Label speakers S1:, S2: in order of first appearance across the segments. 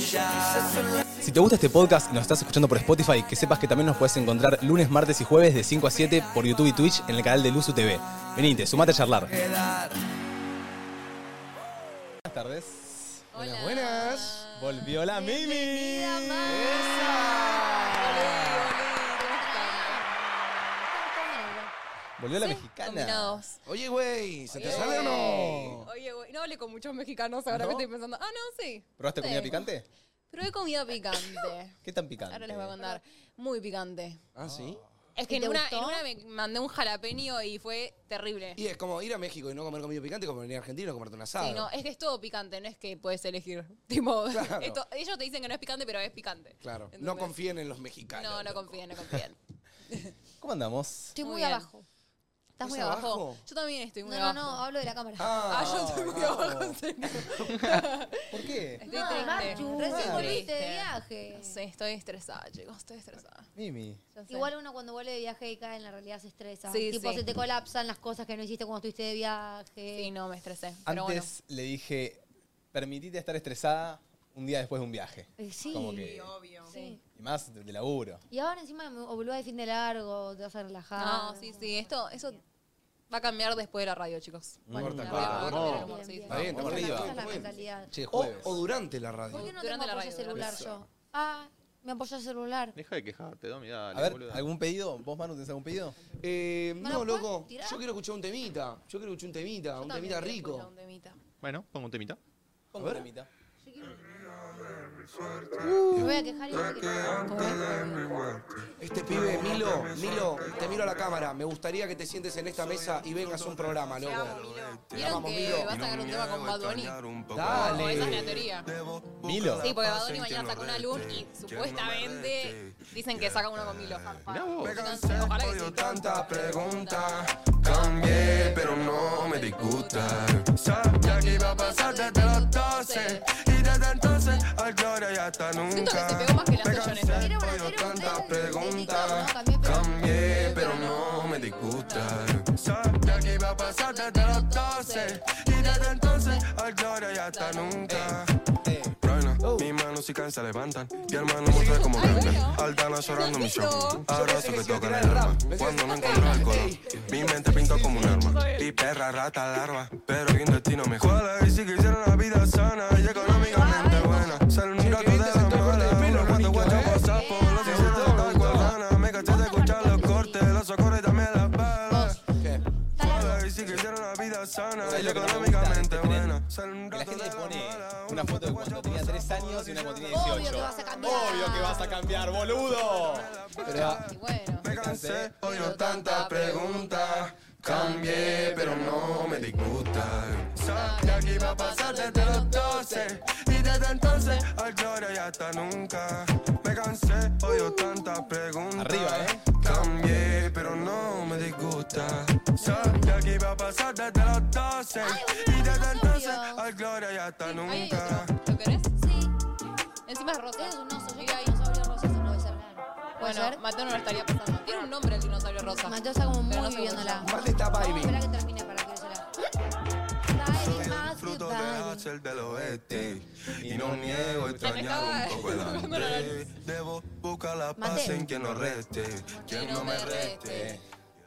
S1: Si te gusta este podcast y nos estás escuchando por Spotify, que sepas que también nos puedes encontrar lunes, martes y jueves de 5 a 7 por YouTube y Twitch en el canal de Luzu TV. Venite, sumate a charlar. Buenas tardes.
S2: Hola.
S1: buenas. Volvió la Mimi. Volvió la mexicana.
S2: combinados.
S3: Oye, güey, ¿se te
S2: Oye,
S3: sale o no?
S2: Oye, güey, no hablé con muchos mexicanos ahora
S1: ¿No?
S2: que estoy pensando. Ah, no, sí.
S1: ¿Probaste
S2: Sí.
S1: comida picante?
S2: Probé comida picante.
S1: ¿Qué tan picante?
S2: Ahora les voy a contar. Muy picante.
S3: Ah, sí.
S2: Es que
S4: ¿Y te
S2: en una,
S4: gustó?
S2: en una me mandé un jalapeño y fue terrible.
S3: Y es como ir a México y no comer comida picante, como venir a Argentina y no comerte un asado.
S2: Sí, no, es que es todo picante, no es que puedes elegir. Tipo,
S3: Claro.
S2: esto- ellos te dicen que no es picante, pero es picante.
S3: Claro, no
S2: Entonces-
S3: confíen en los mexicanos.
S2: No, no
S3: loco.
S2: confíen, no confíen.
S1: ¿Cómo andamos?
S4: Estoy
S2: Muy
S4: muy,
S2: bien.
S4: abajo.
S3: ¿Estás
S2: ¿Estás muy abajo?
S3: abajo?
S2: Yo también estoy muy
S4: no,
S2: abajo.
S4: no, no, hablo de la cámara.
S3: Ah,
S2: Ah, yo estoy muy
S3: bravo.
S2: abajo. en serio.
S1: ¿Por qué?
S2: Estoy
S4: No,
S2: triste.
S4: Ah, Marchu,
S2: Estoy
S4: recién volviste de
S2: triste.
S4: viaje.
S2: No sé, estoy estresada, chicos, estoy estresada.
S1: Mimi.
S4: Igual uno cuando vuelve de viaje y cae en la realidad se estresa.
S2: Sí,
S4: tipo,
S2: sí.
S4: se te colapsan las cosas que no hiciste cuando estuviste de viaje.
S2: Sí, no, me estresé.
S1: Antes
S2: Pero bueno.
S1: le dije, permitite estar estresada un día después de un viaje.
S4: Eh, sí.
S1: Como que,
S4: Sí.
S1: y más de laburo.
S4: Y ahora encima me volvés de fin de largo, te vas a relajar.
S2: No, sí, sí, esto, eso va a cambiar después de la radio, chicos.
S3: Corta, corta,
S2: Ya, va a
S3: corta.
S2: cambiar el
S4: Bien,
S2: humor,
S4: bien.
S2: sí, sí.
S3: Está bien, estamos
S4: Esa es la-
S3: arriba.
S4: esa es la
S3: Muy bien.
S4: mentalidad.
S3: Che,
S1: O,
S3: jueves.
S1: o durante la radio.
S4: ¿Por qué no
S2: Durante
S4: tengo
S2: la
S4: apoyo
S2: radio,
S4: celular
S2: durante
S4: yo? Ah, me apoyó el celular.
S5: Deja de quejarte, Domi, dale,
S1: A ver,
S5: boludo.
S1: ¿algún pedido? ¿Vos, Manu, tenés algún pedido?
S3: Eh,
S4: ¿Me
S3: no,
S4: lo puedes
S3: loco,
S4: tirar?
S3: yo quiero escuchar un temita. Yo quiero escuchar un temita, un
S2: También
S3: temita
S2: quiero escuchar
S3: rico.
S2: un temita.
S5: Bueno, pongo un temita.
S1: Pongo
S3: ver.
S1: temita.
S4: Me voy a quejar y voy a quejar.
S3: Este pibe, Milo, Milo, te miro a la cámara. Me gustaría que te sientes en esta mesa y vengas a un programa, loco.
S2: ¿Vieron
S3: Vamos,
S2: que
S3: Milo.
S2: va a sacar un tema con Bad Bunny?
S3: Dale.
S2: Como esa es la teoría.
S1: ¿Milo?
S2: Sí, porque Bad Bunny mañana saca una luz y supuestamente dicen que saca uno con Milo.
S5: Mirá vos.
S2: Entonces, ojalá que sí.
S6: Tanta pregunta, cambié, pero no me disgusta. Sabía que iba a pasar desde los 12 y desde entonces al gloria y hasta
S2: Siento que se
S6: nunca.
S2: pegó más que las ochones.
S6: Cansé
S4: Era una-
S6: por
S4: era un-
S6: tantas
S4: era dedicado,
S6: preguntas,
S4: ¿no? Cambié, pero-
S6: cambié, pero no me disgusta. Sabía que iba a pasar desde los 12 y desde entonces al gloria y hasta nunca. Reina, mi mano si cansa levantan. Mi hermano muestra como
S2: Ay,
S6: cantan.
S2: bueno.
S6: Aldana llorando mi
S2: Listo.
S6: show.
S3: Yo pensé
S6: Abrazo
S3: que
S6: que
S3: se iba a
S6: toca
S3: tirar
S6: la
S3: el
S6: rama.
S3: rap. Pensé
S6: Cuando
S3: que-
S6: no encontró el color.
S3: Ey.
S6: Mi mente pintó como un arma. Mi perra, rata, larva. Pero el destino me jola. Y si quisieron la vida sana y económicamente buena. Ser un gato de
S3: bien te
S6: la
S3: sentó el corte de
S6: mala.
S3: pelo,
S6: Uno cuando
S3: bonito,
S6: guacha
S3: eh.
S6: por sapo. Los hicieron de tal cual lana. Me caché de escuchar los cortes. Los socorros y también las balas.
S3: ¿Qué?
S6: Jola, Y si quisieron la vida sana y económicamente buena. Ser un
S1: Que la
S6: gato
S1: gente
S6: de
S1: le
S6: la
S1: pone
S6: mala.
S1: una foto de cuando tenía 3 años y una cuando tenía 18.
S4: Obvio que vas a cambiar.
S1: Obvio que vas a cambiar, boludo. Pero,
S2: Y bueno.
S6: Me cansé, oído tanta pregunta. Cambié, pero no me disgusta. Sabía que iba a pasar desde los 12. Y desde entonces al gloria y hasta nunca. Me cansé, oído tantas preguntas.
S1: Arriba, eh.
S6: Cambié, pero no me disgusta. Sabía que iba a pasar desde los 12. Y desde entonces al gloria y hasta
S2: Ahí hay
S6: nunca.
S2: otro. ¿Lo querés?
S4: Sí.
S2: Encima es rosa.
S4: Eres un oso, yo quiero un dinosaurio rosa, eso no puede ser. ¿Puede ser?
S2: Bueno, Mateo no lo estaría pasando. Tiene un nombre el dinosaurio rosa.
S4: Mateo está como
S2: Pero
S4: muy
S2: no sé
S4: viviéndola.
S2: cómo
S3: Mate está
S4: Vamos a esperar
S3: vibing. Este.
S4: que termine para que yo la... Diving, más
S6: Fruto de
S4: diving.
S6: hacer del oeste y no niego extrañar
S2: estaba-
S6: un poco el
S2: tocando la
S6: hambre. Debo buscar la paz
S4: Mate.
S6: en quien no reste, quien no me reste.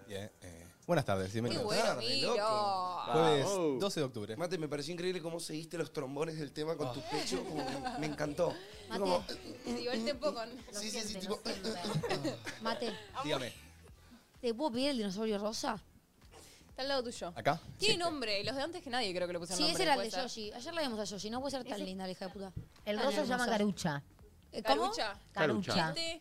S1: bien, eh. Buenas tardes,
S2: Qué
S1: bienvenidos.
S2: bueno,
S3: tarde, loco.
S2: Miro.
S1: Jueves 12 de octubre. Oh.
S3: Mate, me pareció increíble cómo seguiste los trombones del tema con tu pecho. como que me encantó. Fue
S4: Mate.
S3: como-
S2: Dio el tiempo con.
S4: Lo
S3: Sí, sí, sí,
S4: siente,
S3: tipo-
S4: lo siente. Mate,
S1: Dígame,
S4: ¿te puedo pedir el dinosaurio rosa?
S2: Está al lado tuyo.
S1: acá.
S2: Tiene nombre. Los de antes que nadie creo que le pusieron
S4: Sí, ese
S2: nombre. ¿eh?
S4: era el
S2: puede
S4: de
S2: ser.
S4: Yoshi. Ayer la vimos a Yoshi, no puede ser tan linda la hija de puta.
S7: El
S4: Tan
S7: rosa se llama
S4: hermosa.
S7: Carucha.
S4: Eh, ¿Cómo?
S2: Carucha.
S5: Carucha.
S7: Carucha.
S2: Este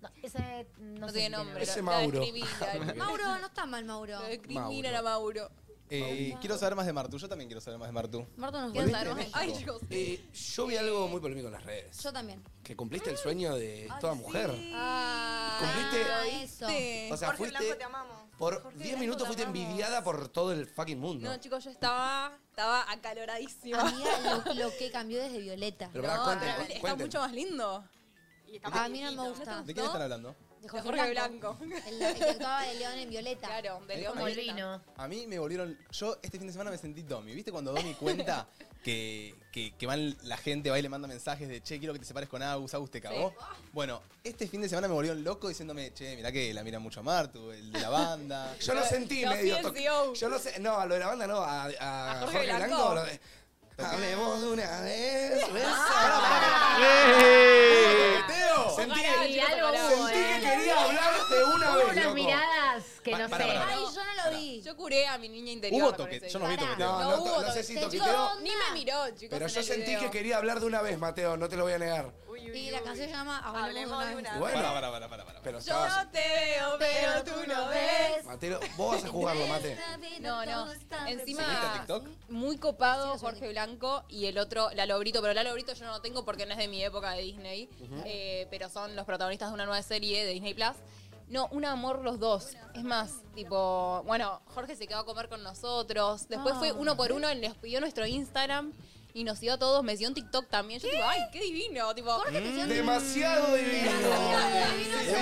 S7: No, ese no,
S2: no
S7: sé si
S2: tiene nombre.
S3: Ese
S2: lo-
S3: Mauro.
S2: Lo describí.
S4: Mauro, no está mal, Mauro.
S2: Lo discriminan a Mauro.
S1: Eh, quiero saber más de Martu. Yo también quiero saber más de Martu.
S4: Marto nos
S2: Quiero
S4: volviste
S2: saber
S4: de
S2: más.
S4: México.
S2: Ay, chicos.
S3: Eh, yo vi algo muy polémico en las redes.
S4: Yo también.
S3: Que cumpliste el sueño de toda mujer.
S2: Ah,
S3: ¿Cumpliste?
S4: eso.
S2: ¿viste?
S3: O sea, fuiste. Por 10 minutos fuiste envidiada por todo el fucking mundo.
S2: No, chicos, yo estaba, estaba acaloradísima.
S4: Amiga, lo, lo que cambió desde Violeta.
S3: Pero
S2: No,
S3: pará, cuenten,
S2: Ah, está
S3: cuenten.
S2: mucho más lindo.
S4: A mí no me
S2: ¿No te
S4: gusta.
S1: ¿De quién
S2: gustó?
S1: están hablando?
S4: De De
S2: De Jorge Blanco.
S4: El, el que actuaba de León en Violeta.
S2: Claro, de
S1: Ahí
S2: León
S1: está.
S2: Violeta.
S7: Molvino.
S1: A mí me volvieron. Yo este fin de semana me sentí Domi. ¿Viste cuando Domi cuenta que, que, que van la gente, va y le manda mensajes de che, quiero que te separes con Agus, Agus te cagó? Bueno, este fin de semana me volvieron loco diciéndome, che, mirá que la mira mucho a Martu, el de la banda.
S3: Yo lo sentí
S2: Lo
S3: medio.
S2: siento.
S3: toc- Yo lo sé. No, a lo de la banda no. A, a
S2: ¿A
S3: Jorge,
S2: Jorge
S3: Blanco.
S2: Blanco?
S3: lo de- Hablemos de una vez. besamos. Teo, Sentí
S2: Pará,
S3: que,
S7: Y
S2: chicos,
S7: algo
S2: pará.
S7: hubo,
S3: sentí que
S7: eh.
S3: quería hablar de una
S7: Hubo
S3: vez.
S7: unas
S3: loco.
S7: miradas que
S1: Pa-
S7: no
S1: para,
S7: sé.
S1: para.
S4: Ay, yo no lo vi.
S2: Yo curé a mi niña interior.
S1: Hubo
S2: con
S1: toque.
S2: ese
S1: Yo no vi
S2: video.
S4: Pará.
S1: toqueteo.
S3: No,
S2: No
S3: no,
S2: hubo
S3: no, sé
S2: toque.
S3: si
S4: Te
S3: toqueteo.
S4: digo-
S2: Ni me miró, chicos.
S3: Pero
S2: en
S3: yo
S2: el
S3: sentí
S2: video.
S3: que quería hablar de una vez, Mateo, no te lo voy a negar.
S4: Y la canción se llama Hablemos de una vez.
S3: Bueno,
S1: Para, para, para, para, para.
S3: pero
S2: Yo
S3: estabas.
S2: no te veo, pero tú no ves.
S3: Mateo, vos vas a jugarlo, Mate.
S2: No, no.
S1: ¿Viste a
S2: Encima,
S1: TikTok?
S2: muy copado
S4: Sí,
S2: Jorge Blanco y el otro, Lalo Brito, pero Lalo Brito yo no lo tengo porque no es de mi época de Disney, eh, pero son los protagonistas de una nueva serie de Disney Plus. No, un amor los dos. Es más, tipo, bueno, Jorge se quedó a comer con nosotros. Después
S1: Ah.
S2: fue uno por uno, nos pidió nuestro Instagram y nos dio a todos, me dio un TikTok también. Yo tipo, ay, qué divino. Tipo,
S4: Jorge te siento-
S3: Demasiado divino.
S1: Sí, sí, no,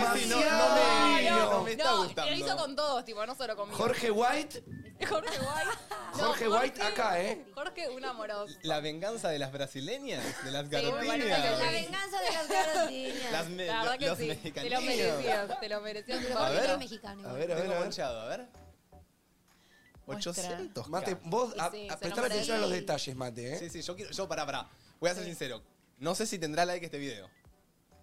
S3: Demasiado
S1: no me, no
S3: divino.
S1: me está
S2: no,
S1: gustando.
S2: lo hizo con todos, tipo, no solo conmigo.
S3: Jorge White,
S2: Jorge White. No,
S3: Jorge White acá, ¿eh?
S2: Jorge, un amoroso.
S1: La venganza de las brasileñas, de las
S2: bueno,
S4: La
S1: garotinas.
S4: venganza de las garotinas.
S1: Las me-
S2: La verdad que
S1: los
S2: sí. Te lo
S1: mexicanos.
S2: merecías, te lo merecías.
S4: Pero
S1: A
S4: Jorge
S1: ver.
S4: no es mexicano.
S3: A
S4: igual.
S3: ver, a ver,
S1: Tengo
S3: a ver.
S1: manchado, a ver.
S7: Muestra.
S1: 800.
S3: Mate, vos
S2: Y
S3: a,
S2: sí,
S3: a
S2: se
S3: prestar
S2: nombra
S3: atención a los
S4: ahí.
S3: detalles, Mate, ¿eh?
S1: Sí, sí, yo quiero. Yo, pará, pará. Voy a ser sincero. No sé si tendrá like este video.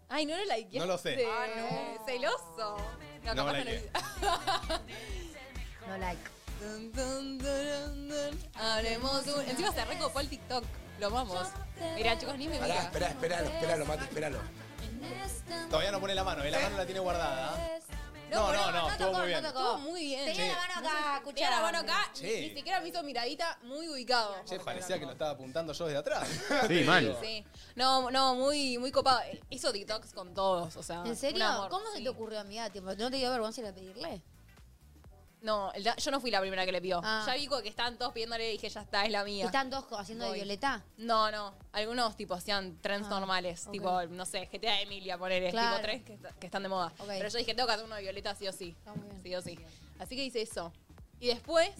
S2: Ay, no lo likeaste.
S1: No lo sé.
S2: Ah, no. Celoso.
S1: No
S2: capaz
S1: me
S2: que
S1: likeé.
S7: No like.
S2: Dun, dun, dun, dun, dun. Hablemos de un- Encima se recopó el TikTok. Lo vamos. Mirá, chicos, ni me
S3: Pará,
S2: mira.
S3: esperá, esperalo, esperalo, Mate, esperalo.
S1: Todavía no pone la mano, eh, la mano la tiene guardada. No, no, no, estuvo
S4: tocó,
S1: muy bien.
S4: no tocó.
S2: Estuvo muy bien.
S4: Tenía
S1: Che.
S4: la mano acá,
S2: Tenía la
S4: cuchara.
S2: mano acá,
S1: Che.
S2: ni, ni siquiera me hizo miradita, muy ubicado.
S1: Che, parecía que lo estaba apuntando yo desde atrás.
S5: Sí, mal.
S2: Sí. No, no, muy, muy copado. Hizo TikToks con todos, o sea.
S4: ¿En serio?
S2: un amor,
S4: ¿Cómo se
S2: sí.
S4: te ocurrió, amiga? Tipo, ¿No te dio vergüenza ir a pedirle?
S2: No, el da- yo no fui la primera que le pidió.
S4: Ah.
S2: Ya vi co- que estaban todos pidiéndole y dije, ya está, es la
S4: ¿Y
S2: mía.
S4: están dos co- haciendo de
S2: Voy.
S4: Violeta?
S2: No, no. Algunos tipo hacían trends
S4: Ah,
S2: normales.
S4: ok.
S2: Tipo, no sé, GTA de Emilia, poner
S4: Claro.
S2: tipo tres que, est- que están de moda.
S4: Ok.
S2: Pero yo dije, tengo que hacer uno de Violeta sí o sí.
S4: Está muy bien.
S2: Sí o sí. Así que hice eso. Y después,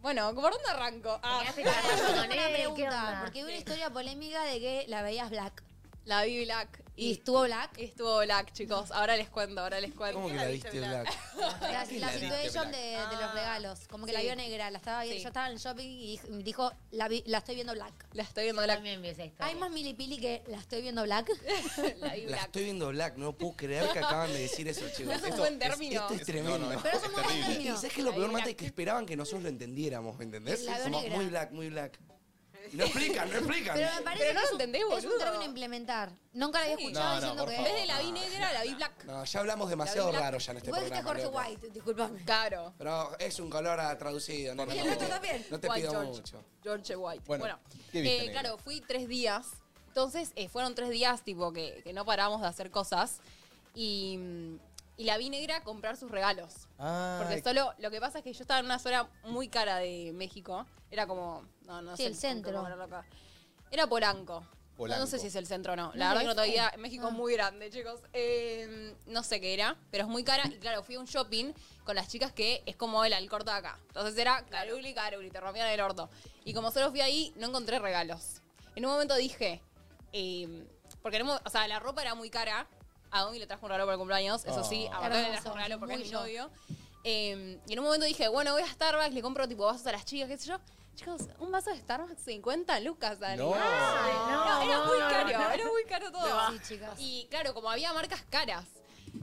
S2: bueno, ¿por dónde arranco? Ah,
S7: Tenías que
S4: Yo
S7: charlar
S4: tengo
S7: con
S4: una
S7: él, ¿qué
S4: pregunta,
S7: onda?
S4: porque hay una historia polémica de que la veías black.
S2: la vi Black.
S4: ¿Y estuvo black?
S2: Estuvo Black, chicos. Ahora les cuento, ahora les cuento.
S3: ¿Cómo que la viste, Black?
S4: La,
S1: qué
S4: la
S1: la viste
S4: situation
S1: black?
S4: de, de los regalos. Como que la
S2: Ah. Sí.
S4: vio negra, la estaba viendo.
S2: Sí.
S4: Yo estaba en el shopping y dij- dijo, la, vi- la estoy viendo black.
S2: La estoy viendo Black.
S7: También vi esa historia.
S4: Hay más milipili que la estoy viendo black.
S2: La vi
S3: La
S2: Black.
S3: estoy viendo Black, no puedo creer que acaban de decir eso, chicos.
S2: Es un
S3: Esto-
S2: buen término.
S3: Esto es tremendo.
S1: No, no,
S4: Pero eso no es
S1: terrible.
S3: Y- Y
S4: término.
S3: sabes que lo
S2: Ahí
S3: peor,
S2: Black.
S3: Mate, es que esperaban que nosotros lo entendiéramos, ¿me entendés?
S4: La veo
S3: Somos
S4: negra.
S3: muy black, muy black. Y No explican, no
S4: Pero
S3: explican.
S4: me parece
S2: Pero no
S4: que
S2: lo
S4: es un-
S2: entendés,
S4: es
S2: boludo.
S4: un término a implementar. Nunca la había
S2: Sí.
S4: escuchado
S1: No, no,
S4: diciendo
S1: por
S4: que
S2: En vez de la vi negra, la vi Black.
S3: No, ya hablamos demasiado
S2: Black.
S3: raro ya en este
S4: Vos
S3: programa.
S4: dijiste Jorge
S3: loco.
S4: White, disculpame.
S2: Claro.
S3: Pero es un color ah, traducido, ¿no?
S4: Y el
S3: no,
S4: nuestro
S3: te-
S4: también.
S3: No te
S2: White
S3: pido
S2: George.
S3: mucho.
S2: George White.
S1: Bueno,
S2: Bueno,
S1: ¿qué viste,
S2: eh,
S1: negro?
S2: claro, fui tres días. Entonces, eh, fueron tres días, tipo, que, que no paramos de hacer cosas. Y, mm, y la vi negra a comprar sus regalos. Porque
S1: Ay,
S2: solo, lo que pasa es que yo estaba en una zona muy cara de México. Era como, no, no
S4: Sí,
S2: sé.
S4: el centro.
S2: cómo ponerlo acá. Era Polanco. No, No,
S1: Polanco.
S2: sé si es el centro o no.
S4: ¿No
S2: La verdad
S4: es
S2: que no
S4: este?
S2: todavía. México es muy grande, chicos. Eh, no sé qué era, pero es muy cara. Y claro, fui a un shopping con las chicas que es como el alcorta de acá. Entonces era caruli, caruli, te rompían el orto. Y como solo fui ahí, no encontré regalos. En un momento dije, eh, porque en un mo- o sea, la ropa era muy cara. A Domi le trajo un regalo por el cumpleaños, eso sí, a Mateo
S4: Ah.
S2: le trajo
S4: Hermoso,
S2: un regalo porque es
S4: muy
S2: mi
S4: yo.
S2: novio. Eh, y en un momento dije, bueno, voy a Starbucks, le compro tipo vasos a las chicas, qué sé yo. Chicos, un vaso de Starbucks 50 lucas, Dani.
S1: No. Ay,
S7: no,
S2: era
S7: no,
S2: muy
S7: no,
S2: caro,
S7: no.
S2: era muy caro todo.
S4: Sí, chicas.
S2: Y claro, como había marcas caras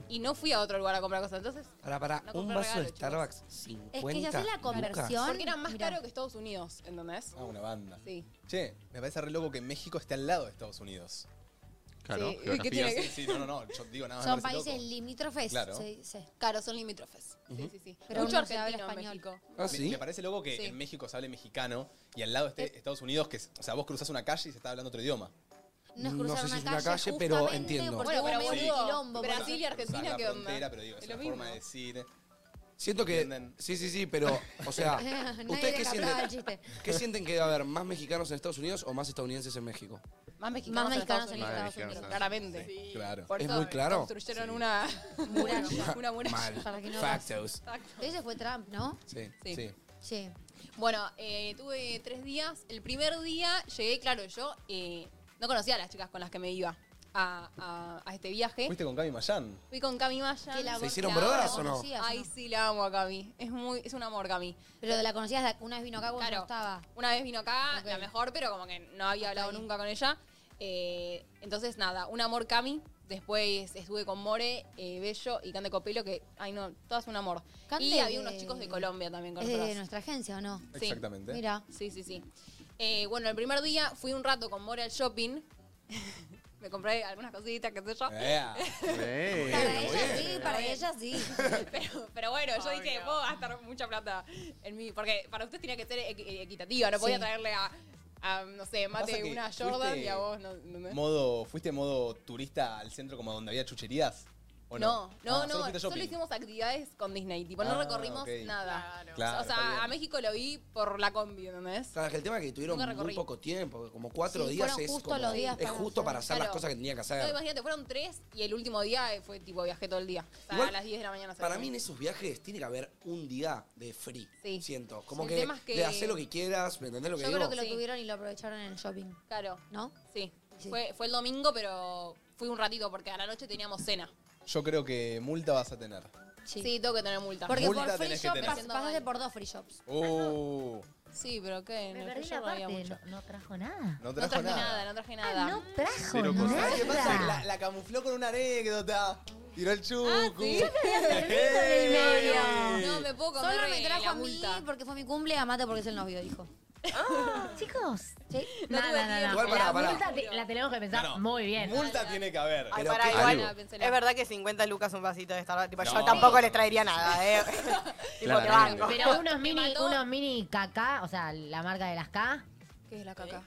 S2: y no fui a otro lugar a comprar cosas, entonces
S3: Para, para,
S2: No
S3: un
S2: compré
S3: vaso
S2: regalo,
S3: de Starbucks, 50
S4: Es que si haces la conversión.
S2: porque era más
S4: mirá.
S2: caro que Estados Unidos, ¿entendés?
S1: Ah, una banda.
S2: Sí.
S1: Che, me parece re loco que México esté al lado de Estados Unidos.
S5: Claro,
S2: Sí, uy, ¿qué tiene
S5: geografía.
S2: que-
S1: Sí, sí, no, no, no. Yo digo
S3: Ah,
S1: nada más.
S4: Son
S1: me parece
S4: países
S1: loco.
S4: limítrofes.
S1: Claro.
S4: Sí, sí.
S2: Caro, son limítrofes. Sí, sí, sí.
S4: Pero
S2: Mucho
S4: uno se habla
S2: argentino en
S4: español.
S2: México.
S3: ¿Ah,
S1: Me,
S3: sí?
S1: me parece loco que
S2: Sí.
S1: en México se hable mexicano y al lado esté Estados Unidos, que, es- o sea, vos cruzás una calle y se está hablando otro idioma.
S4: No es
S3: No
S4: cruzar
S3: sé si
S4: una,
S3: es una
S4: calle,
S3: calle, pero
S4: justamente
S3: entiendo.
S4: Porque
S2: Bueno,
S4: hubo
S2: pero
S4: medio
S2: boludo,
S4: un quilombo. por
S2: Brasil y
S4: eso.
S2: Argentina,
S1: Cruzás la
S2: ¿qué onda?
S1: frontera, pero digo, es,
S2: Es
S1: una
S2: lo
S1: forma de
S2: mismo.
S1: decir.
S3: Siento que.
S1: ¿Entienden?
S3: Sí, sí, sí, pero. O sea,
S4: Nadie
S3: ¿ustedes
S4: le
S3: qué
S4: captaba el
S3: sienten?
S4: chiste.
S3: ¿Qué sienten que va a haber más mexicanos en Estados Unidos o más estadounidenses en México?
S2: Más mexicanos,
S7: Más
S2: en
S7: mexicanos
S2: Estados
S7: en
S2: Unidos.
S7: Estados
S5: Unidos. Unidos.
S2: Claramente.
S1: Claro.
S2: Por
S3: ¿Es
S2: eso
S3: muy claro?
S2: Construyeron una
S7: Muralla.
S2: una muralla.
S7: Para que no
S3: Factos.
S7: Ese fue Trump, ¿no?
S3: Sí,
S2: Sí.
S3: sí.
S7: Sí.
S2: Bueno, eh, tuve tres días. El primer día llegué, claro, yo eh, no conocía a las chicas con las que me iba a, a- a este viaje.
S1: ¿Fuiste con Cami Mayan?
S2: Fui con Cami Maya.
S7: Que la-
S3: ¿Se hicieron
S7: la- la
S3: brodas o no?
S7: conocías,
S2: Ay, sí, la amo a Cami. Es, muy, es un amor, Cami.
S7: Pero la conocías de- una vez vino acá cuando
S2: Claro.
S7: no estaba.
S2: Una vez vino acá,
S7: Ok.
S2: la mejor, pero como que no
S7: Hasta
S2: había hablado
S7: ahí.
S2: nunca con ella. Eh, entonces, nada, un amor Cami. Después estuve con More, eh, Bello y Cande Copelo, que, ay no, todas un amor.
S7: Cande
S2: y había
S7: de-
S2: unos chicos de Colombia también con
S7: ¿Es de
S2: nosotras.
S7: nuestra agencia o no?
S2: Sí.
S1: Exactamente.
S7: Mira.
S2: Sí, sí, sí. Eh, bueno, el primer día fui un rato con More al shopping. Me compré algunas cositas, qué sé yo.
S1: Ea.
S5: Eh,
S7: Para ella
S1: bien.
S7: sí, para ella sí.
S2: Pero, pero bueno, yo dije, puedo gastar mucha plata en mí. Porque para usted tenía que ser equi- eh, equitativa. No podía
S7: Sí.
S2: traerle a, a, no sé,
S1: Pasa
S2: mate
S1: que
S2: una Jordan
S1: fuiste
S2: y a vos no. ¿entendés?
S1: Modo, ¿Fuiste modo turista al centro como donde había chucherías? ¿O
S2: No,
S1: no?
S2: no,
S1: Ah,
S2: no,
S1: solo
S2: solo,
S1: fuiste shopping.
S2: hicimos actividades con Disney, tipo, no
S1: Ah,
S2: recorrimos
S1: ok.
S2: nada.
S1: Claro,
S2: o
S1: está bien.
S2: sea, a México lo vi por la combi, ¿entendés?
S3: Claro, que el tema es que tuvieron
S2: Nunca
S3: muy
S2: recorrí.
S3: poco tiempo, como cuatro
S7: Sí,
S3: días
S7: fueron
S3: es
S7: justo
S3: como-
S7: los días
S3: es
S7: para
S3: justo
S7: hacer-
S3: para hacer las
S2: Claro.
S3: cosas que tenían que
S2: No,
S3: hacer.
S2: imagínate, fueron tres y el último día fue tipo viajé todo el día. O sea,
S3: Igual,
S2: a las 10 de la mañana.
S3: Para
S2: salí.
S3: mí en esos viajes tiene que haber un día de free,
S2: Sí.
S3: siento. Como
S2: El
S3: que,
S2: tema es que-
S3: de hacer lo que quieras, ¿me entendés lo que
S7: Yo
S3: digo?
S7: creo que lo
S2: Sí.
S7: tuvieron y lo aprovecharon en el shopping,
S2: Claro,
S7: ¿no?
S2: sí.
S7: Sí.
S2: Fue, fue el domingo, pero fui un ratito porque a la noche teníamos cena.
S1: Yo creo que multa vas a tener.
S2: Sí, tengo que tener multa.
S7: Porque
S1: Multa
S7: por free
S1: tenés que
S7: shop
S1: tener.
S7: pas- pasaste por dos free shops.
S1: Uh,
S2: Sí, pero ¿qué?
S7: Me
S2: No,
S7: perdí
S2: yo
S7: la
S2: no había
S7: parte,
S2: mucho.
S7: no, no trajo nada.
S1: no
S2: No
S1: trajo,
S2: traje nada, no traje nada.
S7: Ah, no trajo
S5: Cero cosas.
S7: nada.
S5: ¿Sabes
S1: ¿Qué pasa? Que la, la camufló con una anécdota. Tiró el chucu. Eh.
S2: ¿sí? No, me puedo comer
S7: Solo me
S2: eh,
S7: trajo
S2: la
S7: a mí
S2: multa. Ah.
S7: porque fue mi cumple, a Mate porque es el novio, dijo.
S8: Chicos.
S7: ¿Sí?
S2: No tuve tiempo.
S3: Igual pará,
S8: la
S3: pará.
S8: multa te- la tenemos que pensar
S1: No, no.
S8: muy bien.
S1: Multa tiene que haber.
S9: Ay,
S3: Pero Eh,
S9: pará,
S3: qué-
S9: igual.
S2: Algo.
S9: Es verdad que 50 lucas un vasito de Starbucks. Tipo,
S1: No.
S9: yo tampoco les traería nada, ¿eh? tipo, te
S5: Claramente.
S9: banco.
S8: Pero unos
S2: Me
S8: mini,
S2: mató.
S8: unos mini KK, o sea, la marca de las K.
S2: ¿Qué es la caca?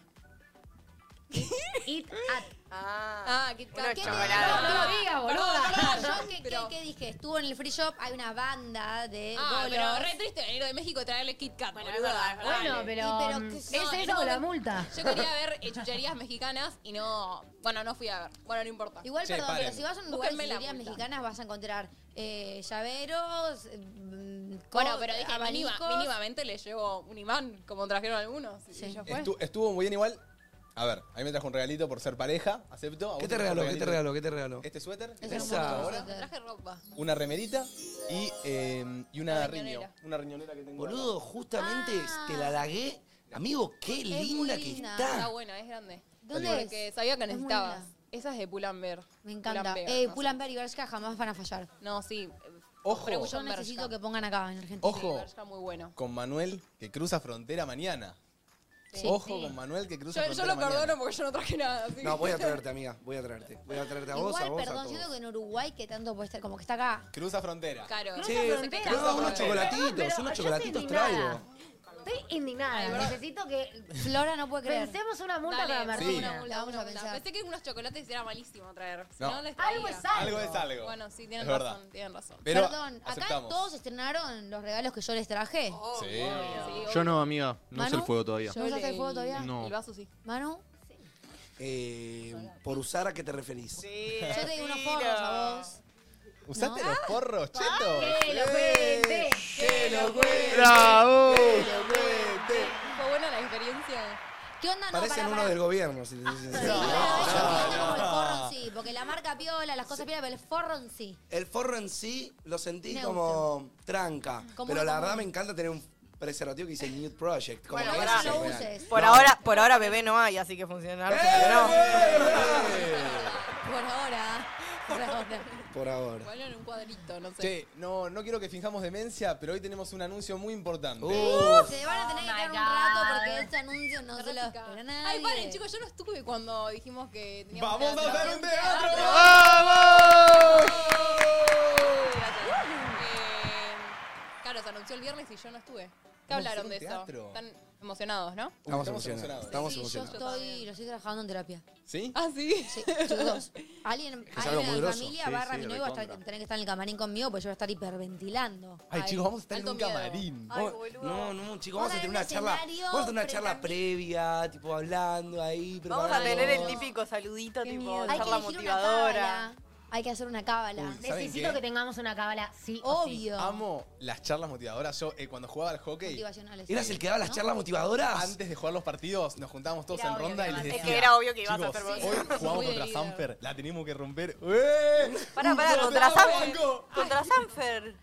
S8: It at.
S9: Ah.
S2: Ah, ¿qué
S9: Unos
S2: caca?
S9: chocolates.
S8: No, no lo digas, boluda.
S7: Yo, ¿qué, qué, qué dije? Estuvo en el free shop, hay una banda de
S2: Ah,
S7: bolos.
S2: pero re triste venir de México y traerle Kit Kat,
S9: Bueno,
S2: boluda.
S9: es verdad, es verdad.
S8: Bueno, pero.
S7: pero
S8: mm,
S7: que-
S8: es
S2: No,
S8: eso
S2: no,
S8: con la
S2: no.
S8: multa.
S2: Yo quería ver eh, chucherías mexicanas y no. Bueno, no fui a ver. Bueno, no importa.
S7: Igual,
S1: Che,
S7: perdón,
S1: paren.
S7: pero si vas a un lugar de
S2: Búsquenme la
S7: librerías
S2: multa.
S7: mexicanas vas a encontrar eh, llaveros, eh, mm,
S2: Bueno,
S7: co-
S2: pero dije, mínima-
S7: abanicos.
S2: mínimamente le llevo un imán, como trajeron algunos. y
S7: Sí.
S2: ya fue.
S1: Estu- estuvo muy bien igual. A ver, a mí me trajo un regalito por ser pareja. ¿Acepto? ¿A vos
S3: ¿Qué te
S1: trajo un
S3: regaló? ¿Qué te
S1: regalito?
S3: regaló? ¿Qué te regaló?
S1: Este suéter.
S7: Es
S1: Esa
S7: hermoso.
S1: ahora.
S2: No traje ropa.
S1: Una remerita y, eh, y una,
S2: Una
S1: riño.
S2: riñonera.
S1: Una riñonera que tengo. acá.
S3: Boludo, justamente
S7: Ah.
S3: te la halagué. Amigo, qué
S7: muy
S3: linda que
S7: linda.
S3: está.
S2: Está buena, es grande.
S7: ¿Dónde es?
S2: Porque sabía que
S7: Es muy
S2: necesitabas.
S7: linda.
S2: Esa es de Pull&Bear.
S7: Me encanta.
S2: Pull&Bear,
S7: Eh,
S2: no sé.
S7: Pull&Bear y Bershka jamás van a fallar.
S2: No, sí.
S1: Ojo.
S2: Pero
S7: Yo necesito que pongan acá en Argentina.
S1: Ojo.
S2: Bershka muy bueno.
S1: Con Manuel que cruza frontera mañana. Ojo con Manuel que cruza
S2: Yo, yo
S1: frontera
S2: lo
S1: mañana.
S2: perdono porque yo no traje nada. así
S3: No,
S2: que-
S3: voy a traerte, amiga. Voy a traerte. Voy a traerte a vos, a
S7: Igual,
S3: vos, a
S7: perdón, siento
S3: todos.
S7: que en Uruguay que tanto puede estar, como que está acá.
S1: Cruza frontera.
S2: Claro.
S8: Che,
S2: Yo sé que
S8: pero-
S2: está
S3: No, unos
S2: bueno.
S3: chocolatitos, unos
S8: yo
S3: chocolatitos
S8: estoy indignada.
S3: traigo.
S8: Estoy indignada.
S2: Ay, bro.
S8: Necesito que
S7: Flora no puede creer.
S8: pensemos una multa
S2: Dale,
S8: para
S2: sí.
S8: Martina.
S2: una multa,
S7: La vamos
S2: una
S7: a
S2: multa.
S7: pensar.
S2: Pensé que unos chocolates era malísimo traer. Si
S1: No.
S2: no, les traía.
S8: Algo es
S1: Algo es algo.
S2: Bueno, sí, tienen
S1: Es verdad.
S2: razón, tienen razón.
S1: Pero
S7: perdón, acá
S1: aceptamos.
S7: todos estrenaron los regalos que yo les traje.
S1: Sí.
S5: Yo no, amiga. No
S7: Manu,
S5: es el fuego todavía.
S7: ¿No usaste el fuego todavía?
S5: No.
S2: El vaso sí.
S7: Manu,
S3: Eh, por usar a qué te referís.
S9: Sí,
S7: yo te di unos
S9: Ciro.
S7: forros a vos.
S1: ¿Usaste los porros, cheto?
S8: ¡Qué
S1: ¡Eh!
S8: elocuente!
S1: ¡Que lo cuente!
S5: ¡Bravo!
S1: ¡Que lo cuente!
S2: Fue buena la experiencia.
S7: ¿Qué onda? No,
S3: Parecen
S7: pará,
S3: uno
S7: pará.
S3: del gobierno, si te soy sincero. Ah.
S7: Pero eso,
S1: no,
S7: ¿qué onda como el
S1: no.
S7: forro en sí? Porque la marca piola, las cosas piola, pero el forro en sí.
S3: El forro en sí lo sentí
S7: Neutro.
S3: como tranca.
S7: Como
S3: pero
S7: uno
S3: la
S7: común.
S3: verdad me encanta tener un preservativo que dice Nude Project. Como
S9: Bueno,
S3: que
S9: pará.
S3: ese
S7: No lo
S3: es real.
S7: uses.
S9: Por, ahora, por ahora bebé no hay, así que funcionar.
S7: Por ahora. Por ahora.
S3: Por ahora.
S2: Bueno, en un cuadrito, no sé.
S1: Che, no, no quiero que fijamos demencia, pero hoy tenemos un anuncio muy importante.
S3: Uh,
S7: Se van a tener que
S8: Oh my
S7: quedar un
S8: God.
S7: rato porque este anuncio no se lo
S2: Práctica.
S7: espera nadie.
S2: Ay, paren, chicos, yo no estuve cuando dijimos que teníamos
S1: ¡Vamos a
S2: teatro.
S1: hacer un teatro!
S2: Gracias. Eh, Claro, se anunció el viernes y yo no estuve. ¿Qué hablaron
S1: un
S2: de eso?
S1: teatro.
S2: Están emocionados, ¿no?
S3: Estamos emocionados. Estamos
S7: Sí, yo
S3: emocionados.
S7: estoy, lo estoy trabajando en terapia.
S1: ¿Sí?
S2: Ah, sí.
S7: Sí, chicos, alguien,
S3: Es algo
S7: alguien
S3: muy
S7: en la
S3: groso.
S7: familia
S5: Sí,
S7: va a
S5: sí,
S7: Ramiro y va a estar-
S5: recontra.
S7: tener que estar en el camarín conmigo porque yo voy a estar hiperventilando.
S1: Ay,
S2: Ay,
S1: chicos, vamos a estar en
S2: alto
S1: un
S2: miedo.
S1: camarín.
S4: Ay, boludo.
S3: No, no, chicos, vamos a tener
S7: Pongan un
S3: una charla.
S7: escenario,
S3: Vamos a tener una charla
S7: preparando.
S3: previa, tipo hablando ahí.
S9: Vamos a
S3: preparando.
S9: tener el típico saludito,
S2: Qué
S9: tipo,
S2: miedo.
S7: Hay que
S9: charla
S7: elegir una cábala.
S9: motivadora.
S7: Hay que hacer una cábala.
S1: Uy. ¿Saben
S8: Necesito
S1: qué?
S8: que tengamos una cábala, sí. o sí.
S7: Obvio.
S1: Amo las charlas motivadoras. Yo, eh, cuando jugaba al hockey,
S7: Motivacionales.
S3: ¿Eras el que daba las charlas motivadoras?
S1: antes de jugar los partidos, nos juntábamos todos
S8: Era
S1: en
S8: obvio
S1: ronda
S8: que
S1: y les
S8: ibas a
S1: decía.
S8: hacer.
S9: Es que era obvio que ibas a
S1: chicos,
S9: hacer vos".
S1: Hoy
S2: Muy
S1: jugamos
S2: de
S1: contra
S2: líder.
S1: Samper, la teníamos que romper. ¡Eh!
S9: Pará, pará,
S1: ¡No,
S9: contra
S1: te la
S9: Sanfer.
S1: banco!
S9: Contra Sanfer.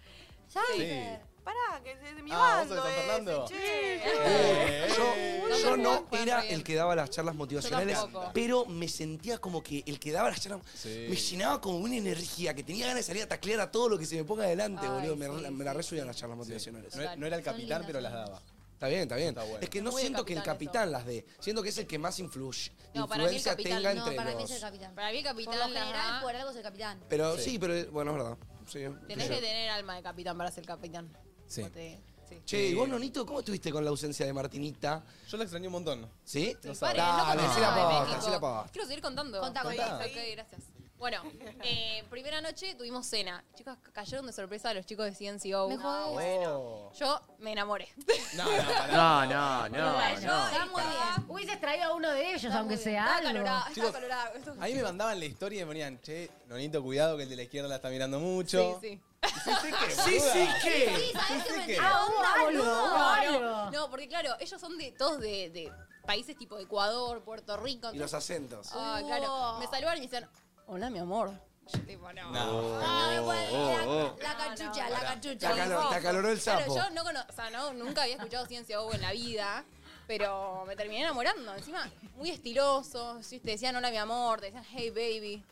S1: Sí.
S9: Pará, que es de mi
S1: Ah,
S9: bando.
S1: vos sos de San
S9: ese,
S1: Fernando.
S9: che.
S1: Eh.
S3: Yo,
S2: No
S3: yo
S2: te
S3: no
S2: jugás,
S3: era
S2: Gabriel.
S3: el que daba las charlas motivacionales,
S2: tampoco.
S3: pero me sentía como que el que daba las charlas
S1: Sí.
S3: me llenaba como una energía, que tenía ganas de salir a taclear a todo lo que se me ponga adelante,
S2: Ay,
S3: boludo. Me,
S2: sí,
S3: re- me la resubían las charlas motivacionales.
S1: No, e- no era el
S7: Son
S1: capitán,
S7: lindas,
S1: pero las
S7: son
S1: daba.
S3: Está bien, está bien.
S1: Está bueno.
S3: Es que no
S2: Muy de
S3: siento que el capitán
S2: capitán
S3: las dé. Siento que es el que más influye,
S2: No, para mí el
S3: influencia
S2: capitán-
S3: tenga
S7: No,
S3: entre
S7: para mí
S3: los.
S7: es el capitán.
S2: Para mí el
S7: Por lo
S2: capitán las
S7: general,
S2: da.
S7: por algo es el capitán.
S3: Pero
S1: Sí.
S3: sí. pero bueno, es verdad. Sí,
S2: Tenés
S3: sí.
S2: que tener alma de capitán para ser capitán.
S1: Sí.
S2: O te- sí.
S3: Che, ¿y Eh, vos, Nonito, cómo estuviste con la ausencia de Martinita?
S1: Yo la extrañé un montón.
S3: ¿Sí?
S1: No sabés.
S2: Paren,
S1: Dale,
S2: no contá,
S3: decí la
S2: eh,
S3: posta,
S2: Nico.
S3: decí la
S7: Ah,
S3: posta.
S2: Quiero seguir contando.
S7: Contá,
S1: contá.
S2: Ok, gracias. Bueno, eh, primera noche tuvimos cena. Chicos, ca- cayeron de sorpresa los chicos de CNCO.
S7: Me jodés.
S1: Oh.
S2: Yo me enamoré.
S1: No, no, pará.
S5: No, no, no, no.
S7: Está muy bien.
S8: Hubieses traído a uno de ellos,
S2: Está
S8: aunque
S2: muy bien.
S8: sea
S2: Estaba
S8: algo.
S2: Calorada,
S1: Chicos,
S2: estaba calorada.
S1: A mí me mandaban la historia y me ponían, che, Nonito, cuidado que el de la izquierda la está mirando mucho.
S2: Sí, sí.
S1: Sí, sí, que.
S3: Sí, sí,
S7: Sí,
S3: que.
S7: ¿sabés
S1: Sí,
S7: qué
S1: sí,
S7: me
S1: que-
S7: entró
S8: Ah,
S7: onda,
S8: hubo algo,
S7: boludo?
S8: hubo
S2: No,
S8: algo.
S2: no, no, porque claro, ellos son de todos de, de países tipo Ecuador, Puerto Rico.
S3: Y los acentos.
S2: Ah, claro. Me saludaron y me decían, hola, mi amor. Yo tipo, no.
S1: No.
S7: Ah, no, igual,
S5: oh,
S7: La la cachucha, la cachucha.
S3: Te acaloró, te acaloró el
S2: Claro,
S3: sapo.
S2: yo no cono- o sea, no, nunca había escuchado Ciencia Ovo en la vida, pero me terminé enamorando. Encima, muy estiloso. ¿sí? Te decían hola, mi amor, te decían hey, baby.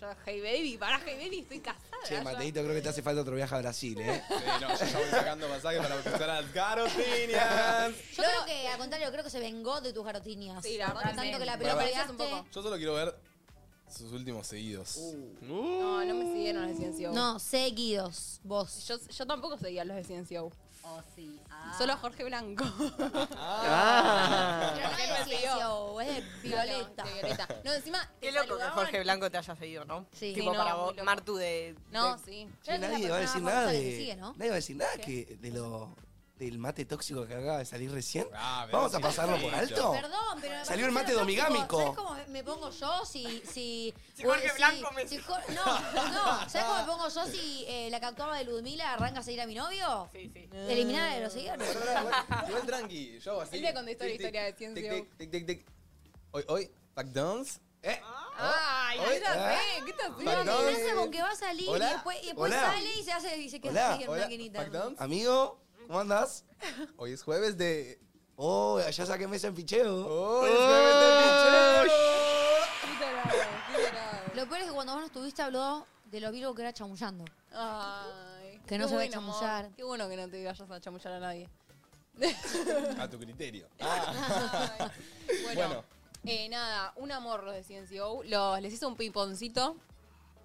S2: Yo, hey, baby, pará, hey, baby, estoy casada.
S3: Che,
S2: yo.
S3: Mateito, creo que te hace falta otro viaje a Brasil, ¿eh?
S1: Sí, no, yo ya voy sacando pasaje para buscar a las garotinias.
S7: Yo creo que, al contrario, creo que se vengó de tus garotinias.
S2: Sí, la verdad que
S7: Tanto
S2: sí.
S7: que la
S2: Pero
S7: peloteaste.
S2: parecías un poco.
S1: Yo solo quiero ver sus últimos seguidos. Uh.
S2: No, no me siguieron los de Ciencia Ovo.
S7: No, seguidos, vos.
S2: Yo, yo tampoco seguía los de Ciencia Ovo.
S8: Oh, sí. Ah.
S2: Solo a Jorge Blanco.
S5: Ah.
S7: Pero no es de CSO, es de Violeta.
S2: No, de Violeta. No, encima. te
S9: Qué loco que
S2: saludaban-
S9: Jorge Blanco te haya seguido, ¿no?
S7: Sí.
S9: Tipo
S2: Sí, no,
S9: para
S2: muy
S9: vos,
S2: loco.
S9: Martu de...
S2: No,
S9: de-
S2: sí.
S7: Creo que es la
S3: nadie va a
S7: persona
S3: decir
S7: más
S3: nada de.
S7: famosa que sigue, ¿no?
S3: Nadie va a decir nada que de lo del mate tóxico que acaba de salir recién.
S1: Ah, pero
S3: Vamos a
S1: sí,
S3: pasado
S1: sí,
S3: por
S1: yo.
S3: alto.
S7: Perdón, pero. me
S3: Salió el mate
S7: parece que
S3: domigámico.
S7: ¿Sabes cómo me pongo yo si. Si,
S9: Si Jorge
S7: si-
S9: Blanco me-
S7: si Jo- No, no. ¿Sabes cómo me pongo yo si eh, la que actuaba de Ludmila arranca a seguir a mi novio?
S9: Sí, sí.
S7: Eliminada de los seguidores.
S1: Pará, pará, Igual igual tranqui, yo hago así.
S2: Él me contestó la
S1: Tic, tic,
S2: historia de Ciencia
S1: tic, tic, tic, tic, tic. Hoy, hoy, McDonald's. ¿Eh?
S2: Ah, Ay,
S1: Hoy-
S2: ¿qué te hace?
S1: ¿Eh?
S2: ¿Qué te hace?
S7: No,
S1: McDonald's.
S7: amenaza con que va a salir
S1: Hola,
S7: y después, y después
S3: hola.
S7: sale y se hace y se
S3: Hola,
S7: queda así en una
S1: Hola,
S7: esquinita.
S1: McDonald's.
S3: Amigo, ¿cómo andás?
S1: Hoy es jueves de.
S3: Oh, ya saqué mesa en Oh, picheo.
S1: Hoy es jueves de picheo.
S2: Qué tarado, qué tarado.
S7: Lo peor es que cuando vos no estuviste habló de lo vivo que era chamullando.
S2: Ah. Ay,
S7: Que no
S2: qué
S7: se vaya a
S2: bueno, amor.
S7: chamullar.
S2: Qué bueno que no te vayas a chamullar a nadie.
S1: A tu criterio.
S2: Ay. Bueno,
S1: Bueno.
S2: eh, nada, un amor los de CNCO. Los, E les hice un piponcito.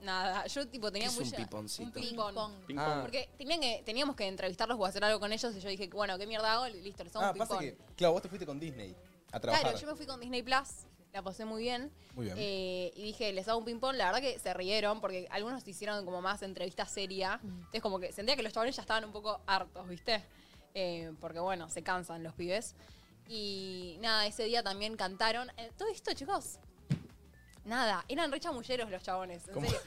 S2: Nada, yo tipo tenía
S3: ¿Qué es un
S2: mucha-
S3: piponcito?
S2: Un
S7: Ping
S2: ping-pong.
S7: pong.
S5: Ping
S3: Ah.
S5: pong.
S2: Porque tenían que, teníamos que entrevistarlos o hacer algo con ellos y yo dije, bueno, ¿qué mierda hago? Listo, les hago
S1: Ah,
S2: un
S1: pasa
S2: ping-pong.
S1: que. Claro, vos te fuiste con Disney a trabajar.
S2: Claro, yo me fui con Disney Plus, la pasé muy bien.
S1: Muy bien.
S2: Eh, y dije, les hago un ping-pong. La verdad que se rieron porque algunos hicieron como más entrevista seria.
S1: Mm.
S2: Entonces, como que sentía que los chavales ya estaban un poco hartos, ¿viste? Eh, porque bueno, se cansan los pibes. Y nada, ese día también cantaron. Eh, Todo esto, chicos. Nada, eran re chamulleros los chabones. En
S1: ¿Cómo?
S2: serio.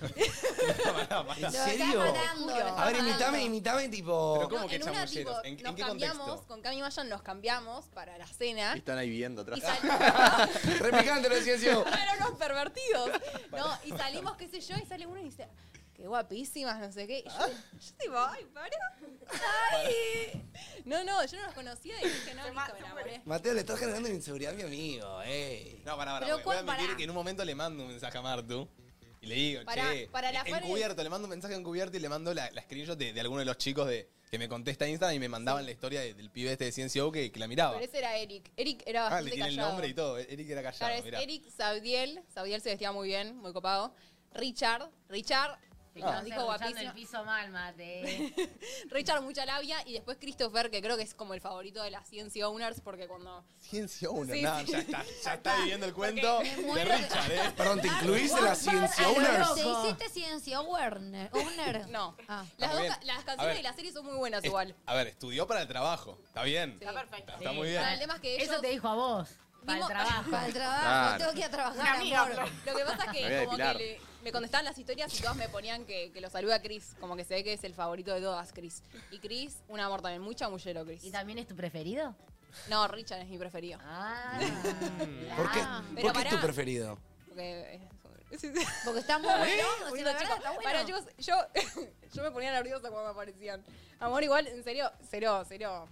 S1: Pará, pará.
S3: ¿En
S7: Lo estás
S3: serio?
S7: matando, lo
S3: A ver,
S7: estás
S3: imitame,
S7: matando.
S3: imitame, tipo.
S1: Pero ¿cómo que
S2: en una, tipo,
S1: chamulleros? ¿En, en
S2: nos
S1: qué
S2: cambiamos,
S1: contexto?
S2: con Cami Mayan nos cambiamos para la cena.
S5: Están ahí viendo
S2: Y
S5: atrás.
S2: sal-
S3: Replicante lo decía
S5: E
S3: yo.
S2: Eran unos pervertidos. No, y salimos, qué sé yo, y sale uno y dice, qué guapísimas, no sé qué. Y
S1: Ah.
S2: yo, yo tipo, ay, para. Ay. No, no, yo no los conocía y dije, no, listo, me enamoré.
S3: Mateo, le estás generando una inseguridad a mi amigo, eh.
S1: No, pará, pará.
S2: Pero
S1: voy- voy a
S2: cuál-
S1: admitir
S2: pará.
S1: que en un momento le mando un mensaje a Martu. Y le digo,
S2: Pará,
S1: che,
S2: para la Fanny-
S1: encubierto, le mando un mensaje encubierto y le mando la, la screenshot de, de alguno de los chicos de, que me contesta en Instagram y me mandaban la historia de- del pibe este de Ciencia O que, que la miraba.
S2: Pero ese era Eric. Eric era
S1: Ah,
S2: bastante
S1: le tiene el
S2: callado.
S1: nombre y todo. Eric era callado,
S2: Claro, es
S1: mirá.
S2: Eric Saudiel. Saudiel se vestía muy bien, muy copado. Richard. Richard
S1: Ah.
S2: Nos dijo
S8: guapísimo.
S2: guapísimo.
S8: el piso mal, mate.
S2: Richard, mucha labia. Y después Christopher, que creo que es como el favorito de las 100 owners, porque cuando.
S1: Ciencia 1,
S2: Sí,
S1: no,
S2: sí.
S1: ya está, ya está viviendo el cuento
S2: me
S1: de
S2: muero.
S1: Richard, ¿eh?
S3: Perdón, ¿te incluís en la ciencia owners?
S7: ¿Te hiciste ciencia Werner? Owner?
S2: No.
S7: Ah.
S2: Las,
S1: Está
S2: dos
S1: bien.
S2: ca- las
S1: A
S2: canciones
S1: ver.
S2: y las series son muy buenas
S1: Es-
S2: igual.
S1: A ver, estudió para el trabajo, está bien.
S2: Está
S9: perfecto.
S1: Está muy bien.
S2: Pero el tema es que ellos.
S8: Eso te dijo a vos. Para el
S2: Vimos-
S8: trabajo.
S7: Para el trabajo,
S5: Claro.
S7: tengo que ir a
S9: Una
S7: trabajar,
S9: amiga,
S7: amor.
S9: claro.
S2: Lo que pasa
S5: Me
S2: es
S5: voy a
S2: que como que
S5: depilar.
S2: le- me contestaban las historias y todas me ponían que, que lo saluda Chris. Como que se ve que es el favorito de todas, Chris. Y Chris, un amor también, muy chamullero, Chris.
S8: ¿Y también es tu preferido?
S2: No, Richard es mi preferido.
S8: Ah.
S3: ¿Por qué,
S8: claro.
S2: pero
S3: ¿por qué es tu
S2: pará.
S3: preferido?
S2: Porque es-
S7: Porque está muy bueno. o sea,
S2: Boludo,
S7: la verdad,
S2: chicos,
S7: está bueno.
S2: pará, chicos, yo, yo me ponía nerviosa cuando aparecían. Amor, igual, en serio, cero, cero,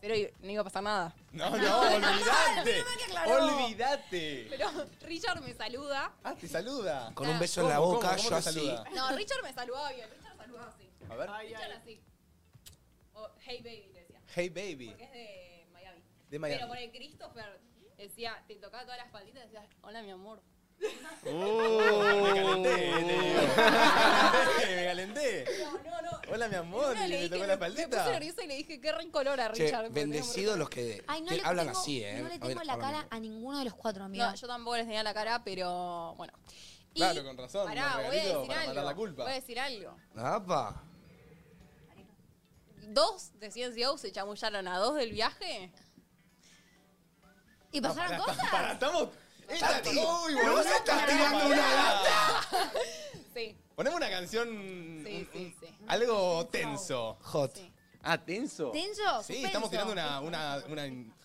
S2: cero, y no iba a pasar nada.
S1: No, no, olvídate.
S7: aclaró.
S1: Olvídate.
S2: Pero Richard me saluda.
S1: Ah, te saluda.
S3: Con un
S2: Ah.
S3: beso en la
S1: ¿Cómo,
S3: boca,
S1: cómo, cómo
S3: yo
S1: te
S3: así.
S1: saluda?
S2: No, Richard me saludaba bien. Richard saludaba así.
S1: A ver.
S2: Richard así. O, hey baby, le decía.
S1: Hey baby.
S2: Porque es de Miami.
S1: De Miami.
S2: Pero por el Christopher decía, te tocaba todas las palditas y decía, hola mi amor.
S1: Me
S5: Uh.
S1: calenté, te digo. Me calenté, me calenté.
S2: No, no, no.
S1: Hola, mi amor.
S2: Una
S1: ¿y
S2: le
S1: ¿Me
S2: dije,
S1: tocó la
S2: Me puse
S1: paldita?
S2: nerviosa y le dije, qué rencolor a
S3: Che,
S2: Richard. porque tenía
S3: bendecidos
S2: mucho-
S3: los que,
S7: Ay, no
S3: que
S7: le
S3: hablan
S7: tengo-
S3: así, ¿eh?
S7: No le
S3: A ver,
S7: tengo la
S3: hablan
S7: cara
S3: bien.
S7: a ninguno de los cuatro, amigo.
S2: No, yo tampoco les tenía la cara, pero bueno. Y-
S1: Claro, con razón,
S2: Pará,
S1: los
S2: voy a
S1: regalitos
S2: decir
S1: para
S2: algo.
S1: matar la culpa.
S2: Voy a decir algo.
S3: Apa.
S2: Dos de CNCO se chamullaron a dos del viaje.
S7: ¿Y pasaron cosas?
S1: Pará, estamos. Esta-
S3: Tati,
S1: Uy,
S3: pero
S1: boludo,
S3: vos estás tirando una
S1: data.
S2: Sí,
S1: Poneme una canción. un-
S2: Sí, sí,
S1: un-
S2: sí.
S1: Algo tenso.
S3: Hot.
S2: sí.
S5: Ah, tenso.
S7: ¿Tenso?
S1: Sí,
S7: ¿Suspenso?
S1: estamos tirando una, una, una,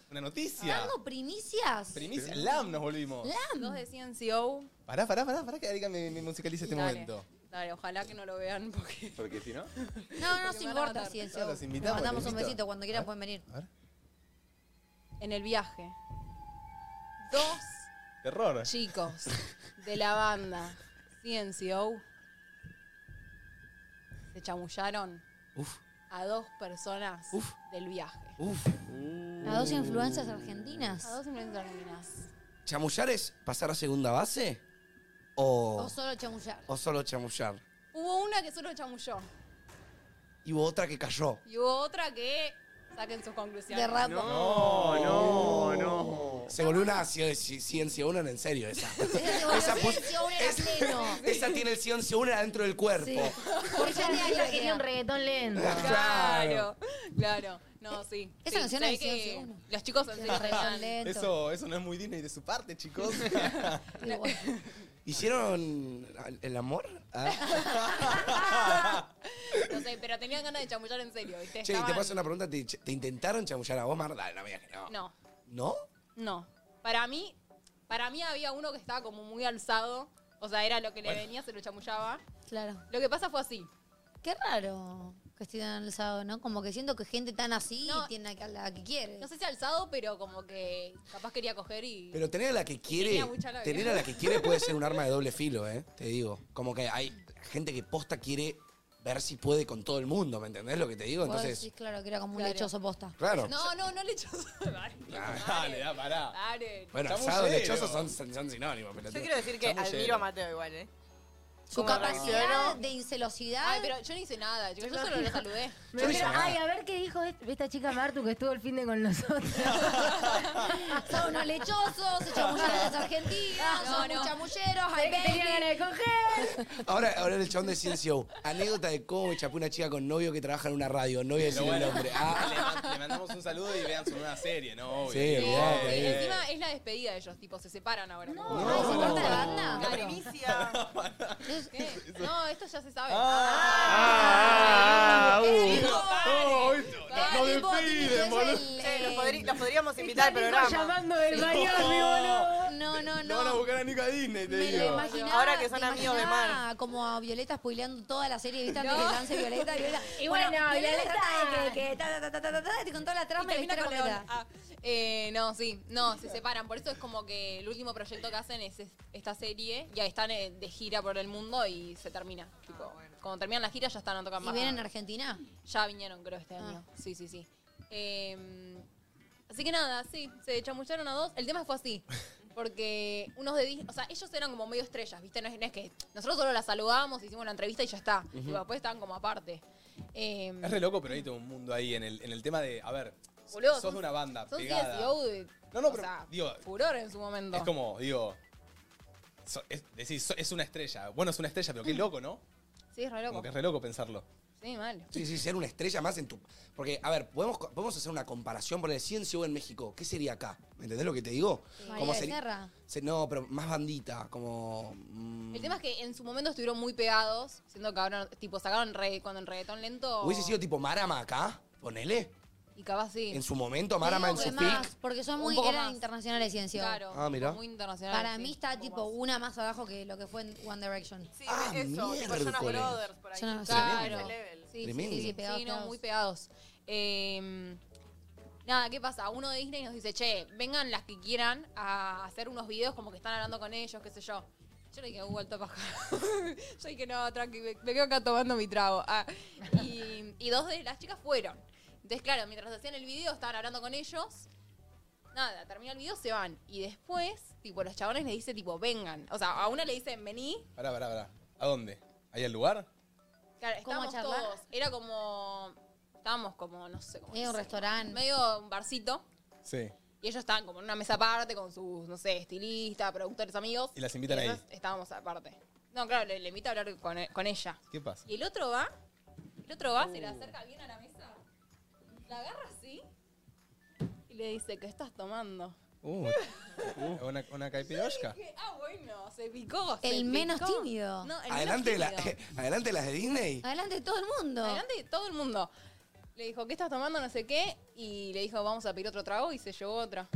S1: una noticia.
S7: ¿Dando primicias?
S1: Primicia. LAM nos volvimos.
S2: Dos de CNCO.
S1: Pará, pará, pará, pará que Erika me, me musicalice este
S2: Dale,
S1: momento.
S2: Dale, ojalá que no lo vean porque.
S5: Porque si no.
S7: No, no nos
S2: Porque me van a
S7: importa,
S2: matar.
S7: sí, en
S1: Ah,
S7: serio.
S1: los invitamos,
S7: Les
S1: los
S7: mandamos un
S1: invito.
S7: besito, cuando quieran
S1: A ver.
S7: pueden venir.
S1: A ver.
S2: En el viaje. Dos
S1: Terror.
S2: chicos de la banda CNCO se chamullaron a dos personas del viaje.
S7: A dos influencias argentinas.
S2: A dos influencias argentinas.
S3: ¿Chamullar es pasar a segunda base?
S1: Oh.
S3: ¿O,
S7: O solo chamullar.
S3: o solo chamullar?
S2: Hubo una que solo chamulló
S3: Y hubo otra que cayó.
S2: y hubo otra que saquen sus conclusiones.
S7: De rap.
S5: No, no, no.
S3: Se volvió una ci- ci- ciencia una en serio esa.
S7: Esa
S3: pus-
S7: silencio, un era
S3: es-
S7: pleno.
S3: Esa tiene el ciencia una adentro del cuerpo.
S7: Sí. Porque ya diario
S8: Ella
S7: le
S8: quería un
S7: queda.
S8: reggaetón lento.
S2: Claro, claro. No, sí.
S7: Esa
S2: Sí,
S7: canción
S2: se ve
S7: es de
S2: que
S7: CNCO, ¿no?
S2: Los chicos en serio
S7: Reggaetón
S2: están-
S7: lento.
S1: Eso, eso no es muy Disney de su parte, chicos.
S7: Y bueno.
S3: ¿Hicieron al- Mm, el amor? Ah.
S2: No sé, pero tenían ganas de chamullar en serio, ¿viste?
S3: Che, y te
S2: Estaban-
S3: paso una pregunta. ¿Te, te intentaron chamullar a vos, Marda? No, mira que no.
S2: No,
S3: ¿No?
S2: no. Para mí, para mí había uno que estaba como muy alzado. O sea, era lo que le venía, se lo chamullaba.
S7: Claro.
S2: Lo que pasa fue así.
S7: Qué raro que estén alzado, ¿no? Como que siento que gente tan así
S2: No.
S7: tiene a la que quiere.
S2: No sé si alzado, pero como que capaz quería coger y.
S3: Pero tener a la que quiere,
S2: Tenía mucha labia.
S3: tener a la que quiere puede ser un arma de doble filo, ¿eh? Te digo. Como que hay gente que posta quiere ver si puede con todo el mundo, ¿me entendés lo que te digo?
S7: Vos
S3: Entonces,
S7: decís, claro, que era como un
S2: Claro.
S7: lechoso posta.
S3: claro.
S2: No, no, no le echó. Dale,
S1: Dale, da, pará.
S2: dale.
S3: Bueno,
S1: Chamullero.
S3: asado y lechoso son, son- son sinónimos, pero
S9: Yo quiero decir que
S1: Chamullero.
S9: admiro a Mateo igual, ¿eh?
S7: Su
S9: Como
S7: capacidad
S9: reaccionó.
S7: de incelosidad.
S2: Ay, pero yo no hice nada, chicos. Yo solo lo saludé.
S8: Me
S3: Yo no
S8: dijeron,
S3: hice nada.
S8: ay, a ver qué dijo est- esta chica Martu que estuvo el fin de con nosotros.
S7: Son unos lechosos, se chamullan a las argentinas,
S2: No,
S7: son
S2: no.
S7: muy chamulleros, ay,
S8: Ay, que tenía
S7: baby.
S8: ganas de coger.
S3: Ahora, ahora el chabón de Ciencio. Anécdota de cómo me chapé una chica con novio que trabaja en una radio. No voy a decir el nombre.
S1: Le,
S3: Ah,
S1: man- le mandamos un saludo y vean su nueva serie, ¿no? Obvio.
S3: Sí,
S1: Sí.
S3: bien,
S2: Y
S3: bien.
S2: encima es la despedida de ellos, tipo, se separan ahora. No,
S7: Ay, ¿se corta la banda?
S9: La primicia.
S2: No, esto ya se sabe. Ah,
S5: Ah, uh.
S1: No, esto-
S2: Dale,
S1: no
S7: Tipo,
S1: despiden,
S7: tipo,
S1: boludo.
S7: es el,
S9: Che, los,
S7: eh,
S9: podri- los podríamos invitar al
S8: Nico
S9: programa.
S8: llamando del Miami, boludo.
S7: No, no,
S1: Lo van a
S7: no.
S1: buscar a Nico Disney, te
S7: Me lo
S1: digo.
S7: imaginaba,
S9: Ahora que son
S7: me
S9: amigos de
S7: imaginaba Como a Violeta spoileando toda la serie, ¿viste? Antes
S2: No.
S7: que lance Violeta, Violeta.
S8: Y bueno, Violeta.
S7: trata de que, que ta, ta, ta, ta, ta, ta, te contó la
S2: Y
S7: trama y, la
S2: termina
S7: historia
S2: con León.
S7: completa.
S2: Ah, eh, no, sí, no, se separan. Por eso es como que el último proyecto que hacen es es- esta serie. Ya están eh, de gira por el mundo y se termina. Tipo, Cuando terminan la gira ya están, no tocan
S7: ¿Y
S2: más.
S7: vienen a
S2: nada.
S7: Argentina?
S2: Ya vinieron, creo, este
S7: Ah.
S2: año. Sí, sí, Em, sí. Eh, así que nada, sí, se chamullaron a dos. El tema fue así. Porque unos de Disney, o sea, ellos eran como medio estrellas, ¿viste? No es, no es que nosotros solo la saludábamos, hicimos la entrevista y ya está.
S1: Ujú.
S2: Tipo, después estaban como aparte. Eh,
S1: Es re loco, pero hay todo un mundo ahí en el, en el tema de, a ver,
S2: Boludo,
S1: sos
S2: son-
S1: de una banda
S2: son
S1: pegada.
S2: CSO de
S1: no, no,
S2: E o
S1: pero
S2: sea,
S1: digo,
S2: furor en su momento.
S1: es como, digo, so- es, decís, so- es una estrella. Bueno, es una estrella, pero qué loco, ¿no?
S2: Sí, es re Mm. loco.
S1: Como que es re loco pensarlo.
S2: Sí, mal.
S3: Sí, sí, ser una estrella más en tu. Porque, a ver, podemos, co- podemos hacer una comparación por el CNCO en México. ¿Qué sería acá? ¿Me entendés lo que te digo?
S7: María
S3: seri-
S7: Becerra.
S3: se- No, pero más bandita, como. mm,
S2: El tema es que en su momento estuvieron muy pegados, siendo que ahora, tipo, sacaron re- cuando en reggaetón lento.
S3: Hubiese sido tipo Marama acá, ponele.
S2: Y capaz sí.
S3: En su momento,
S7: Te
S3: Marama en
S7: digo
S3: su
S7: que más,
S3: pick.
S7: porque son
S2: Un
S7: muy,
S2: poco
S7: eran
S2: más.
S7: internacionales ciencia.
S2: Claro.
S3: Ah, mirá.
S2: Muy internacional.
S7: Para
S2: sí,
S7: mí está
S2: un
S7: tipo
S2: poco más.
S7: una más abajo que lo que fue en One Direction.
S9: Sí,
S3: Ah,
S9: eso. Tipo Jonas
S3: miércoles.
S9: Brothers, por ahí.
S7: Jonas-
S2: Claro.
S9: Ese level.
S2: Sí, sí,
S3: Tremendo.
S2: sí, sí, pegados, sí, no, muy pegados. Eh, nada, ¿qué pasa? Uno de Disney nos dice, che, vengan las que quieran a hacer unos videos como que están hablando con ellos, qué sé yo. Yo le dije, Google topa acá. yo dije, no, tranqui, me, me quedo acá tomando mi trago. Ah, y, y dos de las chicas fueron. Entonces, claro, mientras hacían el video, estaban hablando con ellos. Nada, termina el video, se van. Y después, tipo, los chabones le dice, tipo, vengan. O sea, a una le dicen, vení,
S1: Pará, pará, pará. ¿A dónde? ¿Ahí al lugar?
S2: Claro,
S7: ¿Cómo
S2: estábamos
S7: charlar?
S2: todos. Era como. Estábamos como, no sé cómo.
S7: Medio un
S2: decirlo.
S7: restaurante.
S2: Medio un barcito.
S1: Sí.
S2: Y ellos estaban como en una mesa aparte con sus, no sé, estilistas, productores, amigos.
S1: Y las invitan ahí.
S2: nosotros Estábamos aparte. No, claro, le, le invita a hablar con, con ella.
S1: ¿Qué pasa?
S2: Y el otro va. El
S9: Ah.
S2: otro va,
S1: Uh.
S2: se le acerca bien a la mesa. La agarra así. Y le dice, ¿qué estás tomando?
S1: Uh, ¿Una, una caipirosca?
S2: Dije, ah, bueno, se picó. se
S7: El menos
S2: picó".
S7: tímido.
S2: No, el
S3: Adelante,
S2: menos
S3: la-
S2: tímido.
S3: adelante las de Disney.
S7: Adelante todo el mundo.
S2: Adelante de todo el mundo. Le dijo, ¿qué estás tomando? No sé qué. Y le dijo, vamos a pedir otro trago. Y se llevó otra.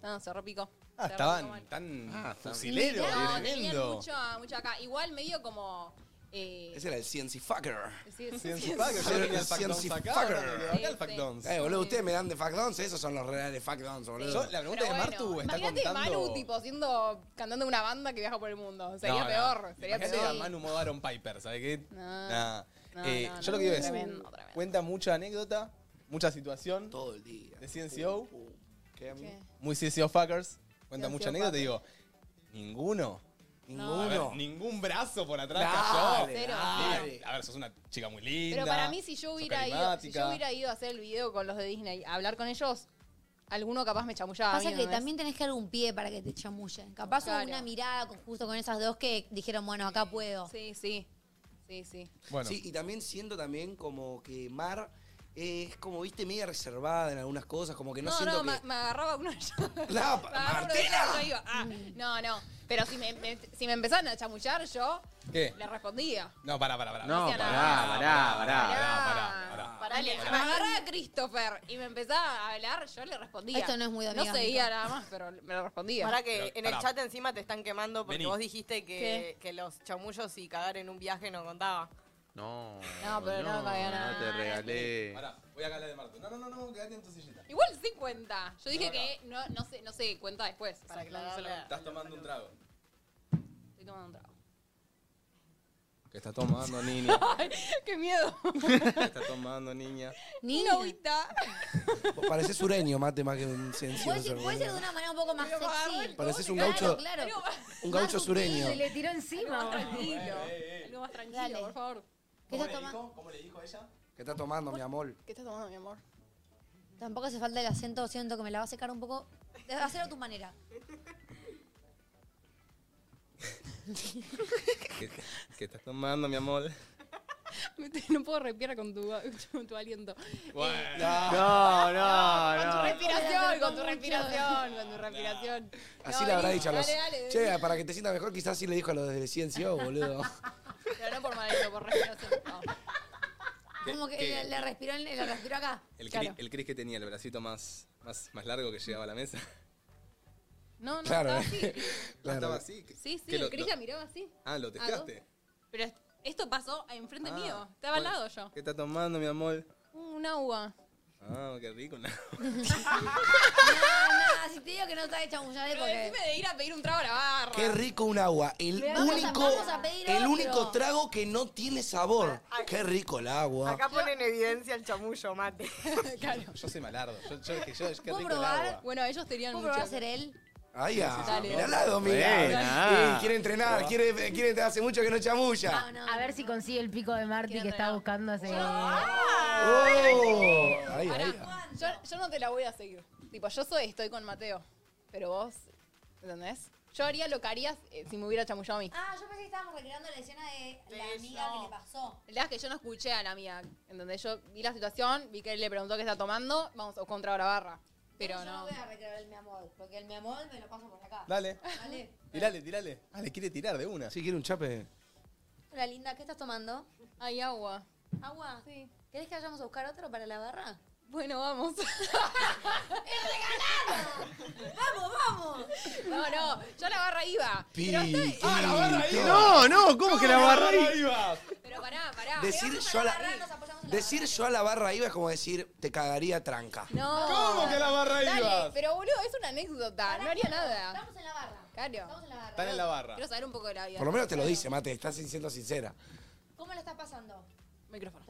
S2: No, se repicó.
S1: Ah,
S2: Se repicó mal.
S1: estaban tan
S2: Ah,
S1: fusileros,
S2: No, tenían
S1: tremendo.
S2: mucho, mucho acá. Igual medio como... Eh,
S3: Ese era el CNC Fucker.
S2: sí, sí,
S1: Ciencia
S2: sí,
S1: Fucker,
S2: sí.
S1: yo tenía el
S3: Ciencia
S1: Factons acá,
S3: Fucker.
S1: ahora me quedo acá el
S2: Sí,
S1: Factons.
S3: Eh, boludo, ustedes me dan de fuck downs, esos son los reales fuck downs,
S1: Yo,
S3: boludo.
S1: la pregunta
S2: Pero
S1: de
S2: bueno,
S1: Martu está
S2: imagínate
S1: contando...
S2: Manu, tipo, siendo, cantando una banda que viaja por el mundo. Sería
S1: No, no.
S2: peor, sería
S1: Imagínate
S2: peor.
S1: a Manu modo Aaron Piper, ¿sabes qué?
S2: No.
S1: Nah.
S2: No,
S1: Eh,
S2: no,
S1: yo
S2: no,
S1: lo que digo es,
S2: tremendo, tremendo.
S1: cuenta mucha anécdota, mucha situación
S3: Todo el día.
S1: de E CNCO,
S3: ¿Qué, amigo?
S2: Che.
S1: muy CNCO fuckers, cuenta
S2: CNCO
S1: mucha anécdota y digo, ninguno,
S3: Ninguno.
S1: a ver, ningún brazo por atrás
S3: Dale,
S1: cayó.
S2: Cero,
S3: dale.
S1: A ver, sos una chica muy linda.
S2: Pero para mí, si yo,
S1: sos
S2: hubiera ido, si
S1: carismática.
S2: yo hubiera ido a hacer el video con los de Disney a hablar con ellos, alguno capaz me chamullaba. a
S7: Pasa
S2: mí,
S7: que
S2: ¿no?
S7: también tenés que dar un pie para que te chamullen. Capaz hubo
S2: Claro.
S7: una mirada con- justo con esas dos que dijeron, bueno, acá puedo.
S2: Sí, sí. Sí, sí.
S1: Bueno,
S3: Sí, y también siento también como que Mar eh, es como, viste, media reservada en algunas cosas, como que no,
S2: No, no,
S3: siento que...
S2: me, me agarraba uno yo.
S3: La-
S2: Me agarraba uno de ellos,
S3: Martina.
S2: yo digo, ah, no, no. Pero si me, me- si me empezaban a chamullar, yo
S1: ¿qué?
S2: le respondía.
S1: No, pará, pará, pará.
S5: No,
S2: Cristiana.
S5: pará, pará, pará.
S2: Pará,
S1: pará, pará.
S2: parale. Me agarraba a Christopher y me empezaba a hablar, yo le respondía.
S7: Esto no es muy de
S2: No
S7: amigas,
S2: seguía
S7: Nico.
S2: nada más, pero me lo respondía.
S9: Para que
S1: Pero,
S9: en el
S1: pará.
S9: chat encima te están quemando porque
S1: Vení.
S9: vos dijiste que, que los chamullos y cagar en un viaje no contaba.
S5: No.
S2: No, pero no, todavía no.
S5: No te regalé.
S1: Pará, voy a hablar de Martu. No, no, no, no, quédate en tu sillita.
S2: Igual sí cuenta. Yo dije
S1: No, no.
S2: que no, no, se, no se cuenta después.
S9: Para
S2: Para que no se
S9: aclararle
S2: lo-
S9: a-
S1: Estás tomando un trago.
S2: Estoy tomando un trago.
S1: ¿Qué está tomando, niña?
S2: ¡Qué miedo!
S1: ¿Qué está tomando, niña?
S7: Ni
S2: Una agüita.
S3: Pareces sureño, mate, más que un
S7: Puede ser,
S3: cienciero.
S7: puede ser de una manera un poco más
S2: Pero agarró
S7: sexy.
S2: el
S3: Pareces un
S7: Claro,
S3: gaucho,
S7: Claro,
S2: Algo más,
S3: un gaucho
S7: Más sutil,
S3: sureño.
S8: Y le tiró
S2: algo más
S8: encima. boludo.
S2: tranquilo. Algo más tranquilo,
S7: Dale.
S2: por favor.
S7: ¿Qué
S1: ¿Cómo
S7: estás
S1: le,
S7: tomando?
S1: dijo? ¿Cómo le dijo ella?
S3: ¿Qué está tomando, mi amor?
S2: ¿Qué estás tomando, mi amor?
S7: Tampoco hace falta el acento, siento que me la va a secar un poco. Hacerlo a tu manera.
S1: ¿Qué, estás tomando, mi amor?
S2: No puedo respirar con tu, con tu aliento.
S5: No,
S2: con tu
S5: no, no.
S2: respiración, con tu
S7: Mucho.
S2: respiración, con tu respiración.
S3: Así
S2: No,
S3: le habrá
S2: dale,
S3: dicho a los...
S2: Dale, dale.
S3: Che, para que te sientas mejor, quizás sí le dijo a los de CNCO, boludo.
S2: Pero no por mal aliento, por respiración. No.
S7: Como que le, le respiró, en- le respiró acá.
S1: El,
S2: Claro.
S1: Cris- el Cris que tenía el bracito más, más, más largo que llegaba a la mesa.
S2: No, no,
S3: Claro,
S2: estaba
S3: eh.
S2: así.
S1: Ah,
S3: Claro.
S1: Estaba así. que-
S2: Sí, sí,
S1: que
S2: el
S1: lo-
S2: Cris
S1: lo-
S2: la miraba así.
S1: Ah, lo testeaste.
S2: Pero es- esto pasó enfrente
S1: Ah,
S2: mío. Estaba al
S1: bueno.
S2: lado yo.
S1: ¿Qué está tomando, mi amor?
S2: Un agua.
S1: Ah, qué rico. no.
S7: No, no, si te digo que no está hecha mullade
S2: Pero
S7: porque.
S2: decime de ir a pedir un trago a la barra.
S3: Qué rico un agua. El
S7: Le vamos a-
S3: único,
S7: vamos a pedir
S3: el
S7: otro.
S3: único trago que no tiene sabor. Qué rico el agua.
S9: Acá pone en evidencia el chamullo, mate.
S2: Claro.
S1: Yo soy malardo. Yo, yo, dije, yo, qué
S7: ¿Puedo
S1: rico el
S7: probar?
S1: agua.
S2: Bueno, ellos tenían
S7: ¿Puedo
S2: mucho.
S7: probar a ser él?
S3: Ahí ah,
S7: Sí, sí, sí.
S3: mirá la Dominga.
S5: Buena.
S3: Sí, quiere entrenar, quiere, quiere- hace mucho que no chamulla.
S8: A ver si consigue el pico de Marty que está buscando hace.
S3: Oh, ahí, ahí.
S2: Yo, yo no te la voy a seguir. Tipo, yo soy, estoy con Mateo. Pero vos, ¿entendés? Yo haría lo que harías eh, si me hubiera chamullado a mí.
S7: Ah, yo pensé que estábamos recreando la escena de la
S9: Eso.
S7: amiga que le pasó.
S2: La verdad es que yo no escuché a la mía, ¿entendés? Yo vi la situación, vi que él le preguntó qué está tomando, vamos o contra la barra. Pero
S7: yo
S2: no.
S7: voy a recrear el mi amor, porque el mi amor me lo paso por acá.
S1: Dale.
S7: Dale.
S1: Tirale, tirale. Ah, le quiere tirar de una.
S3: Sí, quiere un chape.
S7: Hola, linda, ¿qué estás tomando?
S2: Hay agua.
S7: ¿Agua?
S2: Sí.
S7: ¿Querés que vayamos a buscar otro para la barra?
S2: Bueno, vamos.
S7: ¡Vamos, vamos!
S2: No, no, yo a la barra iba. Pero, estoy-
S3: ¡Ah, la barra ahí!
S5: No, no, ¿cómo que la barra ahí?
S2: pero
S7: Ah,
S2: pará, pará.
S3: Decir yo a la, decir yo a la barra iba es como decir, te cagaría tranca.
S2: No.
S1: ¿Cómo que la barra
S2: Dale,
S1: ibas?
S2: pero boludo, es una anécdota, no haría nada.
S7: Estamos en la barra. Estamos
S2: Claro.
S7: en la barra.
S1: Están en la barra.
S2: Quiero saber un poco de la vida.
S3: Por lo menos te lo dice, Mate, estás siendo sincera.
S7: ¿Cómo la estás pasando?
S2: Micrófono.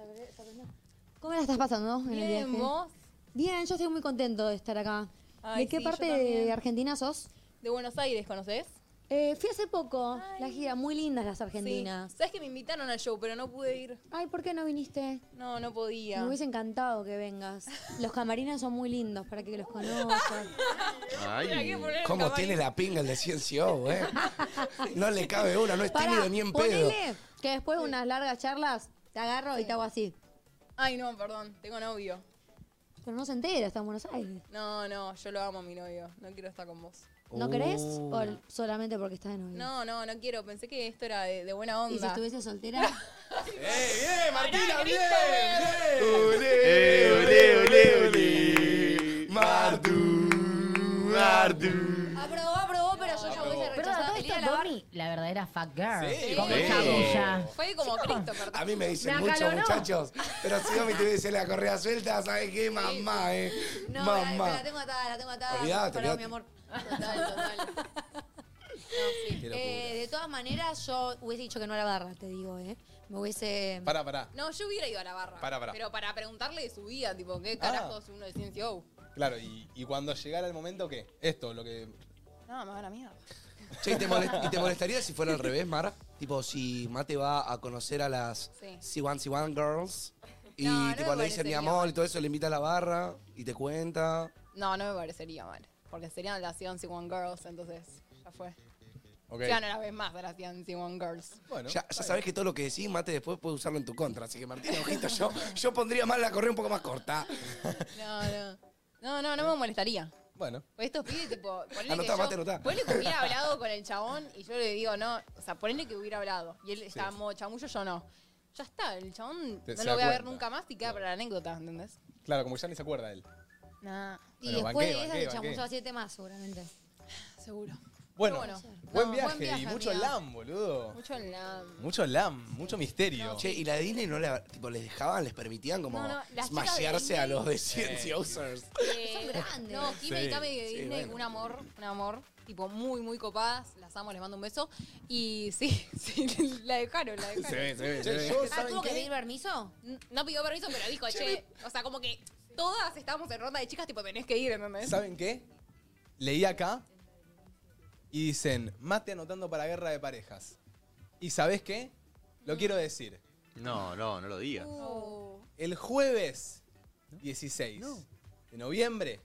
S7: ¿Cómo la estás pasando en el
S2: Bien,
S7: viaje?
S2: vos,
S7: Bien, yo estoy muy contento de estar acá.
S2: Ay,
S7: ¿De qué
S2: sí, yo
S7: parte
S2: también.
S7: de Argentina sos?
S2: de Buenos Aires, ¿conoces?
S7: Eh, fui hace poco, la gira, muy lindas las argentinas.
S2: Sabes que me invitaron al show, pero no pude ir.
S7: Ay, ¿por qué no viniste?
S2: No, no podía.
S7: Me hubiese encantado que vengas. Los camarines son muy lindos para que los
S2: Uh.
S7: conozcas.
S2: Mira, ¿qué
S5: Ay.
S2: poner el
S3: ¿Cómo
S2: camarín?
S3: tiene la pinga el de Ciencio, eh? No le cabe una, no es
S7: Pará,
S3: tímido ni en pedo.
S7: ponele que después de unas largas charlas te agarro y te hago así.
S2: Ay, no, perdón, tengo novio.
S7: Pero no se entera, está en Buenos Aires.
S2: No, no, yo lo amo a mi novio. No quiero estar con vos. Uh.
S7: ¿No querés?
S1: Oh.
S7: ¿O l- solamente porque estás de novio?
S2: No, no, no quiero. Pensé que esto era de, de buena
S7: ¿Y si
S2: onda.
S7: estuviese soltera?
S1: ¡Eh, Martina, bien!
S5: Eh, olé, olé, olé.
S3: Mardu, Mardu.
S7: aprobó, aprobó, pero yo ya
S1: Aprobó.
S7: hubiese
S8: Pero a
S7: rechazado.
S8: todo
S7: Tenía
S8: esto,
S7: la barra.
S8: Domi, la verdadera fuck girl.
S1: Sí,
S8: ¿Cómo
S5: sí.
S8: chamulla?
S2: Fue como Cristo,
S3: A
S2: perdón.
S3: mí me dicen
S8: Me
S3: mucho,
S8: acaloró.
S3: muchachos. Pero si yo me tuviese la correa suelta, ¿sabes qué? Mamá, eh.
S7: No, la-
S3: Mamá.
S7: la, tengo atada, la tengo atada.
S3: Olvídate,
S7: Pará,
S3: olvídate.
S7: mi amor. Total, total.
S1: Qué locura.
S7: Eh, de todas maneras, yo hubiese dicho que no a la barra, te digo, ¿eh? Me hubiese...
S1: Pará, pará.
S2: No, yo hubiera ido a la barra.
S1: Pará, pará.
S2: Pero para preguntarle de su vida, tipo, ¿qué
S3: Ah.
S2: carajos uno de Ciencia O?
S1: Claro, y, y cuando llegara el momento, ¿qué? Esto, lo que.
S2: No, me va a la mierda.
S3: Che, ¿y te, molest- y te molestaría si fuera al revés, Mara? Tipo, si Mate va a conocer a las
S2: Sí.
S3: C1, C1 Girls y
S2: No, no
S3: tipo,
S2: me
S3: le dicen mi
S2: parecería.
S3: amor y todo eso, le invita a la barra y te cuenta.
S2: No, no me parecería mal. Porque serían las Ciencia One Girls, entonces ya fue.
S1: Ok.
S2: Ya no las ves más de las Ciencia One Girls.
S1: Bueno.
S3: Ya, ya sabes que todo lo que decís, Mate, después puede usarlo en tu contra. Así que, Martín, ojito, yo, yo pondría más la correa un poco más corta.
S2: No, no. No, no, no me molestaría.
S1: Bueno.
S2: Pues estos pibes, tipo, ponele
S3: Anotá,
S2: que yo-
S3: mate, anotá.
S2: ponele que hubiera hablado con el chabón y yo le digo no, o sea, ponele que hubiera hablado y él está modo chamullo, yo no. Ya está, el chabón
S1: Te-
S2: no
S1: se
S2: lo
S1: da
S2: voy a ver
S1: cuenta.
S2: nunca más y queda para la anécdota, ¿entendés?
S1: Claro, como que ya ni se acuerda él.
S2: Nada,
S7: Y
S1: Bueno,
S7: después
S1: banqué,
S7: de esa
S1: banqué,
S7: le
S1: banqué.
S7: chamulló a siete más, seguramente.
S2: seguro.
S1: Bueno,
S2: bueno.
S1: Buen,
S2: No,
S1: viaje
S2: buen viaje,
S1: y mucho
S2: amiga.
S1: LAM, boludo.
S2: Mucho en la...
S1: Mucho LAM, mucho misterio.
S3: Che, y la de Disney no la, tipo, les dejaban, les permitían como
S2: No, no, las chicas de
S3: smashearse a
S2: Disney-
S3: los
S1: Eh,
S3: de Cienciosers.
S2: Eh,
S7: Son grandes.
S2: No, Jimmy
S1: Sí,
S2: y Cami de
S3: sí,
S2: Disney,
S3: bueno.
S2: un amor, un amor, tipo muy, muy copadas, las amo, les mando un beso. Y sí, sí, la dejaron, la dejaron.
S1: Che, yo,
S7: Ah,
S1: ¿saben
S7: ¿tuvo que
S1: qué?
S7: pedir permiso?
S2: N- No pidió permiso, pero dijo, che, o sea, como que todas estábamos en ronda de chicas, tipo, tenés que ir, ¿entendés?
S1: ¿Saben qué? Leí acá y dicen, mate anotando para guerra de parejas. ¿Y sabés qué? Lo quiero decir.
S5: No, no, no lo digas.
S2: Uh,
S1: El jueves 16 de noviembre,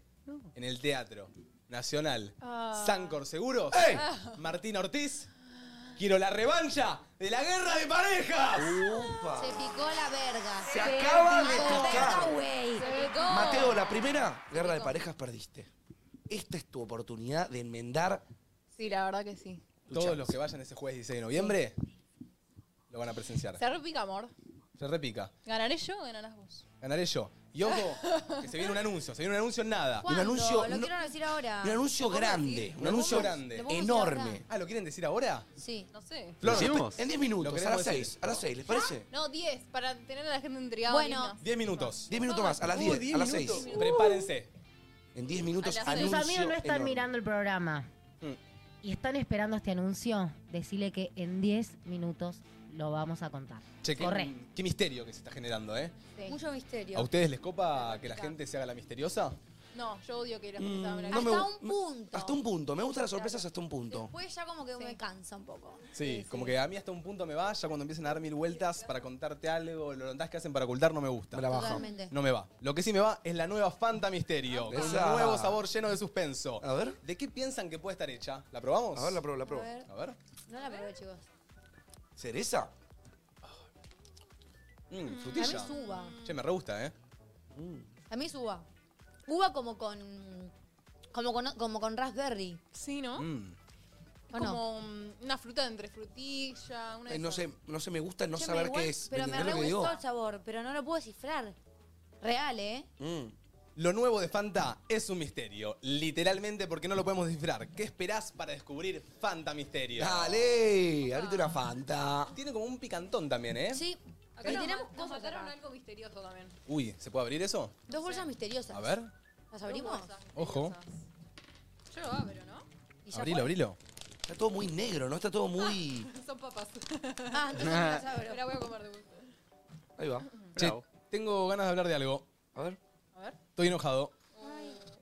S1: en el Teatro Nacional
S7: Ah.
S1: Sancor Seguros, Martín Ortiz, quiero la revancha de la guerra de parejas.
S7: Se picó la verga.
S3: Se acaba de
S7: la verga,
S3: picar.
S7: güey.
S3: Mateo, la primera guerra de parejas perdiste. Esta es tu oportunidad de enmendar
S2: Sí, la verdad que sí.
S3: tu
S1: Todos
S3: chance.
S1: los que vayan ese jueves 16 de noviembre lo van a presenciar.
S2: Se repica, amor.
S1: Se repica.
S2: ¿Ganaré yo o ganarás vos?
S1: Ganaré yo. Y ojo, que se viene un anuncio, se viene un anuncio en nada.
S7: ¿Cuándo?
S3: anuncio-
S7: Lo
S3: no-
S7: quiero decir ahora.
S3: Un anuncio
S7: ¿Lo puedo
S3: grande,
S7: decir?
S1: Un
S3: un anuncio
S1: grande.
S7: ¿Lo puedo decir
S3: enorme.
S7: ahora?
S1: Ah, ¿lo quieren decir ahora?
S7: Sí.
S2: No sé.
S5: ¿Lo
S3: No, no,
S5: hicimos?
S3: En 10
S1: Lo
S3: minutos, a
S1: queremos
S3: las
S1: decir. Ah,
S3: 6, a las 6, ¿les parece?
S2: No, 10, para tener a la gente intrigada.
S7: Bueno.
S2: digna.
S1: 10 minutos.
S3: 10 minutos más, a las 10, a las 6.
S1: Prepárense.
S3: En 10 minutos,
S2: A las seis.
S8: Tus
S3: anuncio
S8: amigos no están
S3: enorme. Mm.
S8: mirando el programa y están esperando este anuncio. Decirle que en 10 minutos lo vamos a contar.
S1: Che, qué,
S8: Corre.
S1: qué misterio que se está generando, ¿eh?
S7: Mucho misterio.
S1: ¿A ustedes les copa que la gente se haga la misteriosa?
S2: No, yo odio que las
S3: Mm,
S2: cosas me la
S3: no me
S7: hasta
S3: gu-
S7: un punto.
S3: Hasta un punto. Me gustan las sorpresas hasta un punto.
S7: Después ya como que me cansa un poco.
S1: Sí, como que a mí hasta un punto me va, ya cuando empiezan a dar mil vueltas para contarte algo, lo lontas que hacen para ocultar no me gusta.
S3: Me la bajo.
S7: Totalmente.
S1: No me va. Lo que sí me va es la nueva Fanta Misterio, con
S3: Ah, Esa.
S1: un nuevo sabor lleno de suspenso.
S3: A ver.
S1: ¿De qué piensan que puede estar hecha? ¿La probamos?
S3: A ver, la pruebo, la pruebo.
S7: A ver,
S1: A ver.
S7: no la probé, chicos.
S3: ¿Cereza?
S1: Mm,
S7: A mí
S1: frutilla.
S7: es uva.
S1: Che, me re gusta, ¿eh?
S3: Mm.
S7: A mí es uva. Uva como con. Como con, como con raspberry.
S2: Sí, ¿no?
S1: Mm.
S7: ¿O no?
S2: como mm, una fruta de entre frutilla, una de
S3: Eh, no,
S2: esas.
S3: sé, no sé, me gusta no
S7: Che, me
S3: saber
S7: igual-
S3: qué es.
S7: Pero me
S3: ¿Entendés
S7: re
S3: lo que digo?
S7: gustó el sabor, pero no lo puedo descifrar. Real, ¿eh?
S3: Mm.
S1: Lo nuevo de Fanta es un misterio, literalmente porque no lo podemos descifrar. ¿Qué esperás para descubrir Fanta Misterio?
S3: Dale, ahorita una Fanta.
S1: Tiene como un picantón también, ¿eh?
S7: Sí.
S2: Acá
S7: Y
S2: nos
S7: tenemos
S2: ma- nos
S7: cosas
S2: mataron
S7: acá.
S2: algo misterioso también.
S1: Uy, ¿se puede abrir eso?
S7: Dos bolsas misteriosas.
S1: A ver.
S7: ¿Las abrimos?
S2: Cosas
S1: Ojo.
S2: misteriosas. Yo lo abro, ¿no?
S7: Y ya
S1: Abrilo,
S7: fue.
S1: abrilo.
S3: Está todo muy negro, ¿no? Está todo muy.
S2: Son papas.
S7: Ah, entonces no las
S2: Me
S7: abro.
S2: la voy a comer de gusto.
S3: Ahí va.
S1: Che,
S5: Bravo.
S1: tengo ganas de hablar de algo.
S3: A ver.
S2: A ver.
S1: Estoy enojado.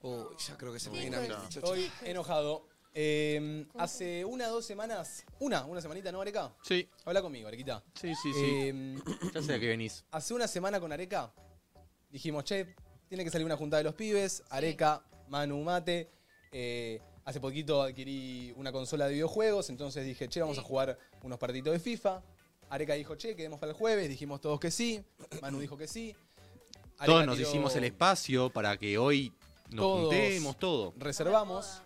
S3: Uy, ya creo que se me viene a mí.
S5: No.
S3: Chocho.
S1: Estoy enojado. Eh, hace una o dos semanas, una, una semanita, ¿no, Areca?
S5: Sí,
S1: Habla conmigo, Arequita.
S5: sí, sí, sí.
S1: Eh,
S5: Ya sé a qué venís.
S1: hace una semana con Areca dijimos, che, tiene que salir una juntada de los pibes, Areca, Manu, Mate. Eh, hace poquito adquirí una consola de videojuegos, entonces dije, che, vamos a jugar unos partiditos de FIFA. Areca dijo, che, quedemos para el jueves. Dijimos todos que sí. Manu dijo que sí. Areca
S5: Todos nos
S1: tiró-
S5: hicimos el espacio para que hoy nos
S1: Todos.
S5: juntemos, todo.
S1: reservamos.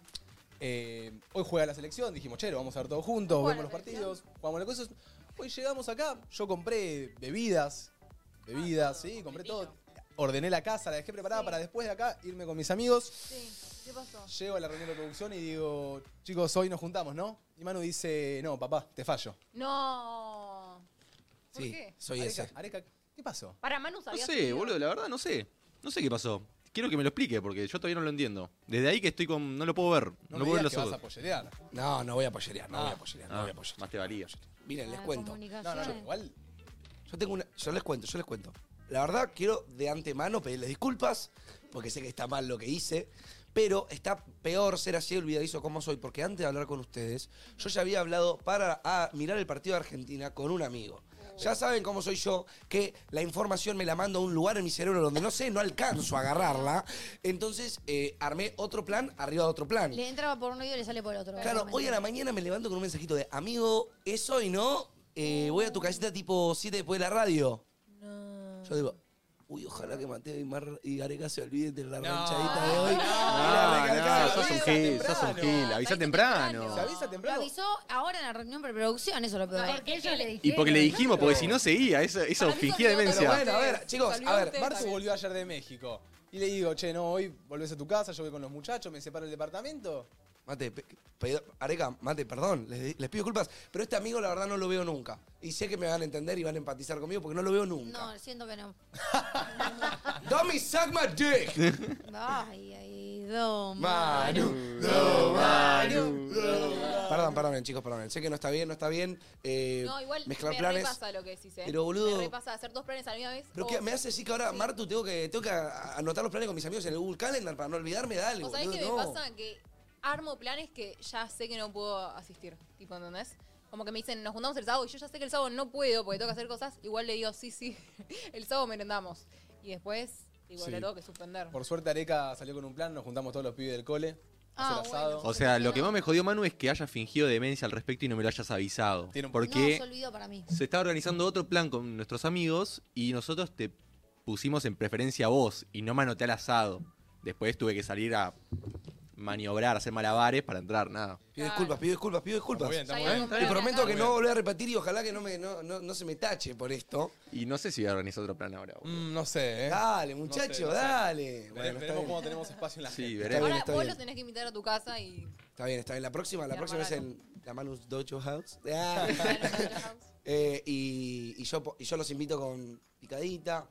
S1: Eh, hoy juega la selección, dijimos, che, lo vamos a ver todos juntos,
S2: ¿Juega
S1: vemos los
S2: la selección?
S1: partidos, jugamos las cosas. Hoy llegamos acá, yo compré bebidas, bebidas,
S2: Ah,
S1: sí, compré todo. Ordené la casa, la dejé preparada para después de acá irme con mis amigos.
S2: Sí. ¿Qué pasó?
S1: Llego a la reunión de producción y digo, chicos, hoy nos juntamos, ¿no? Y Manu dice, no, papá, te fallo.
S2: No. ¿Por
S3: Sí,
S2: qué?
S3: soy
S1: Areca,
S3: ese.
S1: Areca, ¿qué pasó?
S2: Para Manu
S5: No
S2: sabías.
S5: sé, boludo, la verdad no sé. No sé qué pasó. Quiero que me lo explique porque yo todavía no lo entiendo. Desde ahí que estoy con. No lo puedo ver. No, lo
S1: No, me
S5: puedo ver
S1: digas
S5: los
S1: que vas a
S5: ojos.
S1: pollerear.
S3: No, no voy a pollerear, no voy a pollerear, no
S5: Ah,
S3: voy a pollerear.
S5: más te valía.
S3: Miren, les
S7: Ah,
S3: cuento.
S1: No, no, no,
S7: comunicaciones.
S1: igual.
S3: Yo tengo una. Yo les cuento, yo les cuento. La verdad, quiero de antemano pedirles disculpas, porque sé que está mal lo que hice, pero está peor ser así olvidadizo como soy, porque antes de hablar con ustedes, yo ya había hablado para ah, mirar el partido de Argentina con un amigo. Ya saben cómo soy yo, que la información me la mando a un lugar en mi cerebro donde no sé, no alcanzo a agarrarla. Entonces eh, armé otro plan arriba de otro plan.
S7: Le entra por un oído y le sale por el otro.
S3: Claro, hoy a la mañana me levanto con un mensajito de amigo, es hoy, ¿no? Eh, voy a tu casita tipo 7 después de la radio. Yo digo, uy, ojalá que Mateo y, Mar y Gareca se olviden de la ranchadita de hoy. Y la
S5: No,
S3: recargada.
S5: no, sos un
S1: avisa
S5: gil, sos un
S1: temprano.
S5: gil. Avisa temprano.
S1: Se avisa
S7: Lo
S1: temprano.
S7: avisó ahora en la reunión preproducción, eso lo peor.
S8: Porque ellos le dijeron.
S5: Y porque le dijimos, porque si no seguía, eso, eso
S2: Para mí
S5: fingía
S2: sos
S5: demencia.
S3: Pero bueno, a ver, chicos, a ver,
S2: Saludaste.
S3: Mar-
S1: Marce volvió ayer de México. Y le digo, che, no, hoy volvés a tu casa, yo voy con los muchachos, me separo el departamento.
S3: Mate, pe- pe- Areca, Mate, perdón, les, les pido disculpas, pero este amigo la verdad no lo veo nunca. Y sé que me van a entender y van a empatizar conmigo porque no lo veo nunca.
S7: No, siento que no.
S3: Dummy, suck my dick.
S7: Ay, ay, Dom.
S3: Manu, Perdón, perdón, chicos, perdón. Sé que no está bien, no está bien. eh,
S2: No, igual
S3: mezclar
S2: me
S3: planes.
S2: repasa lo que decís, ¿eh?
S3: Pero, boludo-
S2: Me repasa hacer dos planes a la misma vez.
S3: Pero
S2: o-
S3: que me hace decir que ahora, Martu, tengo que, tengo que a- a- anotar los planes con mis amigos en el Google Calendar para no olvidarme de algo.
S2: ¿O sabés
S3: boludo,
S2: qué me
S3: no.
S2: pasa? Que armo planes que ya sé que no puedo asistir. Tipo, ¿entendés? Como que me dicen, nos juntamos el sábado y yo ya sé que el sábado no puedo porque tengo que hacer cosas. Igual le digo, sí, sí, el sábado merendamos. Y después, digo,
S1: Sí.
S2: lo tengo que suspender.
S1: Por suerte Areca salió con un plan, nos juntamos todos los pibes del cole.
S7: Ah,
S1: hacer asado.
S5: O sea, lo que más me jodió Manu es que haya fingido demencia al respecto y no me lo hayas avisado.
S1: Tiene un-
S5: Porque
S7: No, se olvidó para mí.
S5: se estaba organizando otro plan con nuestros amigos y nosotros te pusimos en preferencia a vos y no me anoté al asado. Después tuve que salir a maniobrar, hacer malabares para entrar, nada.
S3: Pido disculpas, pido disculpas, pido disculpas.
S1: Está muy bien, está
S2: Ya
S1: muy
S2: iba a
S1: bien.
S2: comprar
S3: Y
S2: la
S5: Ah,
S3: prometo que
S2: carne.
S3: no volver a repetir y ojalá que no, me, no, no, no se me tache por esto.
S5: Y no sé si voy a organizar otro plan ahora. boludo.
S1: Mm, no sé, ¿eh?
S3: Dale, muchacho,
S1: no sé.
S3: dale.
S1: Vere-
S3: Bueno, está
S1: veremos cómo
S3: bien.
S1: tenemos espacio en la
S5: Sí,
S1: agenda.
S5: veremos.
S2: Ahora
S3: está
S2: vos
S3: bien.
S2: los tenés que invitar a tu casa y.
S3: Está bien, está bien. La próxima, la
S2: Mi
S3: próxima es
S2: hermano.
S3: en la Manu's Dojo House. Ah. Eh, y, y yo, po- y yo los invito con picadita,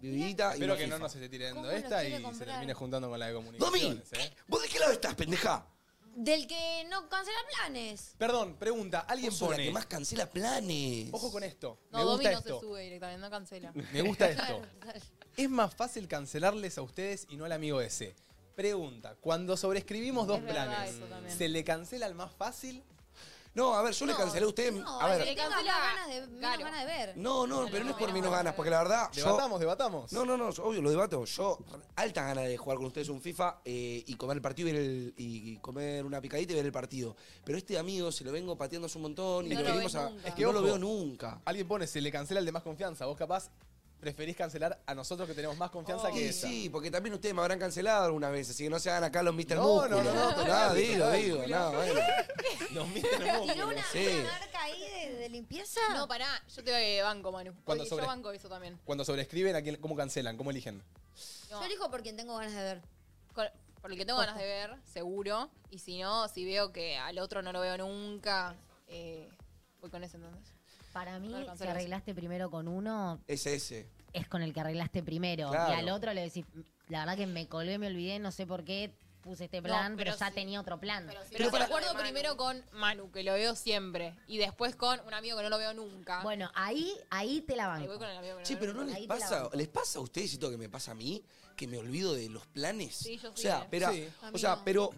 S3: bibidita y
S1: Espero
S3: una
S1: que no
S3: FIFA.
S1: nos esté tirando
S7: ¿Cómo los
S1: esta
S7: quiere
S1: y se
S7: comprar?
S1: termine juntando con la de
S3: ¡Domi!
S1: comunicaciones, ¿eh?
S3: ¿Vos de qué lado estás, pendeja?
S7: Del que no cancela planes.
S1: Perdón, pregunta, alguien
S3: Vos sos la que
S1: pone.
S3: más cancela planes.
S1: Ojo con esto.
S2: No,
S1: me
S2: Domi
S1: gusta
S2: no se
S1: esto.
S2: sube directamente, no cancela.
S1: me gusta esto. Es más fácil cancelarles a ustedes y no al amigo ese. Pregunta, cuando sobreescribimos dos
S2: Es verdad
S1: planes,
S2: eso también.
S1: ¿se le cancela el más fácil?
S3: No, a ver, yo le cancelé a usted.
S7: No,
S3: a
S7: que
S3: ver.
S7: tenga más
S2: cancela,
S7: ganas de, menos
S2: Garo.
S7: ganas de ver.
S3: No, no, pero no es por menos ganas, porque la verdad. yo-
S1: Debatamos, debatamos.
S3: No, no, no, yo- obvio, lo debato. Yo, altas ganas de jugar con ustedes un FIFA eh, y comer el partido y, ver el- y- y comer una picadita y ver el partido. Pero este amigo se lo vengo pateando hace un montón y lo
S2: No lo
S3: venimos
S2: ves
S3: a.
S2: nunca.
S3: Es que no lo
S1: Ojo.
S3: veo nunca.
S1: Alguien pone, se le cancela el de más confianza. Vos capaz preferís cancelar a nosotros que tenemos más confianza que
S3: Y
S1: esa.
S3: sí, porque también ustedes me habrán cancelado alguna vez, así que no se hagan acá los Mr.
S1: No,
S3: Músculo.
S1: no, no, no,
S3: nada,
S1: total.
S3: digo, digo, nada, bueno.
S1: Nos miden el
S7: ¿Tiró
S1: músculo.
S7: una,
S3: Sí.
S7: una marca ahí de, de limpieza?
S2: No, pará, yo te eh, banco, Manu.
S1: Cuando
S2: Oye,
S1: sobre-
S2: Yo banco eso también.
S1: Cuando sobreescriben, ¿a quién- ¿cómo cancelan? ¿Cómo eligen?
S2: No,
S7: Yo elijo por quien tengo ganas de ver.
S2: con- por el que tengo ganas de ver, seguro. Y si no, si veo que al otro no lo veo nunca, eh, voy con ese entonces.
S8: Para mí,
S2: No lo
S8: si
S2: cancelas.
S8: arreglaste primero con uno,
S3: Es ese.
S8: es con el que arreglaste primero.
S3: Claro.
S8: Y al otro le decís, la verdad que me colgué, me olvidé, no sé por qué puse este plan, pero,
S2: pero
S8: ya
S2: sí.
S8: tenía otro plan.
S2: Pero, me
S3: para-
S2: acuerdo primero con Manu, que lo veo siempre. Y después con un amigo que no lo veo nunca.
S8: Bueno, ahí, ahí te la
S2: Ahí
S8: banco.
S2: voy con el amigo que no
S3: Che,
S2: lo
S3: pero
S2: veo
S3: ¿no
S2: nunca.
S8: Ahí
S3: les
S8: te la
S3: pasa,
S8: banco.
S3: les pasa a ustedes esto que me pasa a mí? Que me olvido de los planes.
S2: Sí, yo
S3: O sea,
S2: sí.
S3: pero,
S1: Sí.
S3: o sea, pero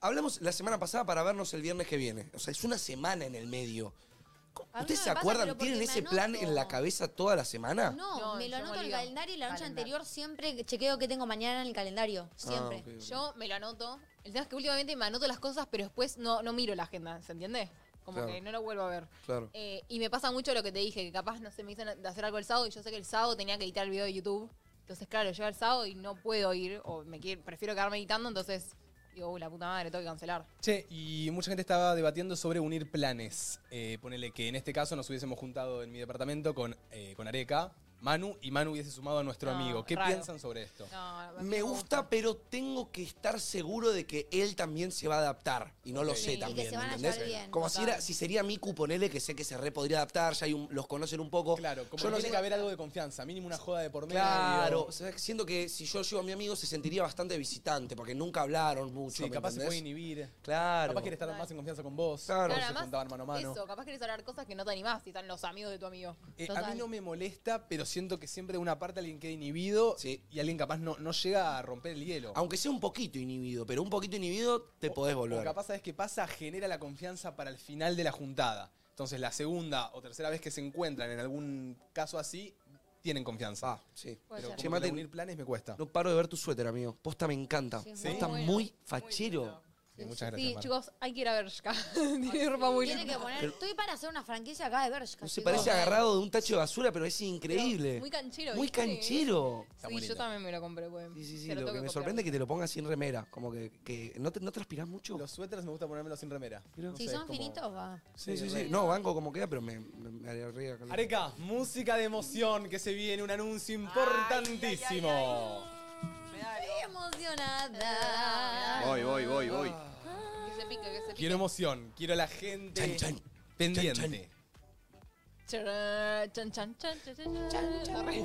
S3: hablamos la semana pasada para vernos el viernes que viene. O sea, es una semana en el medio. ¿Cómo-
S7: A mí no
S3: ¿Ustedes
S7: me
S3: se
S7: pasa,
S3: acuerdan?
S7: pero porque
S3: ¿Tienen
S7: me
S3: ese plan
S7: anoto.
S3: en la cabeza toda la semana?
S7: No,
S2: No,
S7: me lo
S2: yo me
S7: anoto en el
S2: olvido.
S7: calendario y la noche
S8: Calendario.
S7: anterior siempre chequeo qué tengo mañana en el calendario.
S3: Ah,
S7: Siempre.
S3: ok, ok.
S2: Yo me lo anoto. El tema es que últimamente me anoto las cosas, pero después no, no miro la agenda, ¿se entiende? Como
S3: Claro.
S2: que no lo vuelvo a ver.
S3: Claro.
S2: Eh, y me pasa mucho lo que te dije, que capaz no se me hizo de hacer algo el sábado y yo sé que el sábado tenía que editar el video de YouTube. Entonces, claro, llega el sábado y no puedo ir, o me quiero- prefiero quedarme editando, entonces digo, uy, la puta madre, tengo que cancelar.
S1: Che, y mucha gente estaba debatiendo sobre unir planes. Eh, ponele que en este caso nos hubiésemos juntado en mi departamento con, eh, con Areca, Manu, y Manu hubiese sumado a nuestro
S2: No,
S1: amigo. ¿Qué
S2: raro.
S1: piensan sobre esto?
S2: No,
S3: Me gusta, pero tengo que estar seguro de que él también se va a adaptar. Y no lo
S1: Ok.
S3: sé
S1: Sí, y que
S3: también.
S7: se van a
S3: ¿entendés?
S7: llevar bien.
S3: Como si, era, si sería mi cuponele, que sé que se re podría adaptar, ya hay un- los conocen un poco.
S1: Claro, como
S3: Yo
S1: que
S3: no
S1: tiene
S3: sé-
S1: que haber algo de confianza, mínimo una joda de por medio.
S3: Claro, o sea, siento que si yo llevo a mi amigo se sentiría bastante visitante, porque nunca hablaron mucho.
S1: Sí,
S3: ¿me
S1: capaz se
S3: entendés?
S1: puede inhibir.
S3: Claro.
S1: Capaz quiere estar más en confianza con vos.
S3: Claro.
S1: se
S2: Claro, además,
S1: juntaban mano a mano.
S2: Eso, capaz querés hablar cosas que no te animás si están los amigos de tu amigo.
S1: Eh, a
S2: Total.
S1: mí no me molesta, pero siento que siempre de una parte alguien queda inhibido
S3: Sí.
S1: y alguien capaz no, no llega a romper el hielo.
S3: Aunque sea un poquito inhibido, pero un poquito inhibido te podés
S1: O
S3: volver.
S1: capaz, ¿sabes qué pasa? Genera la confianza para el final de la juntada. Entonces, la segunda o tercera vez que se encuentran en algún caso así, tienen confianza.
S3: Ah, sí.
S1: pero
S2: Puede ser.
S1: como
S3: Che,
S1: que
S3: Mate,
S1: la unir planes me cuesta.
S3: No paro de ver tu suéter, amigo. Posta me encanta.
S7: Sí, es
S1: muy
S3: Posta
S2: bueno.
S3: muy fachero.
S9: lindo.
S1: Sí, muchas gracias.
S2: Sí,
S1: Mar.
S2: chicos, hay que ir a Bershka. Tiene ropa muy
S7: Tiene que
S2: linda.
S7: poner.
S3: Pero-
S7: estoy para hacer una franquicia acá de Bershka.
S3: No se
S7: chicos.
S3: parece agarrado de un tacho de basura, pero es
S2: Pero
S3: increíble.
S2: Muy canchero.
S3: Muy
S2: ¿viste?
S3: canchero.
S1: Está
S2: sí,
S1: muy
S2: yo
S1: lindo.
S2: también me lo compré, pues.
S3: Sí, sí, sí.
S2: Se
S3: Lo, que
S2: tengo
S3: me
S2: copiar.
S3: sorprende es que te lo pongas sin remera. Como que, que no, te, no transpirás mucho.
S1: Los suéteres me gusta ponérmelos sin remera.
S2: ¿eh?
S3: Mirá.
S7: Si
S1: sé,
S7: son
S1: es como-
S7: finitos, va.
S3: sí, sí, sí. No, banco como queda, pero me, me, me arriesga con-
S1: Areca, música de emoción, que se viene un anuncio importantísimo.
S9: Me da algo.
S7: Estoy emocionada.
S5: Voy, voy, voy, voy.
S2: Que se pique, que se pique.
S1: Quiero emoción, quiero la gente
S3: Chan, chan.
S1: pendiente.
S3: Chan, chan.
S2: Chará, Chan, chan, chan, chan, chan, Arre.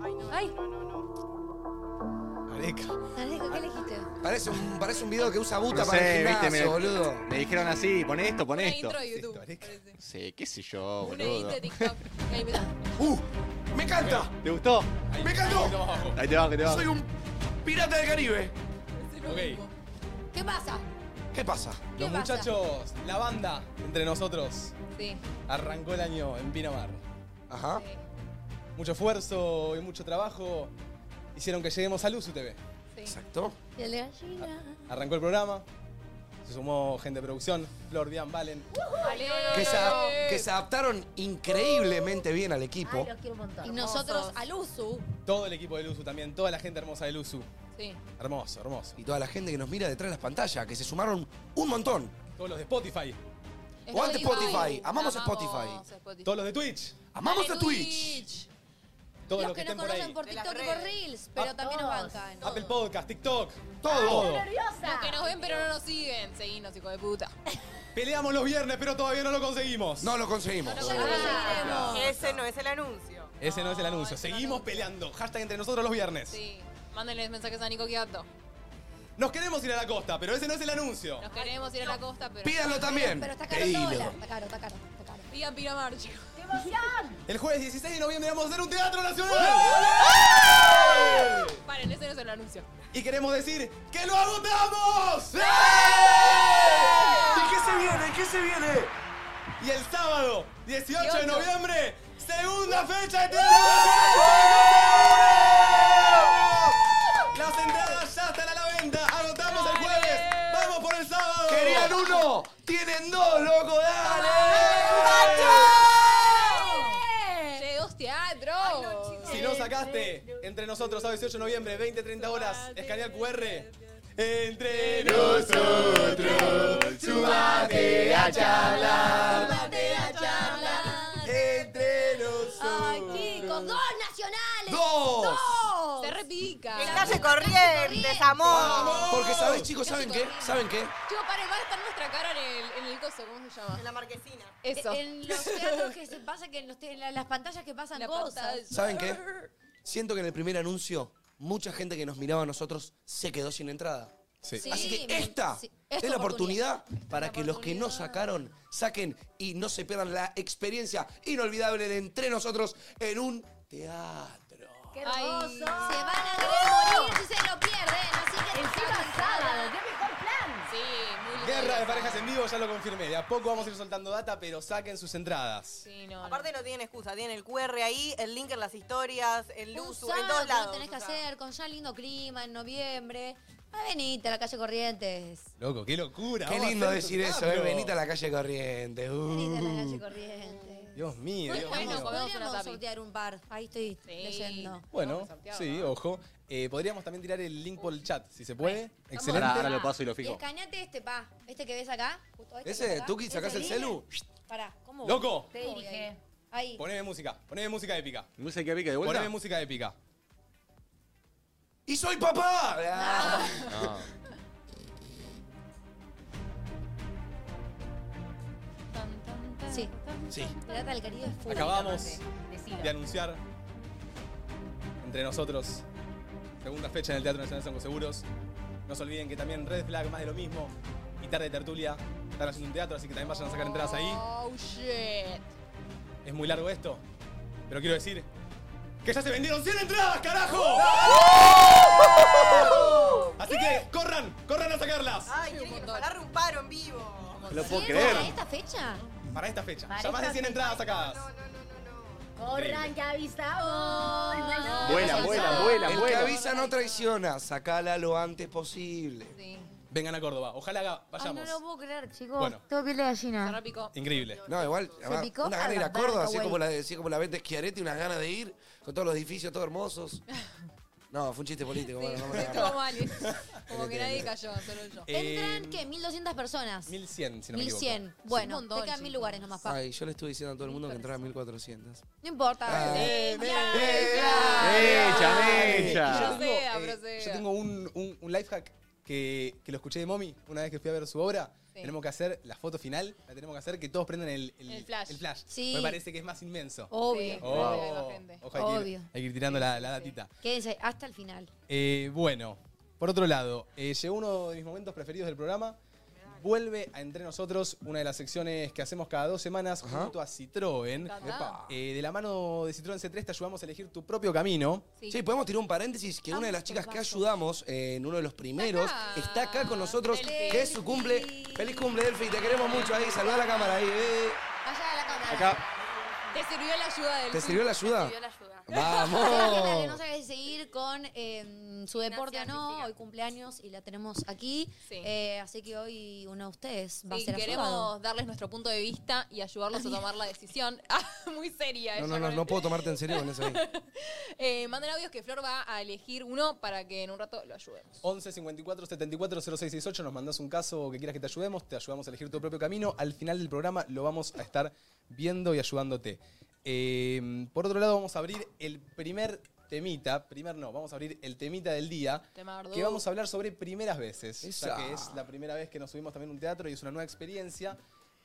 S9: Ay, no,
S7: Ay.
S9: no, no, no, no.
S1: Areca.
S7: Alejo, ¿Qué elegiste?
S3: Parece un, parece un video que usa Buta
S5: No
S3: para
S5: sé,
S3: el gimnasio,
S5: viste, me-
S3: boludo.
S5: Me dijeron así, pon esto, pon
S2: Una
S5: esto.
S2: intro de
S1: esto,
S2: YouTube.
S1: Areca.
S2: parece.
S5: Sí, qué sé yo,
S2: Una intro
S5: boludo.
S2: de TikTok. Ahí me da.
S3: ¡Uh! ¡Me encanta!
S5: ¿Te gustó?
S3: ¡Me encantó!
S1: abajo.
S5: Ahí te va, que te va.
S3: ¡Soy un pirata del Caribe!
S1: Ok.
S7: ¿Qué pasa?
S3: ¿Qué pasa?
S7: ¿Qué
S1: Los
S7: pasa?
S1: muchachos, la banda, entre nosotros,
S2: Sí.
S1: arrancó el año en Pinamar.
S3: Ajá.
S1: Mucho esfuerzo y mucho trabajo hicieron que lleguemos a Luzu TV.
S2: Sí.
S3: Exacto.
S7: Piel de gallina.
S1: Arrancó el programa, se sumó gente de producción, Flor, Dian, Valen.
S2: Vale.
S3: Que se, a-
S7: Eh.
S3: que se adaptaron increíblemente bien al
S8: Ay,
S3: equipo.
S8: los quiero un montón.
S7: Y nosotros
S2: Hermosos.
S7: al uso.
S1: Todo el equipo de Luzu también, toda la gente hermosa de Luzu.
S2: Sí.
S1: Hermoso, hermoso.
S3: Y toda la gente que nos mira detrás de las pantallas, que se sumaron un montón.
S1: Todos los de Spotify,
S3: Aguante Spotify. Amamos Spotify.
S1: todos los de Twitch,
S3: ¡Amamos a
S2: Dale,
S3: Twitch!
S1: todos
S7: Los
S1: los
S7: que
S1: que estén
S7: nos
S1: por ahí.
S7: conocen por
S9: De las
S7: TikTok y por
S9: redes. Ah,
S7: Reels, pero también nos
S8: todos.
S7: bancan.
S1: Apple Podcast, TikTok,
S3: ¡Todo!
S8: ¡Nerviosa!
S2: Que nos ven pero no nos siguen. Seguinos, hijo de puta.
S1: Peleamos los viernes, pero todavía no lo conseguimos.
S3: No lo conseguimos.
S7: Ya lo conseguimos.
S9: Ese no es el anuncio.
S1: Ese no es el
S2: No,
S1: anuncio.
S2: es el
S1: Seguimos
S2: anuncio.
S1: peleando. Hashtag entre nosotros los viernes.
S2: Sí. Mándenles mensajes a Nico Quiato.
S1: Nos queremos ir a la costa, pero ese no es el anuncio.
S2: Nos queremos ir a la costa, pero.
S3: Pídanlo también.
S7: Pero está caro el
S3: Pedilo.
S7: dólar. Está caro, está caro, está caro.
S2: Pidan Pinamar, chicos.
S1: El jueves 16 de noviembre vamos a hacer un teatro nacional.
S2: Paren, ese no es el anuncio.
S1: Y queremos decir que lo agotamos.
S6: ¿Y qué se viene? ¿Qué se viene?
S1: Y el sábado, 18 de
S2: 18.
S1: noviembre, segunda fecha de Las entradas ya están a la venta. Agotamos el jueves. Vamos por el sábado.
S3: ¡Querían uno! ¡Tienen dos, loco! ¡Dale!
S2: Llegó teatro.
S1: Si
S7: Eh,
S1: no sacaste, entre nosotros a 18 de noviembre, 20,
S7: Ah,
S1: 30 horas, escanea el QR.
S7: Eh,
S1: Entre nosotros,
S7: Eh,
S1: súbate a charlar.
S7: Súbate a charlar.
S1: Entre nosotros.
S7: Ay, chicos, Ah, dos nacionales.
S3: ¡Dos!
S7: ¡Dos!
S2: Se repica.
S9: En calle Corrientes, amor.
S3: Porque, ¿sabes, chicos? ¿Saben qué? ¿Saben qué?
S2: Chicos, paren, Ah, va a estar nuestra cara en el, en el coso, ¿cómo se llama?
S9: En la marquesina.
S2: Eso.
S7: En los teatros que se pasa, que en los te- en la- las pantallas que pasan
S2: La
S7: cosas.
S2: pantalla.
S3: ¿Saben qué? Siento que en el primer anuncio, mucha gente que nos miraba a nosotros se quedó sin entrada.
S7: Sí,
S3: Así que
S7: me-
S3: esta
S7: sí,
S3: es
S7: esta
S3: la oportunidad, para
S7: Esta
S3: que los que no
S7: oportunidad.
S3: sacaron saquen y no se pierdan la experiencia inolvidable de entre nosotros en un teatro.
S4: ¡Qué
S2: Ay.
S4: hermoso!
S7: Se van a querer morir si se lo pierden, así que
S4: Encima
S7: saquen
S4: sábado,
S7: sábado.
S4: qué mejor plan.
S7: eh,
S2: Sí, muy lindo.
S1: Guerra de parejas en vivo, ya lo confirmé. De a poco vamos a ir soltando data, pero saquen sus entradas.
S2: Sí, no. no.
S9: Aparte no tienen excusa, tienen el QR ahí, el link en las historias, el
S7: Un
S9: Luzu, en
S7: sábado
S9: todos lados.
S7: tenés que
S9: o sea.
S7: hacer con ya lindo clima en noviembre. Ah, venite a la calle Corrientes.
S1: Loco, qué locura.
S3: Qué
S1: vamos a
S3: lindo
S1: hacer
S3: decir
S1: un
S3: eso,
S1: teatro.
S3: eh. Venite a la calle Uh. Corriente.
S7: Venite a la calle Corrientes.
S1: Dios mío, Dios
S2: bueno,
S1: mío.
S2: comemos una
S7: Podríamos
S2: tapi.
S7: sortear un par. Ahí estoy leyendo.
S1: Bueno,
S2: Vamos a sortear,
S1: sí,
S2: ¿no?
S1: ojo. Eh, podríamos también tirar el link por el chat, si se puede. Excelente.
S5: Ahora, ahora lo paso y lo
S7: Y
S5: fijo.
S7: escaneate este, pa. Este que ves acá. justo este que ves
S3: Ese,
S7: acá.
S3: Tuki, sacás el
S7: Ese
S3: celu.
S7: Pará, ¿cómo?
S1: ¡Loco!
S8: Te dirige.
S7: Ahí.
S1: Poneme música, poneme música épica.
S5: Música que pica de vuelta.
S1: Poneme música épica.
S3: ¡Y soy papá! Ah.
S5: No.
S2: Tan, tan, tan,
S7: Sí.
S2: tan.
S3: Sí.
S7: Pirata del Caribe full.
S1: Acabamos
S8: Decilo.
S1: de anunciar entre nosotros segunda fecha en el Teatro Nacional de San Seguros. No se olviden que también Red Flag, más de lo mismo, y Tarde de Tertulia están haciendo un teatro, así que también vayan a sacar entradas ahí.
S2: Oh, shit.
S1: Es muy largo esto, pero quiero decir que ya se vendieron 100 entradas, carajo. Así que corran, corran a sacarlas
S9: Ay, quieren que nos agarre un paro en vivo. No,
S5: Lo puedo
S7: ¿Sí?
S5: creer.
S7: ¿A esta fecha?
S1: para esta fecha.
S8: Para
S1: Ya más de
S8: esta
S1: 100 entradas sacadas.
S9: no, no, no, no.
S1: Increíble.
S8: Corran, que avisamos.
S5: Vuela,
S7: no,
S5: vuela,
S7: no.
S5: vuela,
S3: El que
S5: vuela.
S3: avisa no traiciona. Sacala lo antes posible.
S2: Sí.
S1: Vengan a Córdoba, ojalá haga-
S7: Ay,
S1: vayamos.
S7: no lo puedo creer, chicos.
S1: Bueno.
S7: Todo piel de gallina.
S2: Cerrá pico.
S1: Increíble.
S3: No, igual, además,
S7: picó
S3: una gana de ir a
S7: Alberto
S3: Córdoba, así
S7: Güell.
S3: como, la, así como la vende Schiaretti, unas ganas de ir, con todos los edificios, todos hermosos. No, fue un chiste político, bueno, no me la
S2: Estuvo
S3: agarro.
S2: mal. Como que nadie cayó, solo yo.
S1: Eh,
S7: Entran, ¿qué? 1200 personas.
S1: 1100, si no me equivoco. Ah.
S7: 1100. Bueno,
S2: un montón,
S7: te quedan mil
S2: chicos.
S7: lugares nomás, pa.
S3: Ay, yo le estuve diciendo a todo el mundo que entraba a 1400.
S7: No importa.
S3: Ah.
S7: Eh, ya.
S5: Mecha,
S1: Yo
S5: mecha.
S1: tengo, eh,
S2: Proceda,
S1: yo tengo un, un, un life hack que, que lo escuché de Momi una vez que fui a ver su obra.
S2: Sí.
S1: Tenemos que hacer la foto final, la tenemos que hacer que todos prendan el,
S2: El flash.
S7: Sí.
S1: Me parece que es más inmenso.
S2: Sí.
S7: Obvio.
S2: Oh. Hay más gente.
S1: Ojo, hay, que ir,
S7: Obvio.
S1: hay que ir tirando la, la datita.
S7: Quédense hasta el final.
S1: Eh, bueno, por otro lado, eh, llegó uno de mis momentos preferidos del programa. Vuelve a Entre Nosotros, una de las secciones que hacemos cada dos semanas junto a Citroën.
S2: Encantado. Epa.
S1: Eh, de la mano de Citroën C3 te ayudamos a elegir tu propio camino.
S2: Sí.
S3: Sí, podemos tirar un paréntesis que una de las chicas que ayudamos eh, en uno de los primeros
S2: Está acá.
S3: está acá con nosotros,
S2: Delphi.
S3: que es su cumple. Feliz cumple, Delphi, te queremos mucho ahí, saluda a la cámara ahí. eh.
S7: Allá a la cámara.
S5: Acá.
S2: Te sirvió la ayuda del
S3: ¿Te sirvió la ayuda?
S9: Dio la ayuda.
S7: Sebastián, la que no
S3: ¡Vamos!
S7: sabe si seguir con eh, su deporte o no,
S9: artística.
S7: hoy cumpleaños y la tenemos aquí.
S2: Sí.
S7: Eh, así que hoy uno de ustedes va
S2: Sí,
S7: a ser
S2: queremos
S7: ayudado.
S2: darles nuestro punto de vista y ayudarlos a tomar la decisión. Ah, Muy seria.
S3: No,
S2: ella
S3: no, no,
S2: con
S3: no
S2: el-
S3: puedo tomarte en serio con eso ahí.
S2: Eh, manden audios que Flor va a elegir uno para que en un rato lo ayudemos.
S1: 11 54 74 0668 nos mandás un caso que quieras que te ayudemos, te ayudamos a elegir tu propio camino. Al final del programa lo vamos a estar viendo y ayudándote. Eh, por otro lado, vamos a abrir el primer temita, primer no, vamos a abrir el temita del día.
S2: Temardo.
S1: Que vamos a hablar sobre primeras veces, ya
S3: Esa.
S1: que es la primera vez que nos subimos también a un teatro y es una nueva experiencia.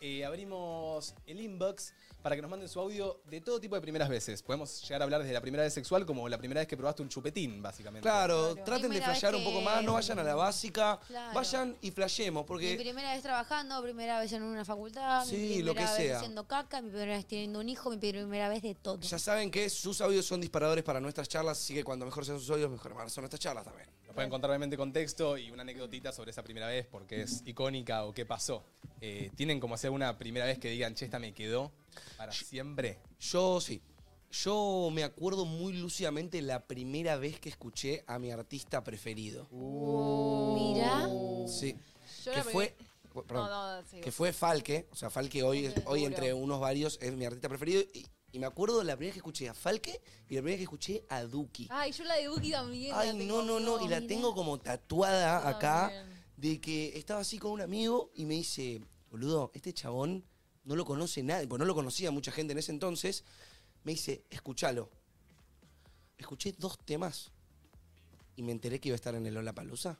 S1: eh, abrimos el inbox para que nos manden su audio de todo tipo de primeras veces. Podemos llegar a hablar desde la primera vez sexual como la primera vez que probaste un chupetín, básicamente.
S3: Claro, traten de
S7: Primera vez
S3: flashear un poco más,
S7: que-
S3: no vayan a la básica,
S7: Claro.
S3: vayan y flashemos,
S7: Mi
S3: porque
S7: primera vez trabajando, primera vez en una facultad, mi
S3: Sí,
S7: primera
S3: lo que
S7: vez
S3: sea.
S7: haciendo caca, mi primera vez teniendo un hijo, mi primera vez de todo.
S3: ya saben que sus audios son disparadores para nuestras charlas, así que cuando mejor sean sus audios, mejor van a ser nuestras charlas también.
S1: Nos pueden contar realmente contexto y una anécdotita sobre esa primera vez, porque es icónica o qué pasó. Eh, ¿Tienen como hacer una primera vez que digan, che, esta me quedó para siempre?
S3: Yo sí. Yo me acuerdo muy lúcidamente la primera vez que escuché a mi artista preferido.
S7: Mira,
S3: Sí.
S9: Yo
S3: Oh. que
S9: la
S3: fue. Oh, perdón.
S9: No, no, sí.
S3: que fue Falque. O sea, Falque hoy, es- hoy
S9: Seguro.
S3: entre unos varios es mi artista preferido. Y, y me acuerdo la primera vez que escuché a Falque y la primera vez que escuché a Duki.
S2: Ay, yo la de Duki también.
S3: Ay,
S2: la
S3: no,
S2: tengo. Ah,
S3: no, no. Y la
S7: mira.
S3: tengo como tatuada
S2: Yo
S3: acá
S2: también.
S3: de que estaba así con un amigo y me dice, boludo, este chabón no lo conoce nadie, pues no lo conocía mucha gente en ese entonces. Me dice, escúchalo. Escuché dos temas y me enteré que iba a estar en el Lollapalooza.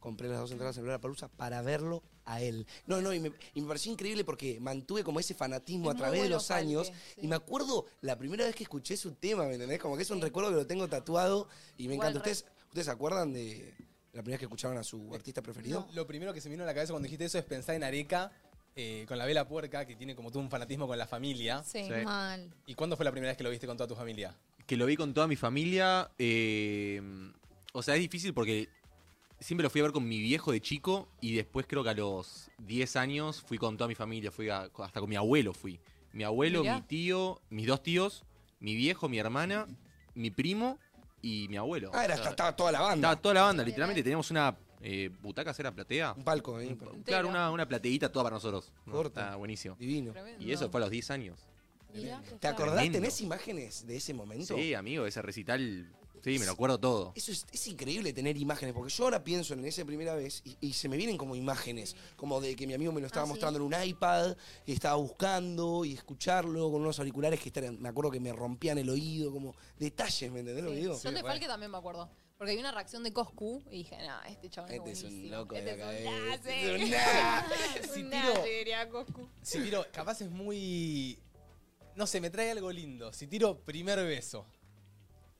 S3: Compré las dos entradas en el Lollapalooza para verlo a él. No, no, y me, y me pareció increíble porque mantuve como ese fanatismo
S2: Es
S3: a
S2: muy
S3: través de
S2: bueno
S3: los
S2: Falke,
S3: años.
S2: sí.
S3: Y me acuerdo la primera vez que escuché su tema, ¿me entendés? Como que es un recuerdo que lo tengo tatuado y me
S2: Igual
S3: encanta.
S2: re-
S3: ¿Ustedes, ¿Ustedes se acuerdan de la primera vez que escucharon a su
S1: Eh,
S3: artista preferido?
S1: Lo primero que se me vino a la cabeza cuando dijiste eso es pensar en Areca eh, con la vela puerca, que tiene como tú un fanatismo con la familia.
S2: Sí.
S5: Sí.
S7: mal.
S1: ¿Y cuándo fue la primera vez que lo viste con toda tu familia?
S5: que lo vi con toda mi familia. eh, o sea, es difícil porque siempre lo fui a ver con mi viejo de chico y después creo que a los 10 años fui con toda mi familia, fui a- hasta con mi abuelo fui. Mi abuelo,
S2: Mirá.
S5: mi tío, mis dos tíos, mi viejo, mi hermana, mi primo y mi abuelo.
S3: Ah, era,
S5: O sea,
S3: estaba toda la banda.
S5: estaba toda la banda, literalmente teníamos una eh, butaca, ¿era platea?
S3: Un palco, ¿eh?
S5: Claro, una, una plateíta toda para nosotros. ¿no?
S3: Corta.
S5: Está buenísimo.
S3: Divino.
S5: Y eso fue a los 10 años.
S7: Mira, qué
S3: ¿Te
S7: fuerte.
S3: acordás?
S5: Tremendo.
S3: ¿Tenés imágenes de ese momento?
S5: Sí, amigo, ese recital, sí, me lo acuerdo todo.
S3: Eso es, es increíble tener imágenes, porque yo ahora pienso en esa primera vez y, y se me vienen como imágenes, como de que mi amigo me lo estaba
S7: Ah, sí.
S3: mostrando en un iPad, y estaba buscando y escucharlo con unos auriculares que estaban- me acuerdo que me rompían el oído, como detalles, ¿me entendés lo que digo?
S2: Yo de Falque también me acuerdo. Porque vi una reacción de Coscu y dije, nah, este chabón
S3: Este es
S2: es
S3: un
S2: buenísimo.
S3: loco de la
S2: este es
S3: cabeza.
S2: un
S3: Este es un
S2: nazi.
S1: Si
S2: Un
S1: tiro-
S2: nazi, diría Coscu.
S1: Si tiro, capaz es muy. No sé, me trae algo lindo. Si tiro primer beso.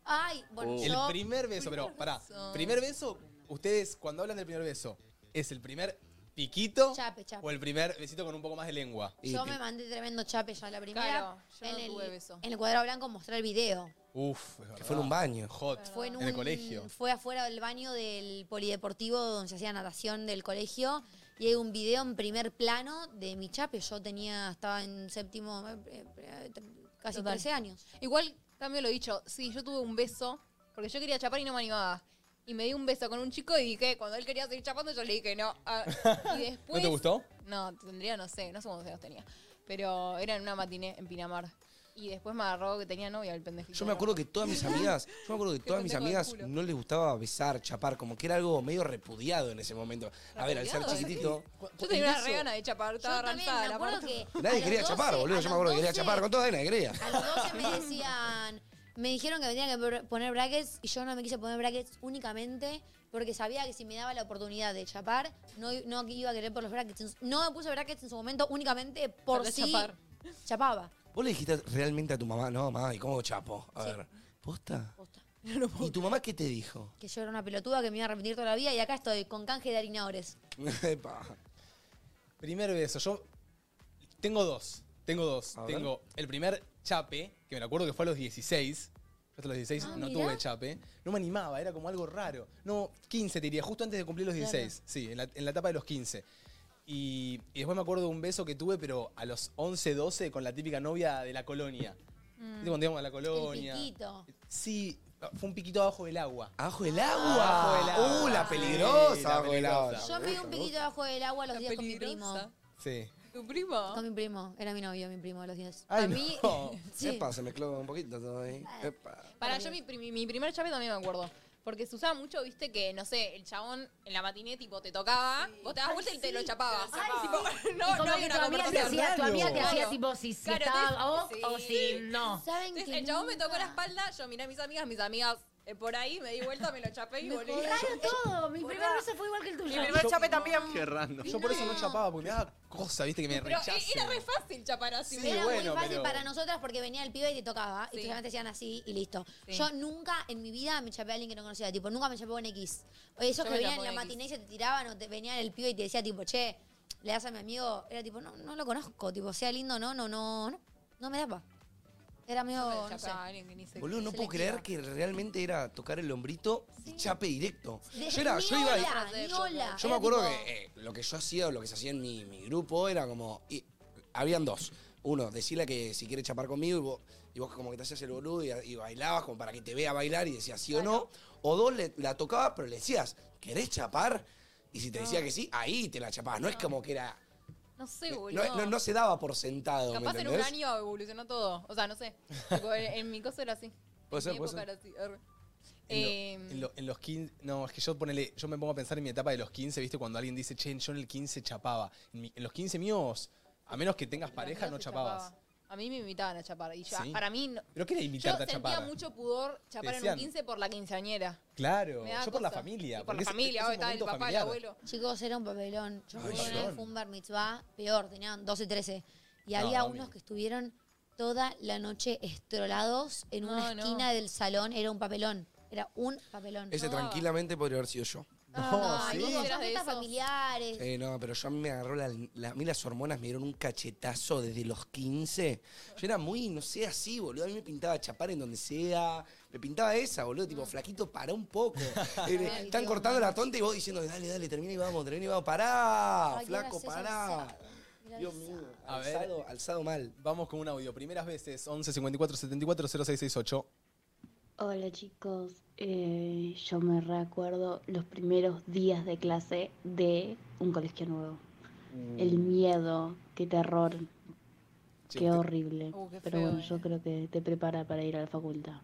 S7: Ay, bueno,
S5: Oh.
S1: El
S7: yo.
S1: primer beso, pero pará.
S2: beso.
S1: Primer beso, ustedes cuando hablan del primer beso, ¿es el primer piquito
S7: Chape, chape.
S1: o el primer besito con un poco más de lengua?
S3: Y-
S7: Yo
S3: y-
S7: me mandé tremendo chape ya la primera.
S2: Claro, yo no
S7: en,
S2: tuve
S7: el,
S2: beso.
S7: en el cuadrado blanco mostré el video.
S1: Uf, es
S3: que fue en un baño.
S1: verdad. Hot.
S7: Fue en,
S1: el
S7: un-
S1: colegio.
S7: Fue afuera del baño del polideportivo donde se hacía natación del colegio. Y hay un video en primer plano de mi chape. Yo tenía, estaba en séptimo, eh, eh, casi
S2: Total.
S7: 13 años.
S2: Igual, también lo he dicho, sí, yo tuve un beso, porque yo quería chapar y no me animaba. Y me di un beso con un chico y dije, cuando él quería seguir chapando, yo le dije no. Ah, y después,
S1: ¿No
S7: Pues
S1: te gustó?
S2: No, tendría, no sé, no sé cuántos años tenía. Pero era en una matiné en Pinamar. Y después me agarró que tenía novia el pendejito.
S3: Yo me acuerdo que todas mis amigas, yo me acuerdo que todas mis
S2: pendejo de
S3: amigas
S2: culo.
S3: no les gustaba besar, chapar, como que era algo medio repudiado en ese momento. A ver, al ser
S2: ¿Repudiado?
S3: chiquitito,
S2: Yo tenía una regana de chapar, estaba
S7: Yo también
S2: arrancada.
S7: me
S2: la
S7: acuerdo
S2: parte.
S7: que. a
S3: nadie
S7: los
S3: quería
S7: 12,
S3: chapar, boludo.
S7: a
S3: Yo me acuerdo que quería
S7: los 12,
S3: chapar con todas, nadie quería.
S7: A los 12 me decían. Me dijeron que me tenía que pr- poner brackets y yo no me quise poner brackets únicamente porque sabía que si me daba la oportunidad de chapar, no, i- no iba a querer por los brackets. No me puse brackets en su momento únicamente por
S2: Para
S7: si
S2: chapar.
S7: chapaba.
S3: Vos le dijiste realmente a tu mamá, no, mamá, ¿y cómo chapo? A ver, ¿posta?
S7: Posta.
S3: ¿Y tu mamá qué te dijo?
S7: Que yo era una pelotuda que me iba a arrepentir toda la vida y acá estoy con canje de harinadores.
S3: Epa.
S1: Primer beso, yo tengo dos. Tengo dos.
S3: A ver.
S1: Tengo el primer chape, que me lo acuerdo que fue a los 16. Yo hasta los 16
S7: Ah,
S1: no
S7: mirá.
S1: tuve chape. No me animaba, era como algo raro. No, 15 te diría, justo antes de cumplir los 16. Sí, en la, en la etapa de los 15. Y, y después me acuerdo de un beso que tuve, pero a los 11, 12, con la típica novia de la colonia.
S2: Mm.
S1: ¿Viste cuando íbamos a la colonia?
S7: Mm. El piquito.
S1: Sí, fue un piquito abajo del agua.
S3: ¿Abajo el agua?
S1: Abajo el agua.
S3: ¡Uh, la
S1: Sí,
S3: peligrosa!
S1: la
S3: abajo el agua.
S1: peligrosa.
S7: Yo me di un piquito debajo del agua a los 10 con mi primo.
S1: Sí.
S2: ¿Tu primo?
S7: Con mi primo. Era mi novio, mi primo, a los 10.
S1: Ay,
S2: a mí,
S1: no.
S7: Sí.
S3: Epa, se mezcló un poquito todo ahí. Epa.
S2: Para yo mi, pri- mi primer chape también me acuerdo. Porque se usaba mucho, viste, que, no sé, el chabón en la matiné, tipo, te tocaba, vos te das vuelta y te lo chapabas. tipo,
S8: Y
S2: no,
S8: como
S2: no hay
S8: que tu amiga te
S2: una conversación.
S8: hacía, tu amiga te
S1: Claro.
S8: hacía tipo si, si
S2: Claro,
S8: estaba
S2: entonces-
S8: o, o si no.
S7: ¿Saben
S2: Entonces,
S7: que
S2: el chabón me
S7: nunca?
S2: tocó la espalda, yo miré a mis amigas, mis amigas Eh, por ahí me di vuelta, me lo chapé y volví.
S8: borraron todo. Mi primer beso fue igual que el tuyo.
S9: Mi primer chape también.
S5: Qué random.
S1: Yo por eso no chapaba, porque me daba cosa, viste, que me
S2: Pero eh,
S1: rechace.
S2: era re fácil chapar así.
S1: Sí,
S7: era
S1: bueno,
S7: muy fácil
S1: pero-
S7: para nosotras porque venía el pibe y te tocaba.
S2: Sí.
S7: Y solamente hacían así y listo.
S2: Sí.
S7: Yo nunca en mi vida me chapé a alguien que no conocía. Tipo, nunca me chapé a un X. O
S2: Yo
S7: esos
S2: me
S7: que venían
S2: chapé
S7: en
S2: a
S7: la
S2: un X.
S7: matiné y se te tiraban o te venían el pibe y te decía, tipo, che, le das a mi amigo. Era tipo, no, no lo conozco. Tipo, sea lindo, no, no, no, no. No me daba. Era medio. No sé.
S3: Boludo, no puedo creer
S7: Selectiva.
S3: que realmente era tocar el hombrito y chape directo.
S7: De-
S3: Yo era,
S7: ni
S3: yo iba ahí.
S7: hola, ni hola.
S3: Yo me
S7: Era
S3: acuerdo
S7: tipo-
S3: que eh, lo que yo hacía o lo que se hacía en mi, mi grupo era como. y- habían dos. Uno, decirle que si quiere chapar conmigo y vos, y vos como que te hacías el boludo y, y bailabas como para que te vea bailar y decías sí o no. O dos, le- la tocabas pero le decías, ¿querés chapar? Y si te decía que sí, ahí te la chapabas. No es como que era.
S2: No sé,
S3: No,
S2: boludo.
S3: no- no se daba por sentado. ¿me
S2: Capaz en un
S3: entendés?
S2: año evolucionó todo. O sea, no sé. Tipo, en, en mi cosa era así.
S3: Puede ser,
S2: en mi
S3: puede
S2: época
S3: ser.
S2: era así. arre.
S1: En, lo-
S2: Eh,
S1: en lo- en los 15. No, es que yo ponele. Yo me pongo a pensar en mi etapa de los 15, ¿viste? Cuando alguien dice, che, yo en el 15 chapaba. En, mi- en los 15 míos, a menos que tengas
S2: los
S1: pareja,
S2: míos
S1: no
S2: se
S1: chapabas.
S2: chapaba. A mí me invitaban a chapar. Y ya,
S1: Sí.
S2: para mí, no-
S1: ¿Pero qué era
S2: yo
S1: invitarte
S2: sentía
S1: a chapar?
S2: mucho pudor chapar en un
S1: Decían.
S2: 15 por la quinceañera.
S1: Claro,
S2: Me
S1: yo
S2: daba
S1: por la
S2: cosa.
S1: familia.
S2: Y por
S1: porque
S2: la
S1: es-
S2: familia,
S1: es un
S2: hoy está el
S1: momento
S2: papá,
S1: familiar.
S2: el abuelo.
S7: Chicos, era un papelón. Yo
S1: Ay,
S7: me acuerdo una vez
S1: John.
S7: fue un bar mitzvah, peor, tenían 12, 13. Y
S1: No,
S7: había
S1: mami.
S7: unos que estuvieron toda la noche estrolados en una
S2: No, no.
S7: esquina del salón. Era un papelón. Era un papelón.
S3: Ese tranquilamente podría haber sido yo.
S1: No,
S7: Ay,
S1: sí.
S7: vos,
S2: ¿Eras
S7: son
S2: de
S7: fiestas
S2: esos?
S7: familiares.
S3: Eh, no, pero yo a mí me agarró la, la- a mí las hormonas me dieron un cachetazo desde los 15. Yo era muy, no sé, así, boludo. A mí me pintaba chapar en donde sea. Me pintaba esa, boludo. Tipo, flaquito, pará un poco. Eh, están
S7: Dios
S3: cortando
S7: mío.
S3: la tonta y vos diciendo, dale, dale, termina y vamos, termina y vamos. Pará,
S7: Ay, qué
S3: flaco,
S7: gracioso,
S3: pará.
S7: alzado. Mira,
S3: Dios
S7: alzado.
S3: mío,
S1: Ah, A ver.
S3: alzado, alzado mal.
S1: Vamos con un audio. Primeras veces, 11 54 74 0668.
S10: Hola chicos, Eh, yo me recuerdo los primeros días de clase de un colegio nuevo. El miedo, qué terror,
S1: Che,
S10: qué
S1: usted-
S10: horrible.
S2: Uh, qué
S10: Pero
S2: feo,
S10: bueno,
S2: eh.
S10: yo creo que te prepara para ir a la facultad.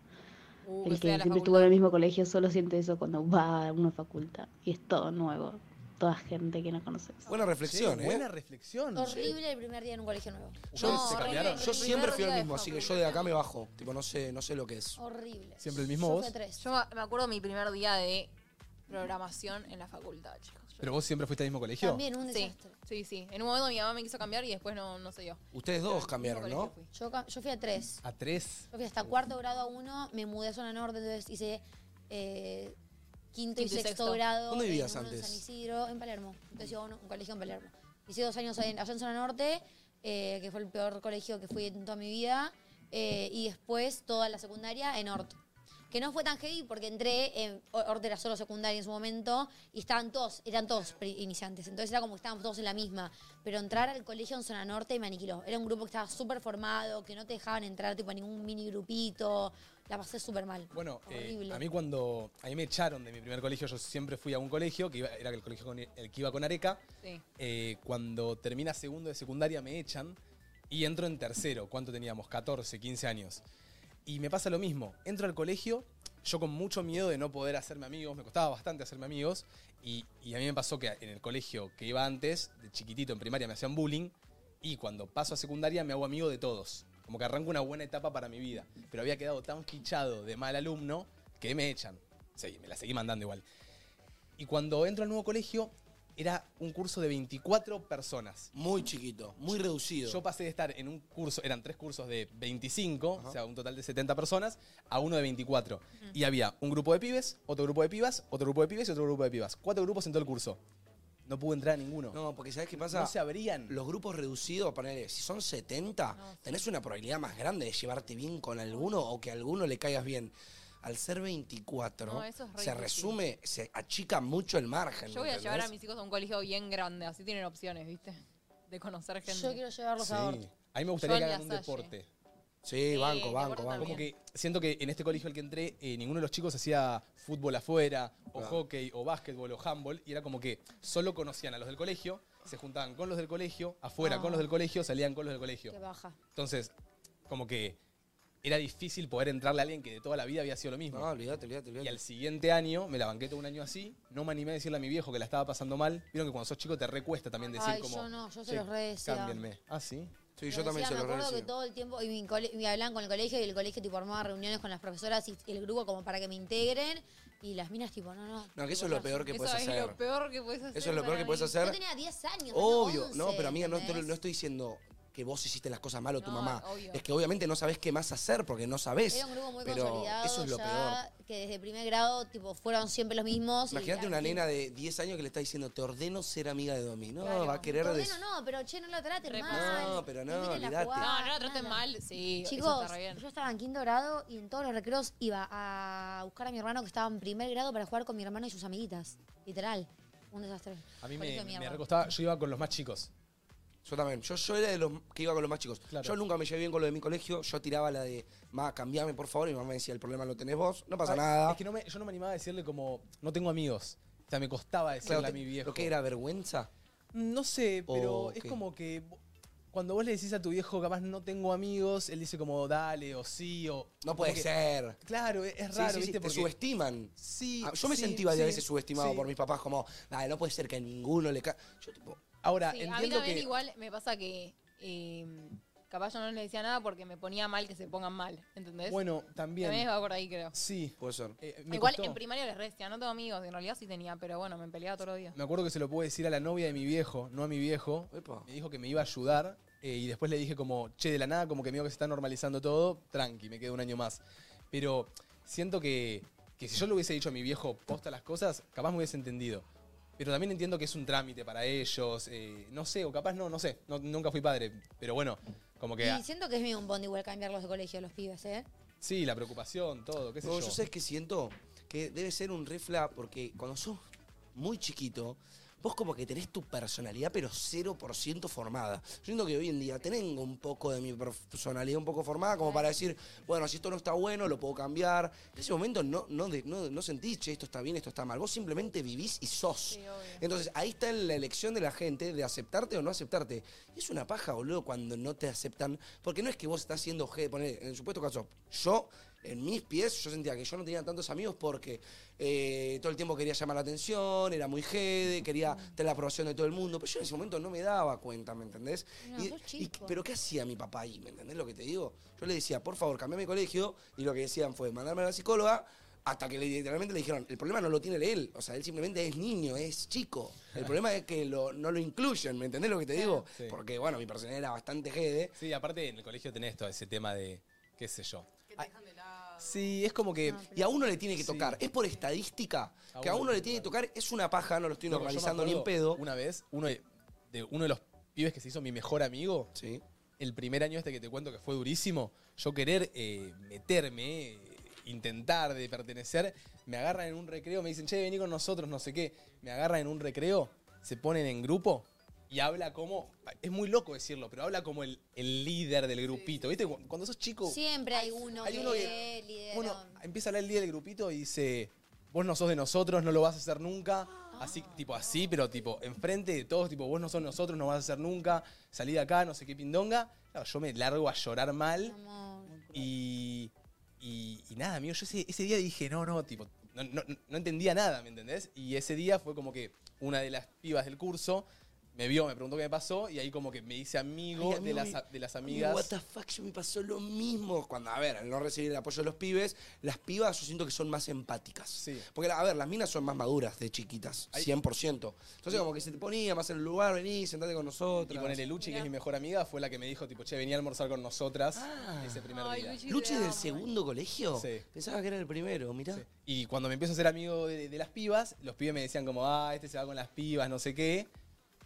S2: Uh,
S10: El
S2: que fea
S10: que
S2: la
S10: siempre estuvo
S2: facultad.
S10: en el mismo colegio solo siente eso cuando va a una facultad y es todo nuevo, toda gente que no conoces.
S3: Buena reflexión,
S1: Che,
S3: ¿eh?
S1: Buena reflexión.
S7: Horrible el primer día en un colegio nuevo.
S1: Yo-
S3: No,
S1: se cambiaron.
S3: Yo
S2: horrible.
S3: siempre fui el
S2: Primer día
S3: mismo,
S2: de
S3: así que yo de acá me bajo. Tipo, no sé, no sé lo que es.
S7: Horrible.
S1: ¿Siempre el mismo
S7: Yo
S1: vos?
S7: fui a tres.
S2: Yo me acuerdo mi primer día de programación en la facultad, chicos. Yo-
S1: ¿Pero vos siempre fuiste al mismo colegio?
S7: También un
S2: sí,
S7: desastre.
S2: sí, sí. En un momento mi mamá me quiso cambiar y después no, no se dio.
S3: Ustedes dos cambiaron,
S2: Mismo
S3: ¿no?
S2: colegio fui.
S7: Yo, ca- yo fui a tres.
S1: A tres.
S7: Yo fui hasta cuarto grado a uno, me mudé a zona norte, entonces hice eh, quinto y
S2: Quinto y
S7: sexto,
S2: sexto.
S7: grado.
S3: ¿Dónde
S7: en
S3: vivías
S7: uno en
S3: antes?
S7: San Isidro, en Palermo. Entonces iba a uno- un colegio en Palermo. Hice dos años en- allá en zona norte, eh, que fue el peor colegio que fui en toda mi vida. eh, y después toda la secundaria en Orto. Que no fue tan heavy porque entré, en, O- Orto era solo secundaria en su momento, y estaban todos, eran todos pri- iniciantes. Entonces era como que estábamos todos en la misma. Pero entrar al colegio en Zona Norte me aniquiló. Era un grupo que estaba súper formado, que no te dejaban entrar tipo a ningún mini grupito. La pasé súper mal.
S1: Bueno, eh,
S7: horrible.
S1: a mí cuando. A mí me echaron de mi primer colegio, yo siempre fui a un colegio, que iba- era el colegio con- el que iba con Areca.
S2: Sí.
S1: Eh, cuando termina segundo de secundaria me echan y entro en tercero. ¿Cuánto teníamos? 14, 15 años. Y me pasa lo mismo. Entro al colegio, yo con mucho miedo de no poder hacerme amigos, me costaba bastante hacerme amigos. Y, y a mí me pasó que en el colegio que iba antes, de chiquitito en primaria, me hacían bullying. Y cuando paso a secundaria me hago amigo de todos. Como que arranco una buena etapa para mi vida. Pero había quedado tan fichado de mal alumno que me echan. Sí, me la seguí mandando igual. Y cuando entro al nuevo colegio, era un curso de 24 personas.
S3: Muy chiquito, muy reducido.
S1: Yo pasé de estar en un curso, eran tres cursos de 25, o sea, un total de 70 personas, a uno de 24. Y había un grupo de pibes, otro grupo de pibas, otro grupo de pibes y otro grupo de pibas. Cuatro grupos en todo el curso. No pude entrar a ninguno. No,
S3: No, porque ¿sabes qué pasa?
S1: se abrían.
S3: los grupos reducidos, ponele, si son 70, tenés una probabilidad más grande de llevarte bien con alguno o que a alguno le caigas bien. Al ser 24,
S2: No, eso es re
S3: se
S2: difícil.
S3: resume, se achica mucho el margen.
S2: Yo voy a
S3: ¿entendés?
S2: llevar a mis hijos a un colegio bien grande, así tienen opciones, ¿viste? De conocer gente.
S7: Yo quiero llevarlos a Orto.
S1: Sí. A mí me gustaría
S2: Yo
S1: que
S2: en
S1: hagan un
S2: La Salle.
S1: deporte.
S3: Sí, banco,
S2: que
S3: banco,
S2: cortan
S3: banco.
S1: Como que siento que en este colegio al que entré, eh, ninguno de los chicos hacía fútbol afuera, o hockey, o básquetbol, o handball, y era como que solo conocían a los del colegio, se juntaban con los del colegio, afuera con los
S7: Ah.
S1: del colegio, salían con los del colegio.
S7: Que baja.
S1: Entonces, como que era difícil poder entrarle a alguien que de toda la vida había sido lo mismo.
S3: No, olvídate, olvídate,
S1: y
S3: olvídate.
S1: al siguiente año, me la banqué todo un año así, no me animé a decirle a mi viejo que la estaba pasando mal. Vieron que cuando sos chico te recuesta también decir
S7: Ay,
S1: como...
S7: yo no, yo se
S1: "Che,
S7: los re decía".
S1: Cámbienme. Ah, sí.
S3: Sí, yo
S7: Pero
S3: también
S7: encima
S3: se lo
S7: Me acuerdo que
S3: reconocía.
S7: todo el tiempo, y mi cole- me hablaban con el colegio, y el colegio tipo armaba reuniones con las profesoras y el grupo como para que me integren, y las minas tipo, no, no.
S3: No, que eso es lo peor que puedes
S2: Eso es
S3: hacer.
S2: lo peor que puedes hacer.
S3: Eso es lo peor
S2: para
S3: que puedes
S2: mí.
S3: hacer.
S7: Yo tenía 10 años.
S3: Obvio,
S7: tenía 11,
S3: no, pero amiga, no, te-
S7: ¿entendés?
S3: no estoy diciendo que vos hiciste las cosas mal o tu
S7: No,
S3: mamá.
S7: obvio.
S3: Es que obviamente no sabés qué más hacer porque no sabés.
S7: Era un grupo muy
S3: pero
S7: consolidado
S3: eso es lo peor.
S7: ya, que desde primer grado tipo fueron siempre los mismos. y
S3: Imagínate
S7: la-
S3: una nena de 10 años que le está diciendo, te ordeno ser amiga de Domi. No, va a querer...
S7: Por
S3: des-
S7: menos no, pero che, no la traten
S3: No,
S7: mal.
S3: pero no,
S7: miren la
S3: olvidate.
S7: jugada,
S2: No, no la traten mal, sí, eso
S7: Chicos,
S2: está re bien.
S7: yo estaba en quinto grado y en todos los recreos iba a buscar a mi hermano que estaba en primer grado para jugar con mi hermano y sus amiguitas. Literal. Un desastre.
S1: A mí
S7: Colegio
S1: me,
S7: de
S1: me
S7: mierda.
S1: recostaba, yo iba con los más chicos.
S3: Yo también. Yo, yo era de los que iba con los más chicos. Yo nunca me llevé bien con lo de mi colegio. Yo tiraba la de, ma, cambiame por favor. Y mi mamá me decía, el problema lo tenés vos. No pasa
S1: Ay,
S3: nada.
S1: Es que no me- yo no me animaba a decirle como, no tengo amigos. O sea, me costaba decirle
S3: Claro,
S1: a
S3: te-
S1: mi viejo.
S3: ¿Lo que era vergüenza?
S1: No sé, pero
S3: ¿O
S1: es
S3: qué?
S1: como que vo- cuando vos le decís a tu viejo, capaz no tengo amigos, él dice como, dale, o sí, o...
S3: No puede
S1: como que-
S3: ser.
S1: Claro, es, es
S3: Sí,
S1: raro,
S3: sí, sí,
S1: ¿viste?
S3: te
S1: Porque-
S3: subestiman.
S1: Sí,
S3: Ah, Yo me
S1: sí,
S3: sentía de a
S1: sí,
S3: veces subestimado
S1: sí.
S3: por mis papás, como, "Dale, no puede ser que a ninguno le ca-". Yo, tipo,
S1: Ahora,
S2: Sí, a mí
S1: entiendo
S2: también
S1: que...
S2: igual me pasa que eh, capaz yo no les decía nada porque me ponía mal que se pongan mal, ¿entendés?
S1: Bueno, también...
S2: También va por ahí, creo.
S1: Sí. Eh,
S3: Puede ser.
S1: me
S2: Igual
S1: costó.
S2: en primaria les restia, no tengo amigos, en realidad sí tenía, pero bueno, me peleaba todos los días.
S1: Me acuerdo que se lo pude decir a la novia de mi viejo, no a mi viejo. Me dijo que me iba a ayudar eh, y después le dije como, che, de la nada, como que me que se está normalizando todo, tranqui, me queda un año más. Pero siento que, que si yo le hubiese dicho a mi viejo posta las cosas, capaz me hubiese entendido. Pero también entiendo que es un trámite para ellos, eh, no sé, o capaz no, no sé, no- nunca fui padre, pero bueno, como que... ah,
S7: Y siento que es medio un bond igual cambiarlos de colegio a los pibes, ¿eh?
S1: Sí, la preocupación, todo, qué sé
S3: No,
S1: yo.
S3: yo sabes que siento que debe ser un refla porque cuando sos muy chiquito, vos como que tenés tu personalidad pero 0% formada. Yo siento que hoy en día tengo un poco de mi personalidad un poco formada como para decir, bueno, si esto no está bueno, lo puedo cambiar. En ese momento no, no, de- no, no sentís, che, esto está bien, esto está mal. Vos simplemente vivís y sos. Entonces ahí está la elección de la gente de aceptarte o no aceptarte. Y es una paja, boludo, cuando no te aceptan. Porque no es que vos estás siendo G, poner, en el supuesto caso, yo, en mis pies, yo sentía que yo no tenía tantos amigos porque eh, todo el tiempo quería llamar la atención, era muy G, quería tener la aprobación de todo el mundo. Pero yo en ese momento no me daba cuenta, ¿me entendés?
S7: No,
S3: Y-
S7: sos
S3: y-
S7: chico.
S3: pero ¿qué hacía mi papá ahí? ¿Me entendés lo que te digo? Yo le decía, por favor, cambiame de colegio. Y lo que decían fue mandarme a la psicóloga. Hasta que le- literalmente le dijeron, el problema no lo tiene él, o sea, él simplemente es niño, es chico. El problema es que lo- no lo incluyen, ¿me entendés lo que te digo?
S1: Sí.
S3: Porque, bueno, mi personalidad era bastante jede.
S1: Sí, aparte en el colegio tenés todo ese tema de, qué sé yo. Sí, es como que...
S3: Y a uno le tiene que tocar, es por estadística,
S1: A
S3: que a
S1: uno
S3: uno le tiene que tocar, es una paja, no lo estoy
S1: No, yo me
S3: normalizando ni en
S1: acuerdo
S3: pedo.
S1: Una vez, uno de, de uno de los pibes que se hizo mi mejor amigo, el primer año este que te cuento que fue durísimo, yo querer eh, meterme, eh, intentar de pertenecer, me agarran en un recreo, me dicen, che, vení con nosotros, no sé qué. Me agarran en un recreo, se ponen en grupo y habla como, es muy loco decirlo, pero habla como el, el líder del grupito. ¿Viste? Cu- Cuando sos chico,
S7: Siempre hay uno
S1: hay
S7: que,
S1: uno
S7: que
S1: que-
S7: lidera.
S1: bueno, empieza a hablar el líder del grupito y dice, vos no sos de nosotros, no lo vas a hacer nunca. Así, tipo así, pero tipo, enfrente de todos, tipo, vos no sos de nosotros, no vas a hacer nunca. Salí de acá, no sé qué pindonga. Claro, yo me largo a llorar mal. Y, y, y nada, amigo, yo ese, ese día dije, no, no, tipo, no, no- no entendía nada, ¿me entendés? Y ese día fue como que una de las pibas del curso me vio, me preguntó qué me pasó y ahí como que me hice amigo,
S3: Ay, amigo,
S1: de, las, a- de las amigas.
S3: What the fuck, yo me pasó lo mismo. Cuando, a ver, al no recibir el apoyo de los pibes, las pibas yo siento que son más empáticas. Porque, a ver, las minas son más maduras de chiquitas, 100%. Entonces, como que se te ponía más en el lugar, vení, sentate con nosotros.
S1: Y ponele Luchi, que es mi mejor amiga, fue la que me dijo, tipo, che, venía a almorzar con nosotras ese primer día.
S3: Ah. Luchi del segundo colegio.
S1: Sí.
S3: Pensaba que era el primero, mirá.
S1: Y cuando me empiezo a ser amigo de, de las pibas, los pibes me decían como, ah, este se va con las pibas, no sé qué.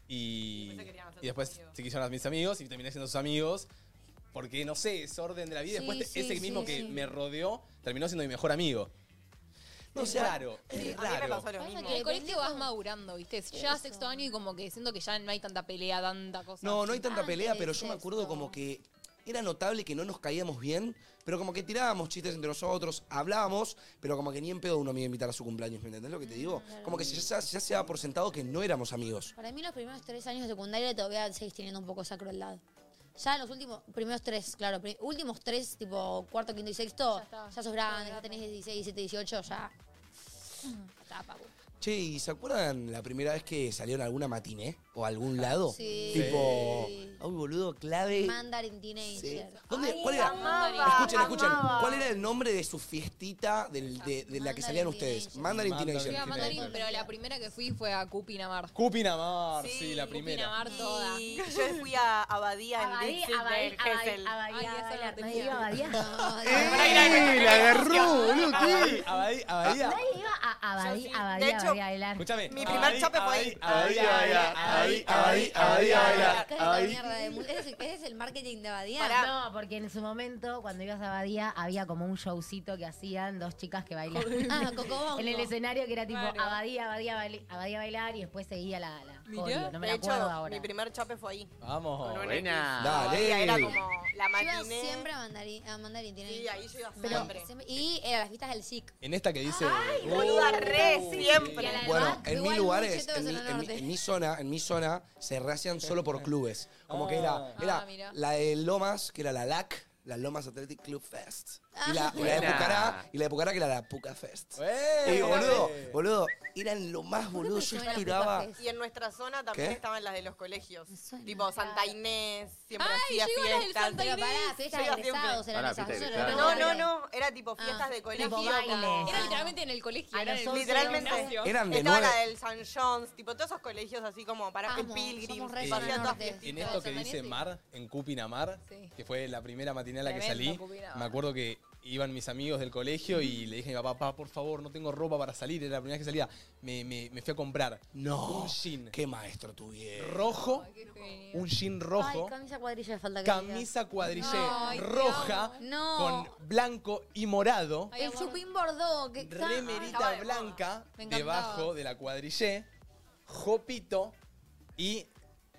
S1: Y, y después se quisieron a mis amigos y terminé siendo sus amigos. Porque, no sé, es orden de la vida.
S3: Sí,
S1: después
S3: sí,
S1: ese
S3: sí,
S1: mismo que
S3: sí.
S1: me rodeó terminó siendo mi mejor amigo.
S3: No,
S1: es
S3: o sea, eh,
S1: raro, es
S3: sí, a mí me
S1: raro.
S3: pasó
S2: Pasa que
S7: mismo.
S2: en el colegio vas madurando, ¿viste? Ya
S7: Eso.
S2: sexto año y como que siento que ya no hay tanta pelea, tanta cosa.
S3: No, no hay
S9: Ah.
S2: Ah,
S3: tanta pelea, pero yo me
S2: acuerdo.
S3: acuerdo como que era notable que no nos caíamos bien, pero como que tirábamos chistes entre nosotros, hablábamos, pero como que ni en pedo uno me iba a invitar a su cumpleaños, ¿me entendés lo que te digo? Como que ya, ya se daba por sentado que no éramos amigos.
S7: Para mí los primeros tres años de secundaria todavía seguís teniendo un poco esa crueldad. Ya los últimos, primeros tres, claro, pri- últimos tres, tipo cuarto, quinto y sexto, ya, sos grande, ya tenés 16, 17, 18, ya. Ya está, papu.
S3: Che, ¿y se acuerdan la primera vez que salieron a alguna matiné o a algún lado?
S7: Sí.
S3: Tipo, ay, boludo, clave.
S7: Mandarin Teenager.
S3: ¿Dónde- ¿Cuál era?
S7: amaba,
S3: escuchen, escuchen.
S7: amaba.
S3: ¿Cuál era el nombre de su fiestita del- de, de la que salían ustedes? Mandarin Teenager.
S2: Fui a Mandarin, pero la primera que fui fue a Cupinamar.
S1: Cupinamar, sí, la primera.
S2: Cupinamar toda.
S9: Y yo fui a Abadía en
S2: Abadí,
S9: Leipzig
S2: Abadí,
S9: del
S2: Abadí,
S9: Gesell.
S2: Abadí, Ay, eso lo tenía.
S1: ¡Eh! ¡La agarró, boludo! ¿Qué? Abadí,
S9: Ah,
S1: Abadía.
S8: Nadie iba a Abadí, Abadí,
S9: de hecho,
S8: Abadí a bailar.
S1: Escúchame.
S9: Mi primer chape fue ahí.
S1: Abadí, Abadí, Abadí, Abadí,
S7: Acá
S1: Abadí,
S7: está la mierda de mu- Ese es el- ese es el marketing de Abadía.
S8: No, porque en su momento, cuando ibas a Abadía, había como un showcito que hacían dos chicas que bailaban.
S7: Ah, Cocobongo.
S8: en el escenario que era tipo
S2: Claro.
S8: Abadía, Abadía, baile- Abadía bailar y después seguía la, la
S2: Mirá.
S8: coreo, No me
S9: de
S8: la
S9: hecho,
S8: acuerdo ahora.
S9: mi primer chape fue ahí.
S1: Vamos.
S9: Con un
S5: Buena.
S9: X. Abadía
S3: Dale.
S9: Era como la
S7: Yo iba
S9: matiné.
S7: siempre a Mandarin, a Mandarin Teenager.
S9: Sí, ahí yo iba
S7: Pero
S9: siempre.
S7: siempre- Y era las fiestas del SIC.
S1: En esta que dice.
S9: Boluda, re,
S2: Y a
S9: siempre.
S2: la-
S3: Bueno,
S7: Además,
S3: en
S7: igual
S3: mis
S7: muy
S3: lugares,
S7: chetos
S3: en mi,
S7: en
S3: en
S7: el
S3: mi-
S7: norte.
S3: en mi zona, en mi zona, se rehacían solo por clubes. Como que era,
S1: Ah.
S3: era
S2: Ah, mirá.
S3: la de Lomas, que era la LAC, la Lomas Athletic Club Fest.
S7: Ah.
S3: Y la, y la de
S5: Buena.
S3: Pucará, y la de Pucará que era la Puca Fest.
S1: ¡Eh!
S3: Y boludo, boludo, eran lo más boludo,
S7: me
S3: yo
S7: suena Puca
S3: esperaba.
S7: Fest?
S9: Y en nuestra zona también
S3: ¿Qué?
S9: estaban las de los colegios.
S7: suena.
S9: Tipo Santa Inés, siempre
S2: Ay,
S9: hacía
S2: yo iba a las del
S9: fiestas.
S2: Santa
S7: Pero
S2: Inés.
S7: pará, fiestas
S9: Yo iba
S7: de egresados eran
S5: Pará,
S7: esas.
S5: fiestas de
S7: eso era
S9: No,
S5: egresados.
S7: lo
S9: no,
S7: que-
S9: no, era Ah. tipo fiestas de colegio.
S8: Tipo bailes.
S2: Era literalmente en el colegio.
S8: A
S2: era en
S8: los
S2: el-
S8: once,
S9: Literalmente.
S2: gimnasio.
S3: Eran de
S9: Estaba
S3: nueve.
S9: la del San John's, tipo todos esos colegios así como para el
S7: Amo,
S9: Pilgrim,
S7: somos re
S9: hacían
S7: zona
S9: todas
S7: norte.
S9: fiestas.
S1: En
S2: Todo
S1: esto que
S2: San
S1: dice
S2: Daniel, sí.
S1: Mar, en Cupinamar,
S2: Sí.
S1: que fue la primera matiné a la que
S2: Tremendo
S1: salí,
S2: Cupinamar.
S1: me acuerdo que iban mis amigos del colegio y le dije a mi papá, papá, por favor, no tengo ropa para salir, era la primera vez que salía. Me, me- me fui a comprar
S3: No,
S1: un jean
S3: qué maestro tuvieron.
S1: rojo,
S2: Ay, qué genio.
S1: un jean
S7: Ay,
S1: rojo,
S7: camisa cuadrilla de falda que
S1: camisa cuadrillé
S2: Ay, te
S1: roja,
S7: amo. No.
S1: con blanco y morado,
S7: diga. El chupín bordó. Que está-
S1: remerita
S9: estaba de moda.
S1: blanca
S2: Me encantaba.
S1: debajo de la cuadrillé, jopito y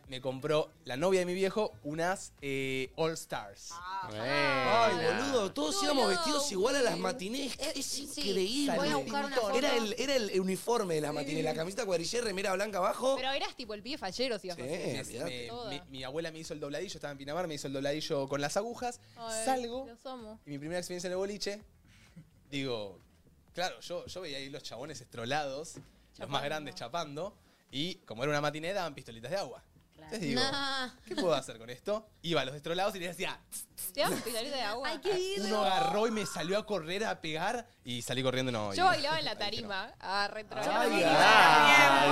S1: me compró la novia de mi viejo unas eh, All Stars.
S3: Ay,
S5: Buena.
S3: boludo, todos
S7: No,
S3: íbamos
S7: no,
S3: vestidos igual a las
S7: sí.
S3: matinés.
S7: Eh,
S3: Es
S7: sí,
S3: increíble.
S7: voy a buscar una foto.
S3: Era el, era el uniforme de la matiné, la camiseta cuadrillera, remera blanca abajo.
S2: Pero eras tipo el pibe fallero, si ibas
S3: Sí,
S2: a hacer.
S1: Me-
S3: olvidate.
S1: me-
S2: Toda.
S1: mi, mi abuela me hizo el dobladillo, estaba en Pinamar, me hizo el dobladillo con las agujas,
S2: Ay,
S1: salgo
S2: Los amo.
S1: y mi primera experiencia en el boliche, digo, claro, yo, yo veía ahí los chabones estrolados, los más grandes chapando, y como era una matinera, daban pistolitas de agua. Entonces digo,
S2: Ah,
S7: Nah.
S1: ¿qué puedo hacer con esto? Iba a los estrolados y les decía, "Tss".
S2: ¿Te dan pistolita de agua?
S7: Ay, qué
S1: uno
S7: ídolo.
S1: agarró y me salió a correr a pegar y salí corriendo no.
S2: Yo
S1: y-
S2: bailaba en la
S1: ahí dije, no.
S2: tarima, a retro.
S1: Ay,
S7: Bien,
S9: Yo
S7: ahí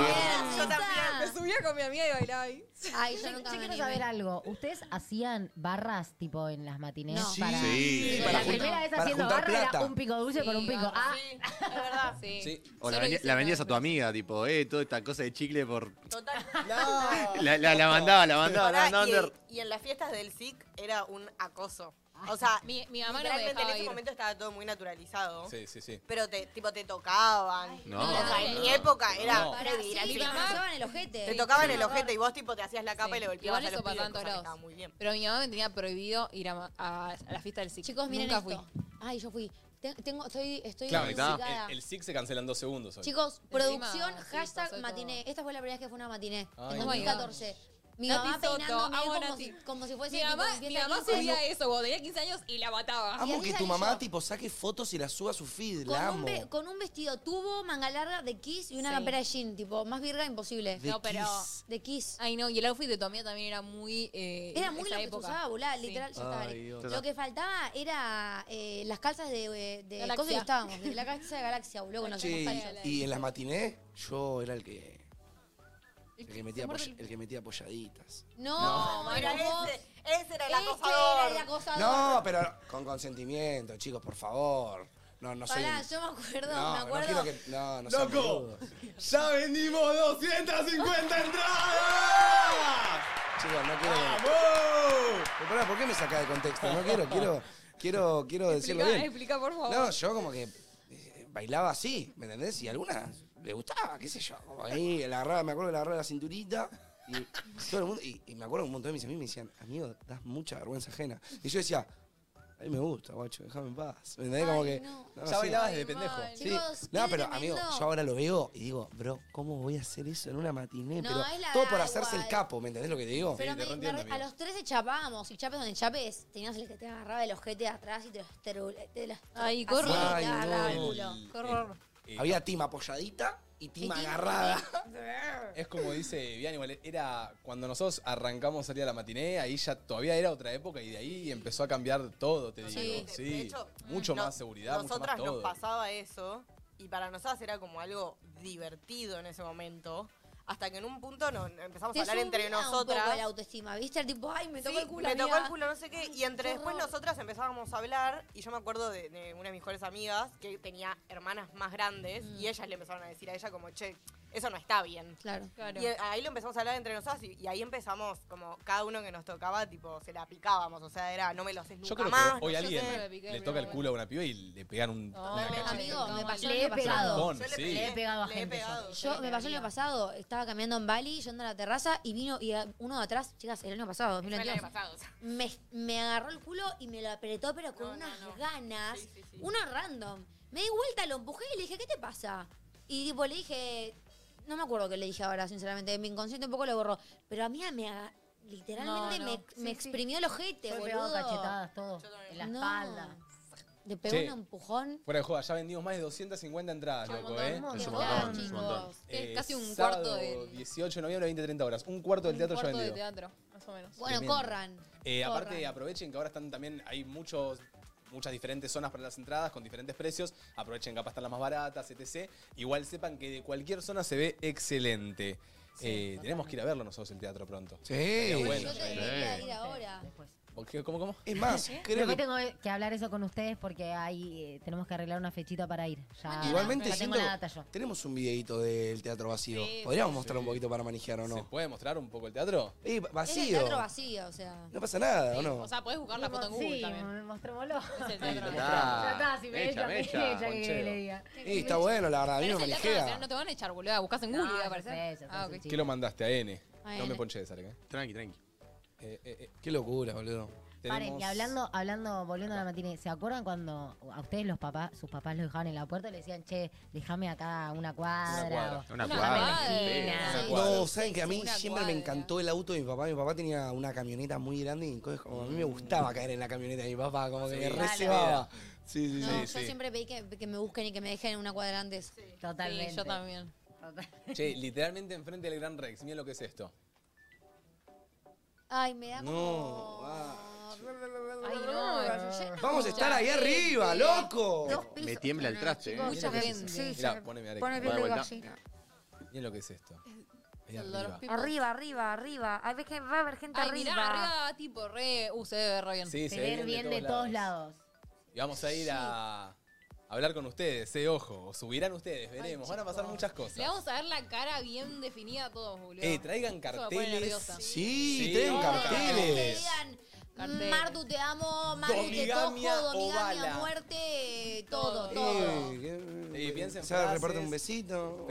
S2: Me
S7: está.
S2: subía con mi amiga y bailaba ahí.
S7: Ay,
S8: Yo,
S7: yo nunca
S8: yo
S7: me
S8: quiero
S7: animé.
S8: saber algo. ¿Ustedes hacían barras tipo en las matinés?
S7: No. Sí.
S8: Para...
S5: Sí.
S8: La
S3: Para jun-
S8: primera vez
S3: para
S8: haciendo
S3: juntar
S8: barra era
S3: plata.
S8: un pico dulce por un pico.
S2: vamos,
S8: Ah,
S9: Sí, es verdad.
S2: Sí.
S1: Sí.
S5: O
S2: Solo
S5: la, vendi-
S2: hice
S5: la vendías
S2: una
S5: a tu
S2: vez.
S5: amiga, tipo, eh, toda esta cosa de chicle por.
S9: Total.
S3: Ah,
S1: No.
S5: La, la, la mandaba, la mandaba, la
S9: Pará,
S5: mandaba.
S9: y,
S5: under.
S9: y en las fiestas del SIC era un acoso. O sea,
S2: Mi- mi mamá no me
S9: literalmente
S2: dejaba
S9: en ese
S2: ir.
S9: momento estaba todo muy naturalizado.
S1: Sí, sí, sí.
S9: Pero te, tipo, te tocaban.
S5: No.
S9: O sea, en
S7: No.
S9: mi época era
S1: No.
S7: Pará,
S9: heavy,
S7: sí,
S9: era
S7: mi
S9: así.
S7: mamá llevaba en el ojete.
S9: Te tocaban el ojete y vos tipo te hacías la capa
S2: Sí.
S9: y le golpeabas
S2: Igual
S9: a los
S2: eso pasaba
S9: pibes,
S2: en
S9: cosa
S2: todos
S9: que estaba
S2: lados.
S9: muy bien.
S2: Pero mi mamá me tenía prohibido ir a, ma- a- a la fiesta del ciclo.
S7: Chicos, miren
S2: Nunca
S7: esto. Ay, yo fui. Te- Tengo, estoy, estoy
S1: Claro,
S7: intoxicada.
S1: el, el SIG se cancela en dos segundos hoy.
S7: Chicos,
S2: Encima,
S7: producción,
S2: sí, pasó
S7: hashtag
S2: todo. Oh
S7: matiné. Esta fue la primera vez que fue una matiné.
S1: Ay,
S7: en
S1: no.
S7: 2014. Mi
S2: Nati
S7: mamá
S2: Soto,
S7: peinándome
S2: amo a
S7: como
S2: Nati.
S7: si, como si fuese
S2: Mi
S7: tipo
S2: mamá, mi
S7: fiesta de
S2: mamá
S7: 15.
S2: subía eso cuando tenía 15 años y la mataba.
S7: y
S3: Amo
S7: así
S3: que tu
S7: salí
S3: mamá
S7: yo.
S3: tipo saque fotos y las suba a su feed,
S7: con
S3: la
S7: un,
S3: amo.
S7: ve- Eh, con un vestido tubo, manga larga de Kiss y una
S2: Sí.
S7: campera de jean, tipo, más virga imposible.
S3: De
S2: No, pero-
S3: Kiss.
S7: De Kiss.
S2: Ay, no, y el outfit de tu amiga también era muy. eh,
S7: Era muy
S2: esa
S7: lo que se
S2: época.
S7: usaba, volá,
S2: Sí.
S7: literal, yo
S5: Ay,
S7: estaba ahí.
S5: Dios.
S7: Lo que faltaba era eh, las calzas de, eh, de
S2: Galaxia.
S7: cosas que estábamos, de la calza de Galaxia, boludo, con los
S3: Che,
S7: ojos
S3: y-
S7: falsos.
S3: y en las matinés yo era el que el que metía,
S2: se muerde
S3: poll-
S2: el-
S3: el que metía polladitas.
S7: No, no
S9: Pero
S7: vos.
S9: ese, ese era el
S7: Este
S9: acosador.
S7: era el acosador.
S3: No, pero con consentimiento, chicos, por favor. No, no soy
S7: Pará, yo me acuerdo,
S3: No,
S7: me acuerdo.
S3: No, quiero que, no, no sean
S1: ¡Loco!
S3: boludos.
S1: ¡Ya vendimos 250 entradas!
S3: Chicos, no quiero
S1: ¡Vamos!
S3: Pero pará, ¿por qué me saca de contexto? No quiero, quiero, quiero, quiero decirlo
S2: Explica,
S3: bien.
S2: explica, por favor.
S3: No, yo como que eh, bailaba así, ¿me entendés? Y a algunas le gustaba, qué sé yo. Como ahí, la agarraba, me acuerdo que la agarraba la cinturita. Y, todo el mundo, y, y me acuerdo que un montón de mis amigos me decían, amigo, das mucha vergüenza ajena. Y yo decía, a mí me gusta, guacho, déjame en paz. ¿Me entendés? Como
S7: Ay,
S3: que.
S7: no.
S3: no,
S1: Ya
S3: sí.
S1: bailabas de pendejo.
S2: mal.
S3: Sí.
S7: Chicos,
S3: no,
S7: qué
S3: pero
S7: tremendo.
S3: amigo, yo ahora lo veo y digo, bro, ¿cómo voy a hacer eso en una matiné?
S7: No,
S3: pero
S7: es la
S3: todo por
S7: edad
S3: hacerse el
S7: igual.
S3: capo, ¿me entendés lo que te digo?
S7: Pero
S1: Sí, te
S7: me-
S1: re
S7: me
S1: entiendo,
S7: re-
S1: amigo.
S7: a los 13 chapábamos, y chapes donde chapes, tenías el que te agarraba el ojete de atrás y te lo esterul- te lo-
S2: Ay,
S7: así
S2: corro.
S7: te
S3: Ay,
S7: agarraba el
S3: no.
S7: culo.
S1: El-
S2: Qué horror.
S1: el- eh,
S3: Había team apoyadita y Tim agarrada.
S1: Es como dice Vian, igual era cuando nosotros arrancamos salir a la matiné, ahí ya todavía era otra época y de ahí empezó a cambiar todo, te
S9: Sí.
S1: digo.
S9: De-
S1: Sí,
S9: de hecho, mm,
S1: mucho
S9: no-
S1: más seguridad, mucho más
S9: Nosotras
S1: todo.
S9: nos pasaba eso y para nosotras era como algo divertido en ese momento. Hasta que en un punto nos empezamos a
S7: Te
S9: hablar entre
S7: subía un poco
S9: nosotras.
S7: la autoestima, ¿viste? El tipo, ay, me tocó
S9: Sí,
S7: el culo.
S9: me tocó
S7: amiga.
S9: el culo, no sé qué. Y entre después nosotras empezábamos a hablar, y yo me acuerdo de, de una de mis mejores amigas que tenía hermanas más grandes, y ellas le empezaron a decir a ella como, che, eso no está bien.
S7: Mm. Claro. Claro.
S9: Y eh, ahí lo empezamos a hablar entre nosotras, y, y ahí empezamos, como cada uno que nos tocaba, tipo, se la picábamos. O sea, era, no me lo haces nunca
S1: Yo creo
S9: más.
S1: que hoy
S9: no sé
S1: alguien
S9: qué".
S1: le toca el culo a una piba y le pegan un. una
S7: me-
S1: cacheta.
S7: amigo, me pasó
S8: Le
S7: el
S8: he
S7: año pasado.
S1: Con, sí.
S8: Le he pegado a
S9: Le he
S8: gente.
S9: pegado.
S7: Yo me pasó el año pasado, estaba caminando en Bali, yendo a la terraza y vino y a- uno de atrás, chicas, el año pasado,
S9: Fue el año
S7: 2022,
S9: pasado, o sea.
S7: me, me agarró el culo y me lo apretó, pero con unas ganas, uno random. Me di vuelta, lo empujé y le dije, ¿qué te pasa? Y tipo, le dije, no me acuerdo qué le dije ahora, sinceramente, mi inconsciente un poco lo borró, pero a mí me aga- literalmente
S8: No, no.
S7: me,
S8: Sí, sí.
S7: me exprimió el ojete,
S8: Yo he pegado
S7: boludo.
S8: cachetadas, todo. En la
S7: No.
S8: espalda.
S7: Le pegó
S1: Che.
S7: un empujón.
S1: Fuera de joda, ya vendimos más de 250 entradas,
S7: un
S1: loco,
S7: montón,
S1: ¿eh?
S7: un montón. Es un montón, es un montón.
S2: Es casi un
S1: sábado
S2: cuarto del-
S1: 18 de noviembre, 20, 30 horas. Un cuarto del
S2: Un
S1: teatro ya
S2: cuarto de
S1: vendido.
S2: teatro, más o menos.
S7: Bueno,
S1: Tremendo.
S7: corran.
S1: Eh,
S7: corran.
S1: aparte, aprovechen que ahora están también, hay muchos, muchas diferentes zonas para las entradas con diferentes precios. Aprovechen, capaz están las más baratas, etc. Igual sepan que de cualquier zona se ve excelente. Eh, tenemos que ir a verlo nosotros el teatro pronto.
S3: Sí.
S1: Estaría
S3: Uy,
S1: bueno.
S7: Yo te debería ir Eh, ahora.
S1: ¿Por qué? ¿Cómo, cómo?
S3: Es más, creo
S8: Creo que
S3: que
S8: tengo que hablar eso con ustedes porque ahí eh, tenemos que arreglar una fechita para ir. Ya,
S3: igualmente
S8: ya tengo
S3: siento
S8: la data yo.
S3: tenemos un videito del teatro vacío.
S2: Sí,
S3: Podríamos
S1: sí.
S3: mostrar un poquito para manejar o
S1: ¿Se
S3: no.
S1: puede mostrar un poco el teatro?
S3: Eh,
S7: Es el
S3: vacío.
S7: teatro vacío, o sea.
S3: No pasa nada, ¿o
S2: Sí,
S3: no?
S2: O sea, podés buscar la foto en Google
S8: sí,
S2: también.
S8: mostrémoslo.
S2: Es el teatro.
S8: Ya está, si me echa, me echa, que
S1: Ponchero.
S8: le diga.
S3: Eh, está bueno, la verdad, a mí
S2: Pero
S3: me
S2: es el teatro nacional,
S3: manijea.
S2: no te van a echar, boludo. Buscás en
S8: No,
S2: Google y va a
S8: ya
S2: aparecer.
S8: sé, ya sé,
S2: ah,
S8: es un
S2: ok.
S8: chiste.
S1: ¿Qué lo mandaste a N?
S7: A
S1: No me
S7: N.
S1: ponches, Areca.
S5: Tranqui, tranqui.
S1: Eh, eh, eh,
S3: Qué locura, boludo.
S8: Paren,
S1: tenemos-
S8: y hablando, hablando, volviendo a la matiné, ¿se acuerdan cuando a ustedes los papás, sus papás los dejaban en la puerta y le decían, che, déjame acá una cuadra?
S1: Una cuadra.
S8: o-
S5: Una
S2: Una
S5: cuadra.
S2: cuadra.
S5: Sí.
S1: Una cuadra.
S3: No, saben que a mí
S2: Una
S3: siempre me
S2: cuadra.
S3: encantó el auto de mi papá. Mi papá tenía una camioneta muy grande y entonces como a mí me gustaba caer en la camioneta de mi papá, como que me recebaba. Sí, sí, sí.
S7: No,
S1: Sí,
S7: yo
S1: sí.
S7: siempre pedí que, que me busquen y que me dejen en una cuadra antes.
S8: Totalmente.
S2: Sí, yo también.
S8: Total-
S1: Che, literalmente enfrente del Gran Rex. Miren lo que es esto.
S7: Ay, me da
S3: No,
S7: como-
S3: ah.
S2: Ay, no,
S7: Llena
S3: Vamos a estar ahí arriba, loco.
S5: Me tiembla el traste. ¿eh?
S2: Mucha
S1: Miren lo que
S2: gente.
S1: es eso. Mirá, poneme Areca.
S5: piel de vuelta.
S1: Miren lo que es esto. Ahí
S2: A lot of
S1: arriba.
S2: people.
S4: Arriba, arriba, arriba. Hay que va a haber gente
S2: Ay,
S4: arriba.
S2: mirá, arriba, tipo, re. Uh, se debe ver re bien.
S1: Sí,
S8: Se ve bien de todos lados.
S1: Y vamos a ir a a hablar con ustedes, eh, ojo. O subirán ustedes, veremos. Van a pasar muchas cosas.
S2: Le vamos a ver la cara bien definida a todos, boludo.
S1: Eh, traigan
S2: Eso me pone
S1: carteles.
S2: nerviosa.
S3: Sí,
S1: Sí.
S3: tienen
S1: No,
S7: Que te
S3: carteles.
S7: digan,
S2: Carteles.
S7: Mm, Martu te amo, Martu te cojo,
S1: Domigamia o
S7: domigamia,
S1: bala.
S7: muerte, todo,
S2: Todo.
S7: todo.
S3: Eh,
S1: Sí, piensen
S3: ¿sabes?
S1: frases.
S3: reparte un besito.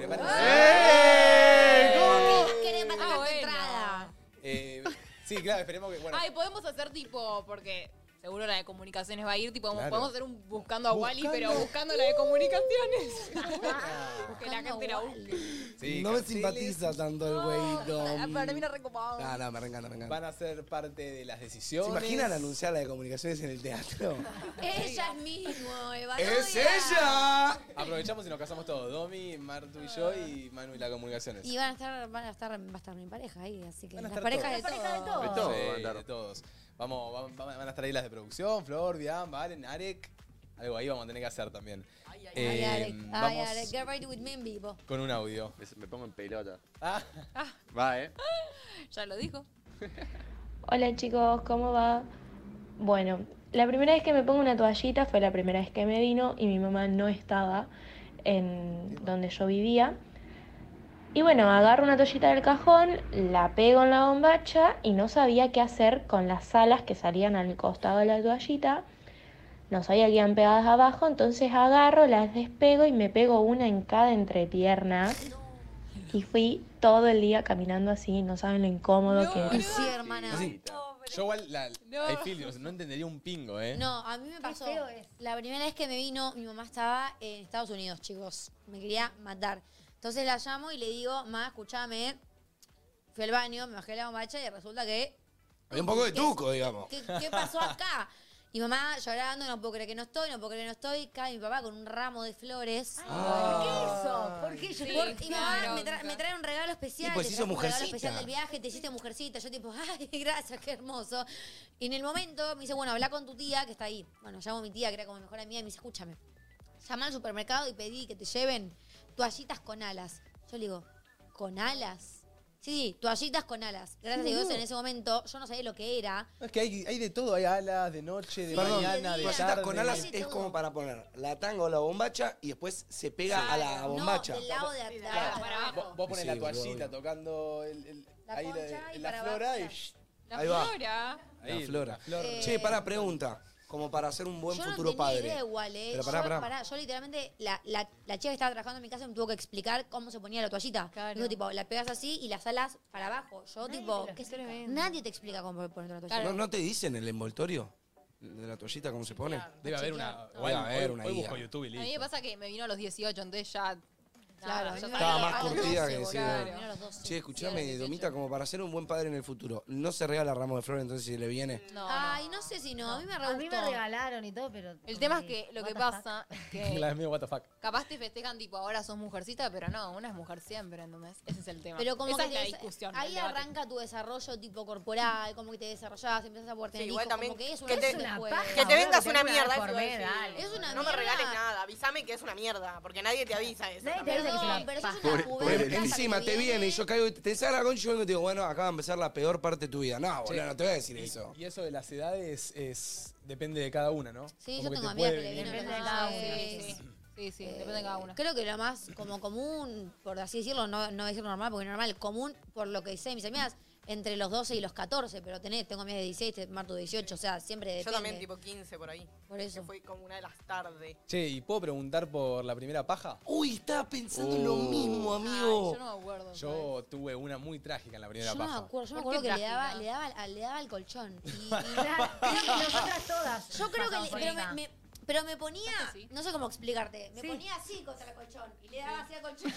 S3: ¡Eh!
S7: ¿Qué querés para
S2: Ah,
S7: la
S2: bueno.
S7: entrada?
S1: Eh, sí, claro, esperemos que. Bueno,
S2: Ay, podemos hacer tipo, porque seguro la de comunicaciones va a ir, tipo,
S1: Claro.
S2: podemos hacer un buscando a Wally,
S1: Buscando.
S2: pero buscando la de comunicaciones. que la
S7: Buscando
S2: gente la
S7: a
S2: busque.
S1: sí,
S3: no me
S1: carteles
S3: simpatiza tanto el
S2: Ah, pero termina
S3: güeyito.
S2: recopado.
S3: No, no, me reencanta, me
S1: Van
S3: reencanta.
S1: a ser parte de las
S3: ¿Se
S1: decisiones.
S3: imaginan anunciar la de comunicaciones en el teatro?
S7: Ella es mi nueva
S3: ¡Es
S7: novia.
S3: ella!
S1: Aprovechamos y nos casamos todos. Domi, Martu y yo y Manu y las comunicaciones.
S7: Y van a estar, van a estar, va a estar mi pareja ahí, así que
S1: Van a
S7: las
S1: estar
S7: parejas
S1: todos.
S7: de
S8: Las parejas de
S7: todo.
S8: todos.
S1: Sí,
S5: Todos van a
S1: de
S5: estar.
S1: todos. Vamos, van, van- van a estar ahí las de producción, Flor, Dian, Valen, Arek. Algo ahí vamos a tener que hacer también.
S7: Ay,
S1: Eh,
S7: Arek, ay,
S1: vamos
S7: Arek, get ready with me en vivo.
S1: con un audio.
S5: Me- Me pongo en pelota.
S1: Ah,
S5: Va, eh.
S2: Ya lo dijo.
S10: Hola chicos, ¿cómo va? Bueno, la primera vez que me pongo una toallita fue la primera vez que me vino y mi mamá no estaba en donde yo vivía. Y bueno, agarro una toallita del cajón, la pego en la bombacha y no sabía qué hacer con las alas que salían al costado de la toallita. No sabía que iban pegadas abajo, entonces agarro, las despego y me pego una en cada entrepierna. Y fui todo el día caminando así, no saben lo incómodo que
S7: Y
S10: es.
S7: sí, hermana.
S1: yo igual la,
S2: No.
S1: I feel you, o sea, no entendería un pingo, ¿eh?
S7: No, a mí me pasó.
S8: feo es.
S7: La primera vez que me vino, mi mamá estaba en Estados Unidos, chicos. Me quería matar. Entonces la llamo y le digo, ma, escúchame. Fui al baño, me bajé la bombacha y resulta que
S3: Había un poco de tuco, digamos.
S7: ¿qué, qué pasó acá? Mi mamá llorando, no puedo creer que no estoy, no puedo creer que no estoy. Cae mi papá con un ramo de flores.
S1: eh.
S3: Ah.
S7: ¿Por qué eso? ¿Por qué yo?
S2: Sí,
S7: y mamá
S2: claro.
S8: Ah,
S7: me, tra- me trae un regalo especial.
S3: Y pues
S7: te
S3: hizo
S7: trajo un regalo
S3: mujercita.
S7: especial del viaje, te hiciste mujercita. Yo tipo, ay, gracias, qué hermoso. Y en el momento me dice, bueno, habla con tu tía que está ahí. Bueno, llamo a mi tía, que era como mi mejor amiga, y me dice, escúchame. Llama al supermercado y pedí que te lleven toallitas con alas. Yo le digo, ¿con alas? Sí, sí, toallitas con alas. Gracias a Dios, en ese momento yo no sabía lo que era.
S1: No, es que hay, hay de todo, hay alas de noche, de
S3: Perdón,
S1: mañana, de
S3: toallitas
S1: tarde.
S3: con alas es como para poner la tanga o la bombacha y después se pega a la bombacha.
S7: No, del lado de atrás.
S1: Vos, vos pones
S3: Sí,
S1: la
S3: boludo,
S1: toallita
S3: obvio.
S1: tocando el, el-
S7: La
S1: ahí
S7: concha y
S1: la,
S7: para
S1: la flora y...
S7: abajo.
S2: La
S3: Ahí va.
S2: flora.
S3: La
S1: Ahí,
S3: flora.
S1: la flor.
S7: Eh,
S3: Che, para pregunta, como para ser un buen
S7: yo
S3: futuro
S7: no tenía
S3: padre.
S7: idea igual, ¿eh?
S3: Pero pará,
S7: yo,
S3: pará.
S7: pará, yo literalmente, la, la, la chica que estaba trabajando en mi casa me tuvo que explicar cómo se ponía la toallita.
S2: Claro.
S7: Dijo, tipo, la pegas así y las alas para abajo. Yo, tipo, ¿qué se- nadie te explica cómo poner la toallita.
S3: ¿No, no te dicen el envoltorio de la toallita cómo se pone?
S1: Debe haber una...
S3: Debe haber una
S1: hoy
S3: guía.
S1: busco YouTube y
S2: A mí me
S1: listo.
S2: pasa que me vino a los 18, entonces ya.
S7: Claro,
S2: nada, ya
S7: no,
S3: Estaba
S2: sabía.
S3: más curtida que
S7: boludo.
S3: decía.
S7: Mirá los dos.
S3: Che,
S2: Sí, a
S3: escuchame,
S2: los
S3: Domita,
S2: 18.
S3: como para ser un buen padre en el futuro, no se regala ramo de flores entonces si le viene.
S2: No, no.
S7: Ay, no sé si no, a mí me re
S8: A mí me
S7: gustó.
S8: regalaron y todo, pero...
S2: El tema es que lo que pasa es
S1: La
S2: que
S1: de mío, what the fuck.
S2: capaz te festejan tipo ahora sos mujercita, pero no, una es mujer siempre, ¿entendés? Ese es el tema.
S7: Pero como que
S2: Esa es la
S7: te des-
S2: discusión. el
S7: ahí
S2: debate.
S7: arranca tu desarrollo tipo corporal, como que te desarrollás, empezás a poder tener
S9: Sí, igual
S7: hijos,
S9: también
S7: como que es
S9: que
S7: una,
S9: te-
S7: es una
S8: una
S7: paja.
S8: paja.
S9: Que te
S8: boludo,
S9: vengas
S8: que
S9: una
S8: una
S9: mierda.
S8: vez
S9: eso
S8: por
S9: decís.
S8: mes, dale.
S7: Es una
S9: no me
S7: mierda.
S9: regales nada. Avísame que es una mierda. Porque nadie te avisa eso.
S8: Nadie te
S9: también.
S8: avisa que se
S7: Perdón,
S8: la
S7: pero eso es una
S5: Pobre-
S7: pubertad
S5: pobre-
S7: que te
S3: Encima te viene y yo caigo y te desarrollo y yo vengo y te digo, bueno, acá va a empezar la peor parte de tu vida. No, boludo, no te voy a decir eso.
S1: Y eso de las edades es, depende de cada una, ¿no?
S7: Sí,
S1: Como
S7: yo
S1: que
S7: tengo
S1: te
S7: amigas
S1: puede
S7: que le
S1: venir-
S7: vienen
S8: Depende
S7: a
S8: de
S7: los
S8: cada
S2: Sí,
S8: una,
S7: seis.
S2: sí, sí, sí, depende de
S1: Eh,
S2: cada una.
S7: Creo que lo más como común, por así decirlo, no, no decirlo normal, porque normal, común, por lo que dicen mis amigas, entre los 12 y los 14, pero tenés, tengo amigas de 16, Marto de 18, o sea, siempre
S9: Yo
S7: depende.
S9: también, tipo 15 por ahí.
S7: Por eso.
S9: Que fue como una de las tardes.
S1: Che, ¿y puedo preguntar por la primera paja? Oh.
S3: Uy, estaba pensando en lo mismo,
S2: Ay,
S3: amigo.
S2: yo no me acuerdo. ¿sabes?
S1: Yo tuve una muy trágica en la primera
S7: Yo no me
S1: paja.
S7: acuerdo, yo me
S2: ¿Por qué
S7: acuerdo que le
S2: trágica?
S7: daba, le, daba, al- le daba al colchón. Y- y-
S8: Nosotras todas.
S7: yo creo que... le-
S8: pasamos por
S7: pero, me,
S8: esa.
S7: me- pero me ponía...
S2: ¿Sabes que sí?
S7: No sé cómo explicarte. Me
S8: Sí.
S7: ponía así contra el colchón. Y le daba así al colchón.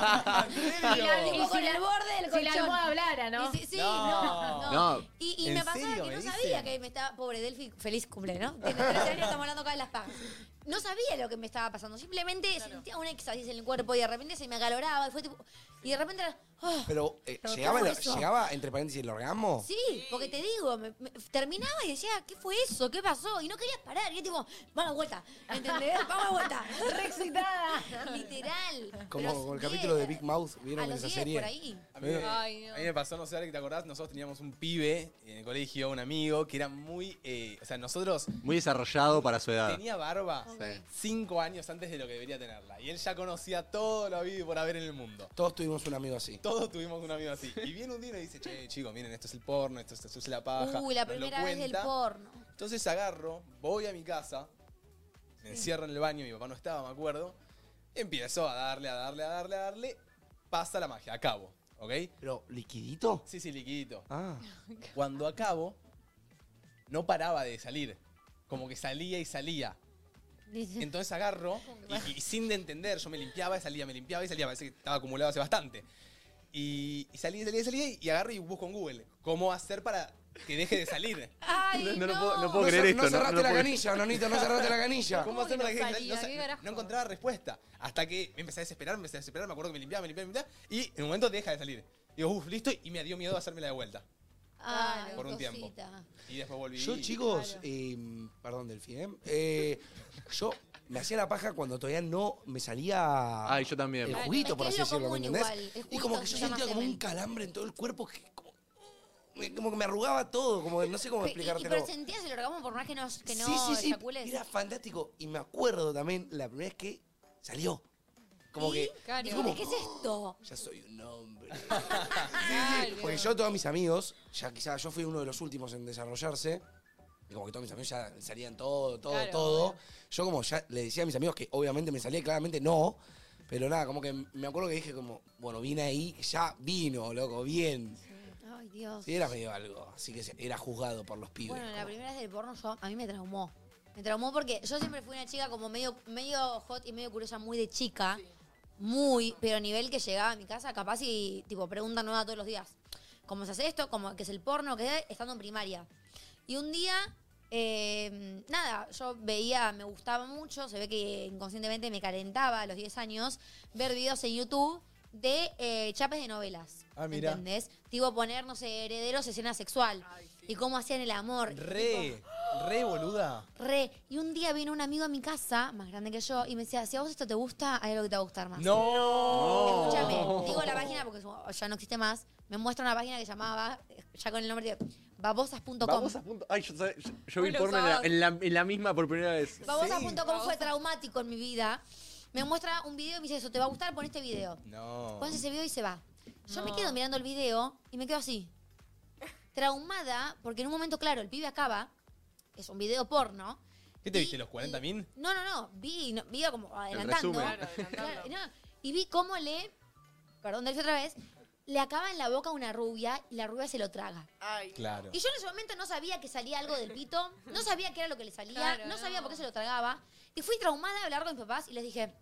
S8: Y la- y
S7: Tipo
S8: si
S7: con
S8: la-
S7: el borde del
S8: Si
S7: colchón.
S8: la almohada hablara, ¿no?
S7: Y sí, sí,
S1: No.
S7: no.
S5: No.
S7: Y, y
S1: ¿En
S7: me pasaba
S1: serio
S7: que
S1: me
S7: no
S1: dicen?
S7: sabía que me estaba. Pobre Delphi, feliz cumple, ¿no? Tiene 13 años, estamos hablando acá de las pajas. No sabía lo que me estaba pasando. Simplemente sentía un éxtasis en el cuerpo y de repente se me acaloraba y fue tipo. Y de repente era. "Ah".
S3: Pero, eh,
S7: Pero,
S3: llegaba,
S7: ¿qué
S3: la-
S7: fue eso?
S3: llegaba, entre paréntesis, el orgasmo.
S7: Sí, porque te digo, me- me- terminaba y decía, ¿qué fue eso? ¿Qué pasó? Y no querías parar. Y yo tipo, vamos a vuelta. ¿Entendés? Vamos a vuelta.
S8: Re excitada.
S7: Literal.
S3: Como
S7: Pero
S3: el
S7: sí,
S3: capítulo de Big Mouth,
S7: A
S3: ¿vieron
S7: los
S3: esa
S7: 10 por
S3: serie?
S7: ahí.
S1: A mí, me-
S2: Ay, no.
S1: a mí me pasó, no sé, Ale, que te acordás, nosotros teníamos un pibe en el colegio, un amigo, que era muy... eh, o sea, nosotros...
S5: Muy desarrollado para su edad.
S1: Tenía barba
S5: Sí.
S1: cinco años antes de lo que debería tenerla. Y él ya conocía todo lo vivo por haber en el mundo.
S3: Todos tuvimos un amigo así.
S1: Todos tuvimos un amigo así. Y viene un día y nos dice, che, chicos, miren, esto es el porno, esto es, esto es la paja.
S7: Uy, la
S1: Nos lo
S7: primera vez del
S1: cuenta.
S7: porno.
S1: Entonces agarro, voy a mi casa, me encierro en el baño, mi papá no estaba, me acuerdo. Empiezo a darle, a darle, a darle, a darle. Pasa la magia, acabo, ¿ok?
S3: Pero, ¿liquidito?
S1: Sí, sí, liquidito.
S3: Ah.
S1: Cuando acabo, no paraba de salir. Como que salía y salía. Entonces agarro y, y sin de entender, yo me limpiaba y salía, me limpiaba y salía. Parece que estaba acumulado hace bastante. Y, y salía y salía y salía y agarro y busco en Google cómo hacer para que deje de salir.
S7: Ay,
S5: No, no
S7: no.
S5: lo puedo- no puedo
S3: No,
S5: creer
S3: cer-
S5: esto.
S3: no
S5: no-
S3: cerraste
S5: no
S3: la
S5: puedo-
S3: canilla, Nonito, no cerraste la canilla.
S1: ¿Cómo hacer
S2: que
S1: para
S2: no
S1: que deje de salir? No,
S2: salía? ¿Qué
S1: sa-
S2: carajo?
S1: no encontraba respuesta. Hasta que me empecé a desesperar, me empecé a desesperar, me acuerdo que me limpiaba, me limpiaba, me limpiaba. Y en un momento deja de salir. Digo, uff, listo, y me dio miedo hacérmela de vuelta.
S7: Ay,
S1: Por un tiempo.
S7: Ah, cosita.
S1: Y después volví.
S3: Yo,
S1: y-
S3: chicos, eh, perdón, Delfín, ¿eh? Eh, yo me hacía la paja cuando todavía no me salía
S5: Ay, yo también.
S3: el
S5: Claro.
S3: juguito,
S7: Es
S3: por
S7: que
S3: así
S7: es lo
S3: decirlo, ¿me
S7: común
S3: entendés?
S7: igual, el
S3: Y
S7: juguito
S3: como que
S7: se
S3: yo
S7: llama
S3: sentía como un
S7: semen.
S3: calambre en todo el cuerpo que como, me- como que me arrugaba todo, como que no sé cómo
S7: Pe- y- y,
S3: explicártelo.
S7: pero sentías el orgasmo por más que no, que no
S3: sí, sí, sí,
S7: eyacules.
S3: era fantástico. Y me acuerdo también la primera vez que salió. Como
S7: ¿Y?
S3: que, "Oh,
S2: Claro.
S7: Dijiste,
S2: ¿Cómo?
S7: ¿Qué es esto?
S3: ya soy un hombre. Sí, sí, porque yo, todos mis amigos, ya quizás yo fui uno de los últimos en desarrollarse. y como que todos mis amigos ya salían todo, todo,
S2: Claro,
S3: todo.
S2: obvio.
S3: Yo como ya le decía a mis amigos que obviamente me salía, y claramente no. Pero nada, como que me acuerdo que dije como, bueno, vine ahí, ya vino, loco, bien.
S7: Ay, Dios.
S3: Sí, era medio algo. Así que era juzgado por los pibes.
S7: Bueno, la
S3: como-
S7: primera vez del porno yo, a mí me traumó. Me traumó porque yo siempre fui una chica como medio, medio hot y medio curiosa, muy de chica. Muy, pero a nivel que llegaba a mi casa, capaz y tipo pregunta nueva todos los días. ¿Cómo se hace esto? ¿Cómo que es el porno? ¿Qué es? Estando en primaria. Y un día Eh, nada, yo veía, me gustaba mucho, se ve que inconscientemente me calentaba a los 10 años ver videos en YouTube de eh, chapes de novelas.
S1: Ah, mirá.
S7: ¿Entendés? Tipo poner, no sé, herederos, escena sexual. Y cómo hacían el amor.
S1: Re, re boluda.
S7: Re. Y un día vino un amigo a mi casa, más grande que yo, y me decía, si a vos esto te gusta, hay algo que te va a gustar más.
S1: No.
S7: Escúchame, digo la página porque su- ya no existe más. Me muestra una página que llamaba, eh, ya con el nombre de babosas.com.
S5: Babosas punto- Ay, yo, sab- yo- yo vi
S7: Hola,
S5: porno en la,
S7: usabas.
S5: en la- en la misma por primera vez.
S7: Babosas.com fue traumático en mi vida. Me muestra un video y me dice eso, te va a gustar, pon este video.
S1: No.
S7: Pones ese video y se va. Yo me
S2: No.
S7: quedo mirando el video y me quedo así. Traumada, porque en un momento, claro, el pibe acaba, es un video porno.
S1: ¿Qué te viste, los 40 min?
S7: No, no, no, vi, no, vi como adelantando.
S1: resumen. Claro,
S7: Claro, no, y vi cómo le, perdón, Delphi otra vez, le acaba en la boca una rubia y la rubia se lo traga.
S1: Claro.
S7: Y yo en ese momento no sabía que salía algo del pito, no sabía qué era lo que le salía,
S2: Claro,
S7: no sabía
S2: no.
S7: por qué se lo tragaba. Y fui traumada a hablar con mis papás y les dije,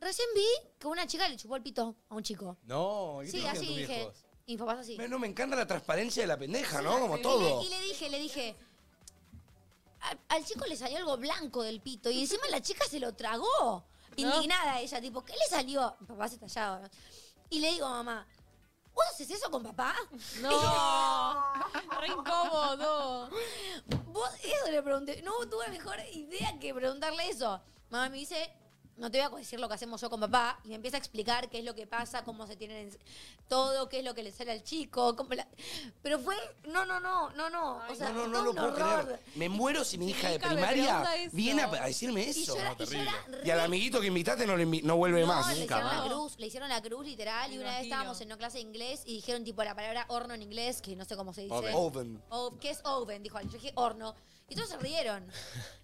S7: recién vi que una chica le chupó el pito a un chico.
S1: No, ¿y ¿qué
S7: Sí,
S1: te dijeron
S7: así
S1: tus
S7: dije.
S1: viejos?
S7: Y mis papás así.
S3: Bueno, me encanta la transparencia de la pendeja, ¿no? Como
S7: Y le-
S3: todo.
S7: Y le, dije, le dije. "A- al chico le salió algo blanco del pito y encima la chica se lo tragó. Indignada ella, tipo, ¿qué le salió? Mi papá se tallaba. ¿no? Y le digo, mamá, ¿vos haces eso con papá?
S2: No. Re incómodo.
S7: Vos eso le pregunté. No tuve mejor idea que preguntarle eso. Mamá me dice, no te voy a decir lo que hacemos yo con papá. Y me empieza a explicar qué es lo que pasa, cómo se tienen en- todo, qué es lo que le sale al chico. cómo la- Pero fue, no, no, no, no, no. O sea,
S3: No, no,
S7: fue
S3: no lo
S7: un
S3: puedo
S7: horror.
S3: creer. Me muero si mi hija de
S7: hija me
S3: primaria
S7: pregunta eso.
S3: viene a, a decirme
S7: Y
S3: eso.
S7: yo era- y yo era
S3: Y, al amiguito que invitaste no, le invi- no vuelve
S7: No,
S3: más.
S7: le hicieron la cruz, le hicieron la cruz literal.
S2: Me
S7: y una vez
S2: imagino.
S7: estábamos en una clase de inglés y dijeron tipo la palabra horno en inglés, que no sé cómo se dice.
S3: Oven. Oven.
S7: O- ¿Qué es oven? Dijo alguien. Yo dije horno. Y todos se rieron.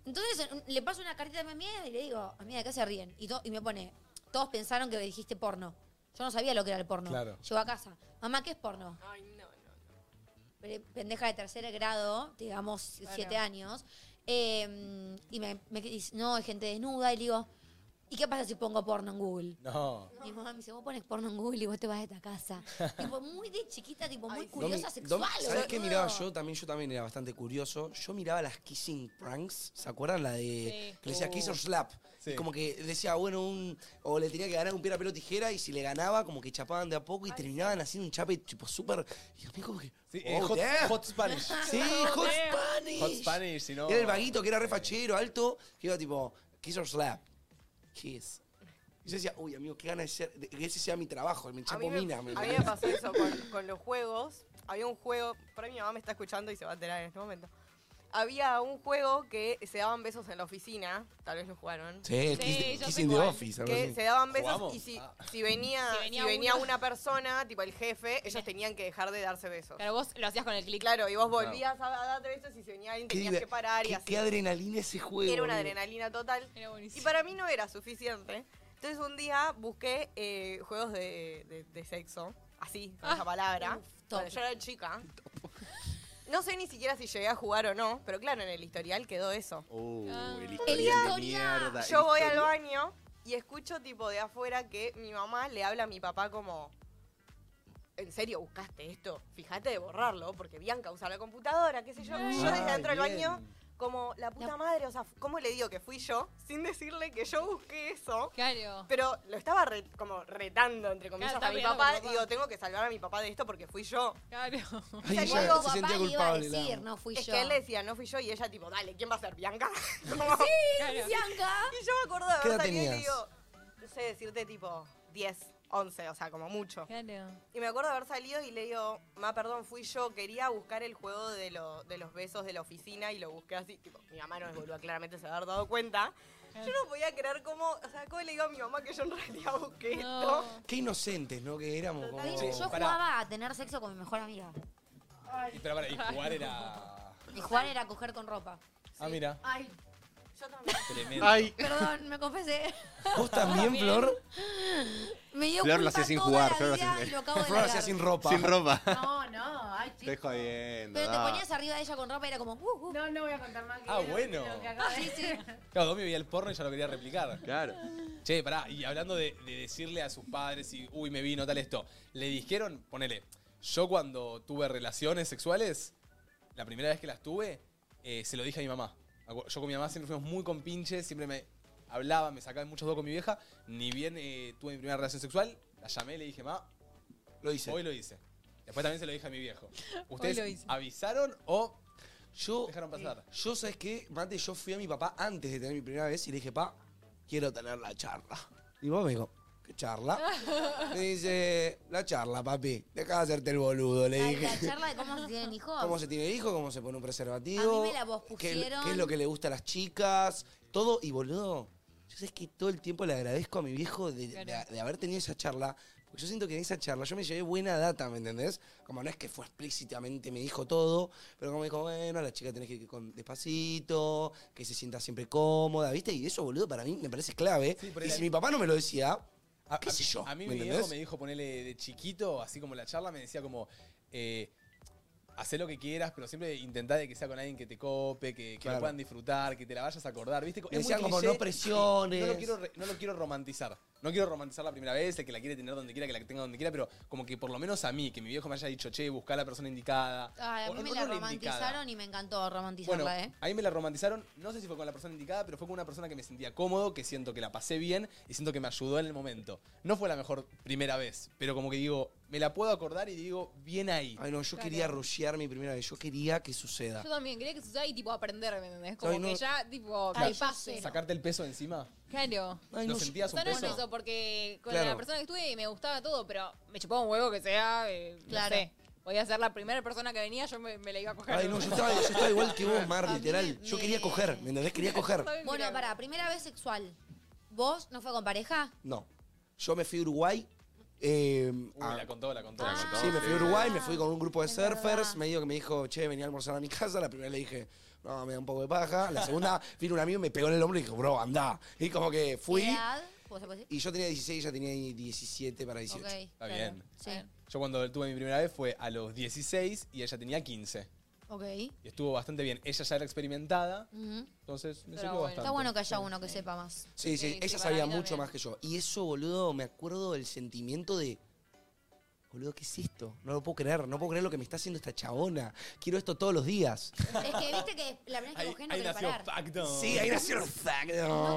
S7: Entonces un- le paso una cartita a mi amiga y le digo, amiga, ¿de qué se ríen? Y, to- y me pone, todos pensaron que dijiste porno. Yo no sabía lo que era el porno.
S1: Claro.
S7: Llegó a casa. Mamá, ¿qué es porno?
S9: Ay, no, no.
S7: pre- pendeja de tercer grado, digamos,
S9: Claro.
S7: siete años, eh, y me, me dice, no, hay gente desnuda, y le digo, ¿y qué pasa si pongo porno en Google?
S1: No.
S7: Y Mi mamá me dice, vos pones porno en Google y vos te vas de esta casa. tipo, muy de chiquita, tipo, muy
S3: Domi-
S7: curiosa sexual.
S3: Domi, ¿Sabes
S7: boludo.
S3: qué miraba yo? También yo también era bastante curioso. Yo miraba las kissing pranks. ¿Se acuerdan la de
S2: Sí.
S3: que le
S7: Uh.
S3: decía kiss or slap?
S1: Sí.
S3: Y como que decía, bueno, un o le tenía que ganar un piedra pelo tijera y si le ganaba como que chapaban de a poco y terminaban haciendo un chape tipo súper y a mí como que
S1: Sí, eh,
S3: oh,
S1: hot,
S3: damn.
S1: hot Spanish.
S3: Sí, hot Spanish.
S1: Hot Spanish, si no.
S3: Era el vaguito que era re fachero, alto, que iba tipo kiss or slap. Kiss. Y yo decía, uy, amigo, qué gana de ser, de que ese sea mi trabajo, me
S9: A mí
S3: chapo
S9: me,
S3: mina.
S9: a mí me pasó eso con, con los juegos. Había un juego, por ahí mi mamá me está escuchando y se va a enterar en este momento. Había un juego que se daban besos en la oficina, tal vez lo jugaron.
S3: Sí, el
S2: Sí,
S3: kiss-
S2: yo
S3: el
S2: sé
S3: kissing the
S2: cuál.
S3: office, algo
S9: que
S3: así.
S9: se daban besos
S1: ¿Jugamos?
S9: y si,
S1: Ah.
S9: si venía,
S2: Si
S9: si
S2: venía
S9: venía,
S2: una-
S9: una... persona, tipo el jefe, ellos tenían que dejar de darse besos.
S2: Claro, vos lo hacías con el
S9: Y
S2: clic.
S9: claro, y vos volvías a, a darte besos y si venía alguien
S3: Qué
S9: tenías
S3: diver-
S9: que parar y
S3: qué-
S9: así.
S3: Qué adrenalina ese juego.
S9: Era una
S3: boludo.
S9: adrenalina total.
S2: Era
S9: Y
S2: buenísimo.
S9: para mí no era suficiente. Entonces un día busqué eh, juegos de, de- de sexo, así, con
S2: Ah.
S9: esa palabra.
S7: top.
S9: Cuando yo era chica. No sé ni siquiera si llegué a jugar o no, pero claro, en el historial quedó eso.
S5: Uh,
S9: Ah.
S5: el
S7: El
S5: historial de
S7: historial.
S5: mierda. el
S9: Yo voy al
S5: historial.
S9: baño y escucho tipo de afuera que mi mamá le habla a mi papá como, ¿en serio buscaste esto? Fíjate de borrarlo, porque Bianca usa la computadora, qué sé yo. Y yo desde
S1: Ay,
S9: adentro del
S1: bien.
S9: baño, como la puta
S7: La-
S9: madre, o sea, ¿cómo le digo que fui yo? Sin decirle que yo busqué eso.
S2: Claro.
S9: Pero lo estaba re- como retando, entre comillas,
S2: Claro,
S9: a mi
S2: está bien,
S9: papá.
S2: a mi papá.
S9: Digo, tengo que salvar a mi papá de esto porque fui yo.
S2: Claro.
S3: Ay,
S9: Salió
S3: ella
S9: algo
S3: se sentía
S7: papá le iba a
S3: culpable. la
S7: decir,
S3: amo.
S7: no fui
S9: es
S7: yo.
S9: que él decía, no fui yo, y ella tipo, dale, ¿quién va a ser? ¿Bianca? Como-
S2: Claro.
S7: Bianca.
S9: Y yo me acuerdo de
S3: ¿Qué
S9: haber
S3: edad
S9: salido y le
S3: tenías?
S9: digo, no sé decirte tipo 10, 11, o sea, como mucho.
S2: Claro.
S9: Y me acuerdo de haber salido y le digo, ma, perdón, fui yo, quería buscar el juego de, lo- de los besos de la oficina y lo busqué así. Tipo, mi mamá no es boluda, claramente se va a haber dado cuenta. Yo no podía creer cómo, o sea, cómo le digo a mi mamá que yo en realidad busqué
S2: No.
S9: esto.
S3: Qué inocentes, ¿no? Que éramos como...
S7: Sí, yo
S1: pará.
S7: jugaba a tener sexo con mi mejor amiga.
S1: Y, pero para, y jugar era.
S7: Y jugar era coger con ropa.
S1: Ah, mira.
S7: Ay,
S9: Yo también.
S1: Tremendo.
S5: Ay,
S7: perdón, me confesé.
S3: ¿Vos también, Flor?
S7: Me dio
S5: Flor lo
S7: culpa
S5: hacía sin
S7: toda
S5: jugar,
S7: la
S5: Flor lo
S7: vida
S5: hacía sin-
S7: y lo acabo de
S3: Flor hacía
S7: negar.
S3: sin ropa.
S5: sin ropa.
S8: No, no, ay, chico.
S5: Estoy jodiendo.
S7: Pero te
S5: da.
S7: ponías arriba de ella con ropa y era como, uh, uh.
S8: No, no voy a contar más. que
S1: Ah,
S8: lo-
S1: bueno.
S8: lo que acabo de-
S1: Claro, Domi veía el porno y ya lo quería replicar.
S5: Claro.
S1: Che, pará, y hablando de, de decirle a sus padres y, uy, me vino tal esto, le dijeron, ponele, yo cuando tuve relaciones sexuales, la primera vez que las tuve, eh, se lo dije a mi mamá. Acu- Yo con mi mamá siempre fuimos muy compinches, siempre me hablaba, me sacaba muchos dos con mi vieja. Ni bien eh, tuve mi primera relación sexual, la llamé y le dije, ma,
S3: lo hice.
S1: Hoy lo hice. Después también se lo dije a mi viejo.
S3: lo
S1: ¿Ustedes
S3: hice.
S1: avisaron o
S3: yo,
S1: dejaron pasar?
S3: Yo, ¿sabes qué? Mate, yo fui a mi papá antes de tener mi primera vez y le dije, pa, quiero tener la charla. Y vos me dijo, ¿qué charla? Me dice, la charla, papi. Deja de hacerte el boludo, le dije.
S7: La charla de cómo se tienen hijos.
S3: ¿Cómo se tiene hijo? ¿Cómo se pone un preservativo?
S7: A mí me la
S3: ¿Qué,
S7: pospusieron.
S3: qué es lo que le gusta a las chicas? Todo. Y boludo, yo sé que todo el tiempo le agradezco a mi viejo de, de-
S11: Claro.
S3: de haber tenido esa charla. Porque yo siento que en esa charla yo me llevé buena data, ¿me entendés? Como no es que fue explícitamente, me dijo todo, pero como me dijo, bueno, a la chica tenés que ir con despacito, que se sienta siempre cómoda, ¿viste? Y eso, boludo, para mí me parece clave.
S1: Sí, por
S3: y
S1: ahí-
S3: si mi papá no me lo decía, qué
S1: a-
S3: sé yo,
S1: A mí
S3: ¿me
S1: mi viejo
S3: entendés?
S1: me dijo ponerle de chiquito, así como la charla, me decía como, eh, hacé lo que quieras, pero siempre intentá de que sea con alguien que te cope, que, que lo
S3: Claro.
S1: puedan disfrutar, que te la vayas a acordar, ¿viste?
S3: Me decían como, no presiones.
S1: No lo, quiero, re- no lo quiero romantizar. No quiero romantizar la primera vez, el que la quiere tener donde quiera, que la tenga donde quiera, pero como que por lo menos a mí, que mi viejo me haya dicho, che, busca a la persona indicada.
S7: Ay, a
S1: O
S7: mí
S1: no-
S7: me
S1: no
S7: la
S1: la indicada.
S7: romantizaron y me encantó romantizarla,
S1: bueno,
S7: ¿eh?
S1: ahí me la romantizaron, no sé si fue con la persona indicada, pero fue con una persona que me sentía cómodo, que siento que la pasé bien y siento que me ayudó en el momento. No fue la mejor primera vez, pero como que digo, me la puedo acordar y digo, bien ahí.
S3: Ay, no, yo quería rushear mi primera vez, yo quería que suceda.
S2: Yo también quería que suceda y tipo aprender, ¿me entendés? Como
S3: Ay, no.
S2: que ya, tipo, que
S1: Claro.
S2: pase.
S1: Sacarte el peso de encima.
S2: Claro.
S1: Ay, ¿Lo no, sentías un
S2: Solo es
S1: peso?
S2: eso, porque con
S1: Claro.
S2: la persona que estuve me gustaba todo, pero me chupaba un huevo que sea, eh,
S7: Claro.
S2: no sé. Voy a ser la primera persona que venía, yo me, me la iba a coger.
S3: Ay, no, yo estaba, yo estaba igual que vos, Mar, literal. Yo quería coger, ¿me entendés? Quería coger.
S7: Bueno, para, primera vez sexual. ¿Vos no fue con pareja?
S3: No. Yo me fui a Uruguay. eh,
S1: Uy,
S3: a-
S1: la contó, la contó.
S7: Ah.
S1: la contó.
S3: sí, me fui a Uruguay, me fui con un grupo de surfers. Medio que me dijo, che, venía a almorzar a mi casa. La primera le dije, no, me da un poco de paja. La segunda, vino un amigo, y me pegó en el hombro y dijo, bro, anda. Y como que fui.
S7: ¿Edad? ¿Vos se puede decir?
S3: Y yo tenía 16, ella tenía 17 para 18.
S7: Ok,
S1: Está
S7: claro.
S1: bien.
S7: Sí,
S1: Yo cuando tuve mi primera vez fue a los 16 y ella tenía 15.
S7: ok.
S1: Y estuvo bastante bien. Ella ya era experimentada,
S7: Ujú.
S1: entonces me
S7: Está
S1: sirvió
S7: bueno.
S1: bastante.
S7: Está bueno que haya uno que sepa más.
S3: Sí, sí, ella sabía mucho más que yo. Y eso, boludo, me acuerdo del sentimiento de. Boludo, ¿qué es esto? No lo puedo creer, no puedo creer lo que me está haciendo esta chabona. Quiero esto todos los días.
S7: Es que viste que la primera vez que cogés no querés parar.
S1: Pacto.
S3: Sí, ahí nació el
S7: No
S3: Zagdo.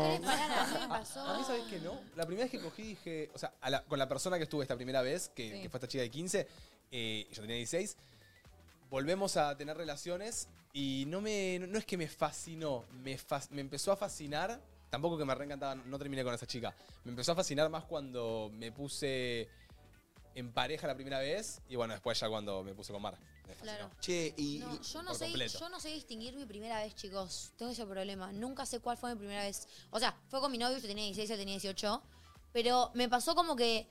S7: querés parar, a mí me pasó.
S1: A mí, ¿sabes qué no? La primera vez que cogí dije, o sea, a la- con la persona que estuve esta primera vez, que,
S2: Sí.
S1: que fue esta chica de 15, eh, yo tenía 16, volvemos a tener relaciones y no me no, no es que me fascinó, me, fas- me empezó a fascinar, tampoco que me reencantaba, no terminé con esa chica, me empezó a fascinar más cuando me puse en pareja la primera vez y bueno, después ya cuando me puse con Mar. me fascinó.
S7: Claro.
S3: Che, y.
S7: No, yo no,
S1: por
S7: sé,
S1: completo.
S7: yo no sé distinguir mi primera vez, chicos. Tengo ese problema. Nunca sé cuál fue mi primera vez. O sea, fue con mi novio, yo tenía 16, él tenía 18. Pero me pasó como que.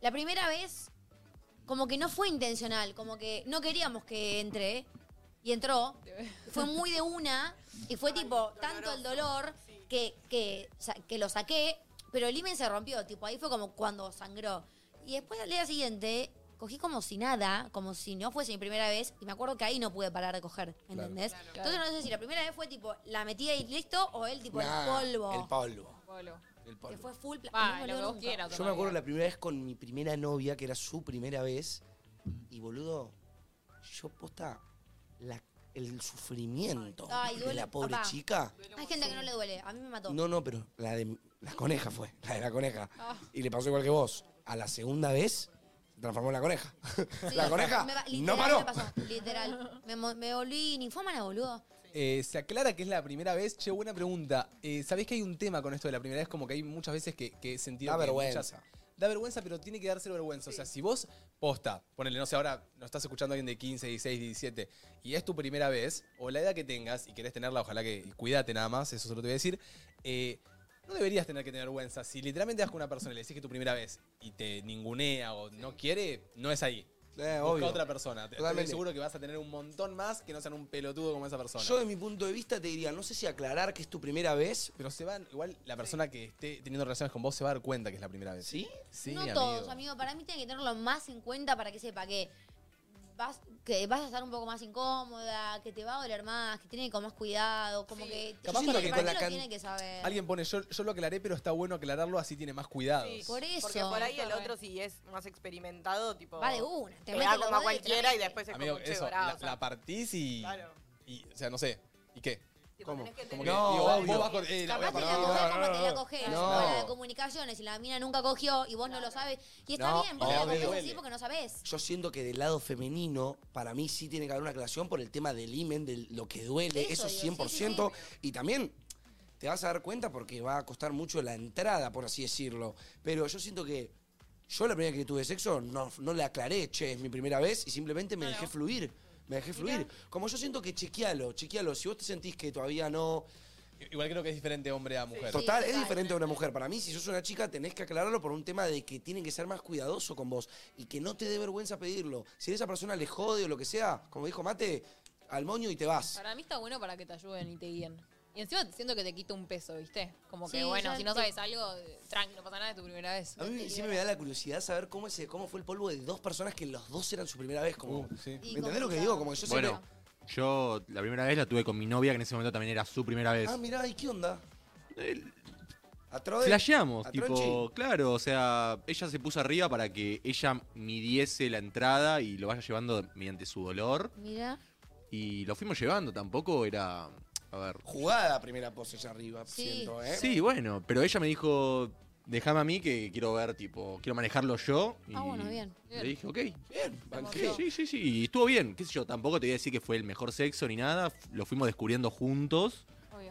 S7: La primera vez, como que no fue intencional. Como que no queríamos que entre. Y entró. Fue muy de una. Y fue tipo, tanto el dolor que, que, sa- que lo saqué. Pero el imen se rompió. Tipo, ahí fue como cuando sangró. Y después al día siguiente, cogí como si nada, como si no fuese mi primera vez, y me acuerdo que ahí no pude parar de coger, ¿entendés? Entonces no sé si la primera vez fue tipo la metida y listo, o él tipo
S3: Nah,
S7: el polvo.
S3: El polvo.
S2: Polo.
S3: El
S7: Que
S3: polvo.
S7: fue full pla- no me
S2: Va, lo que
S7: olvidó
S2: vos
S7: nunca.
S2: quieras.
S3: Yo me acuerdo la primera vez con mi primera novia, que era su primera vez, y boludo, yo posta la- el sufrimiento
S7: Ay,
S3: de
S7: duele,
S3: la pobre
S7: papá.
S3: chica.
S7: Hay gente que no le duele, a mí me mató.
S3: No, no, pero la de la coneja fue, la de la coneja. Y le pasó igual que vos. A la segunda vez se transformó en la coneja. la coneja
S7: me va- literal,
S3: no paró.
S7: Me pasó, literal. Me, mo- me volví ninfómana, boludo.
S1: Eh, se aclara que es la primera vez. Che, buena pregunta. Eh, ¿Sabés que hay un tema con esto de la primera vez? Como que hay muchas veces que, que he sentido
S3: Da
S1: que
S3: vergüenza.
S1: muchas- da vergüenza, pero tiene que darse vergüenza. O sea, si vos posta, ponele, no sé, ahora nos estás escuchando alguien de 15, 16, 17, y es tu primera vez, o la edad que tengas, y querés tenerla, ojalá que y cuídate nada más, eso solo te voy a decir. eh, no deberías tener que tener vergüenza. Si literalmente vas con una persona y le decís que es tu primera vez y te ningunea o no quiere, no es ahí.
S3: Eh,
S1: Busca
S3: obvio.
S1: otra persona. Te- Estoy
S3: Totalmente.
S1: seguro que vas a tener un montón más que no sean un pelotudo como esa persona.
S3: Yo de mi punto de vista te diría, no sé si aclarar que es tu primera vez.
S1: Pero se van, igual la persona que esté teniendo relaciones con vos se va a dar cuenta que es la primera vez.
S3: ¿Sí?
S1: Sí,
S7: no
S1: amigo.
S7: todos, amigo. Para mí tienen que tenerlo más en cuenta para que sepa que vas, que vas a estar un poco más incómoda, que te va a doler más, que tiene con más cuidado, como que...
S1: Capaz
S7: Sí,
S1: para
S7: el
S1: que con
S7: compañero
S1: la can-
S7: tiene que saber.
S1: Alguien pone, yo, yo lo aclaré, pero está bueno aclararlo, así tiene más cuidado.
S9: Sí,
S7: Por eso. eh.
S9: Porque por ahí el otro, si es más experimentado, tipo.
S7: Va de una, te
S9: le
S7: mete
S9: da
S7: los
S9: como a
S7: dedos y
S9: cualquiera
S7: te
S9: y después es
S1: Amigo,
S9: como che,
S1: eso,
S9: bravo,
S1: la,
S9: o sea,
S1: la partís y,
S9: Claro.
S1: y- O sea, no sé. ¿Y qué?
S9: ¿Cómo?
S1: Como que,
S3: No,
S1: digo, vos-
S3: obvio.
S1: vos vas con- eh, la voy a
S7: Capaz que
S1: parar.
S7: la
S3: No, no,
S7: mujer como que la
S3: no.
S7: coges,
S3: No.
S7: o la de comunicaciones, y la mina nunca cogió y vos no, lo sabes. Y está
S3: No,
S7: bien, vos no la
S3: obvio.
S7: coges así porque no sabés.
S3: Yo siento que del lado femenino, para mí sí tiene que haber una aclaración por el tema del imen, de lo que duele,
S7: Eso
S3: eso,
S7: digo,
S3: 100%. Y también te vas a dar cuenta porque va a costar mucho la entrada, por así decirlo. Pero yo siento que yo la primera vez que tuve sexo no, no le aclaré, che, es mi primera vez y simplemente me dejé fluir. Me dejé fluir. Como yo siento que chequealo, chequealo. Si vos te sentís que todavía no...
S1: Igual creo que es diferente hombre a mujer.
S3: Total,
S7: Sí,
S3: es
S7: total.
S3: diferente a una mujer. Para mí, si sos una chica, tenés que aclararlo por un tema de que tienen que ser más cuidadoso con vos y que no te dé vergüenza pedirlo. Si a esa persona le jode o lo que sea, como dijo Mate, al moño y te vas.
S2: Para mí está bueno para que te ayuden y te guíen. Y encima siento que te quita un peso, ¿viste? Como que,
S7: Sí,
S2: bueno,
S7: ya
S2: si no
S7: te-
S2: sabes algo, tranqui, no pasa nada, es tu primera vez.
S3: A mí siempre me da la curiosidad saber cómo, ese, cómo fue el polvo de dos personas que los dos eran su primera vez. Como,
S1: Uh, sí.
S7: Y
S3: ¿Me entendés lo que
S7: complicado.
S3: digo? Como que yo
S5: Bueno, yo la primera vez la tuve con mi novia, que en ese momento también era su primera vez.
S3: siempre... Ah, mirá, ¿y qué onda?
S5: El-
S3: A Trode-
S5: Flasheamos,
S3: a
S5: tipo,
S3: Tronchi.
S5: claro, o sea, ella se puso arriba para que ella midiese la entrada y lo vaya llevando mediante su dolor.
S7: Mira,
S5: Y lo fuimos llevando, tampoco era. A ver.
S3: Jugada primera pose allá arriba,
S7: Sí.
S3: siento, ¿eh?
S5: Sí, bueno, pero ella me dijo, déjame a mí que quiero ver, tipo, quiero manejarlo yo. Y
S7: Ah, bueno, bien.
S5: Le dije, ok.
S3: Bien,
S5: Sí,
S3: banqué.
S5: sí, sí, sí, y estuvo bien, qué sé yo, tampoco te voy a decir que fue el mejor sexo ni nada, f- lo fuimos descubriendo juntos,
S2: Obvio.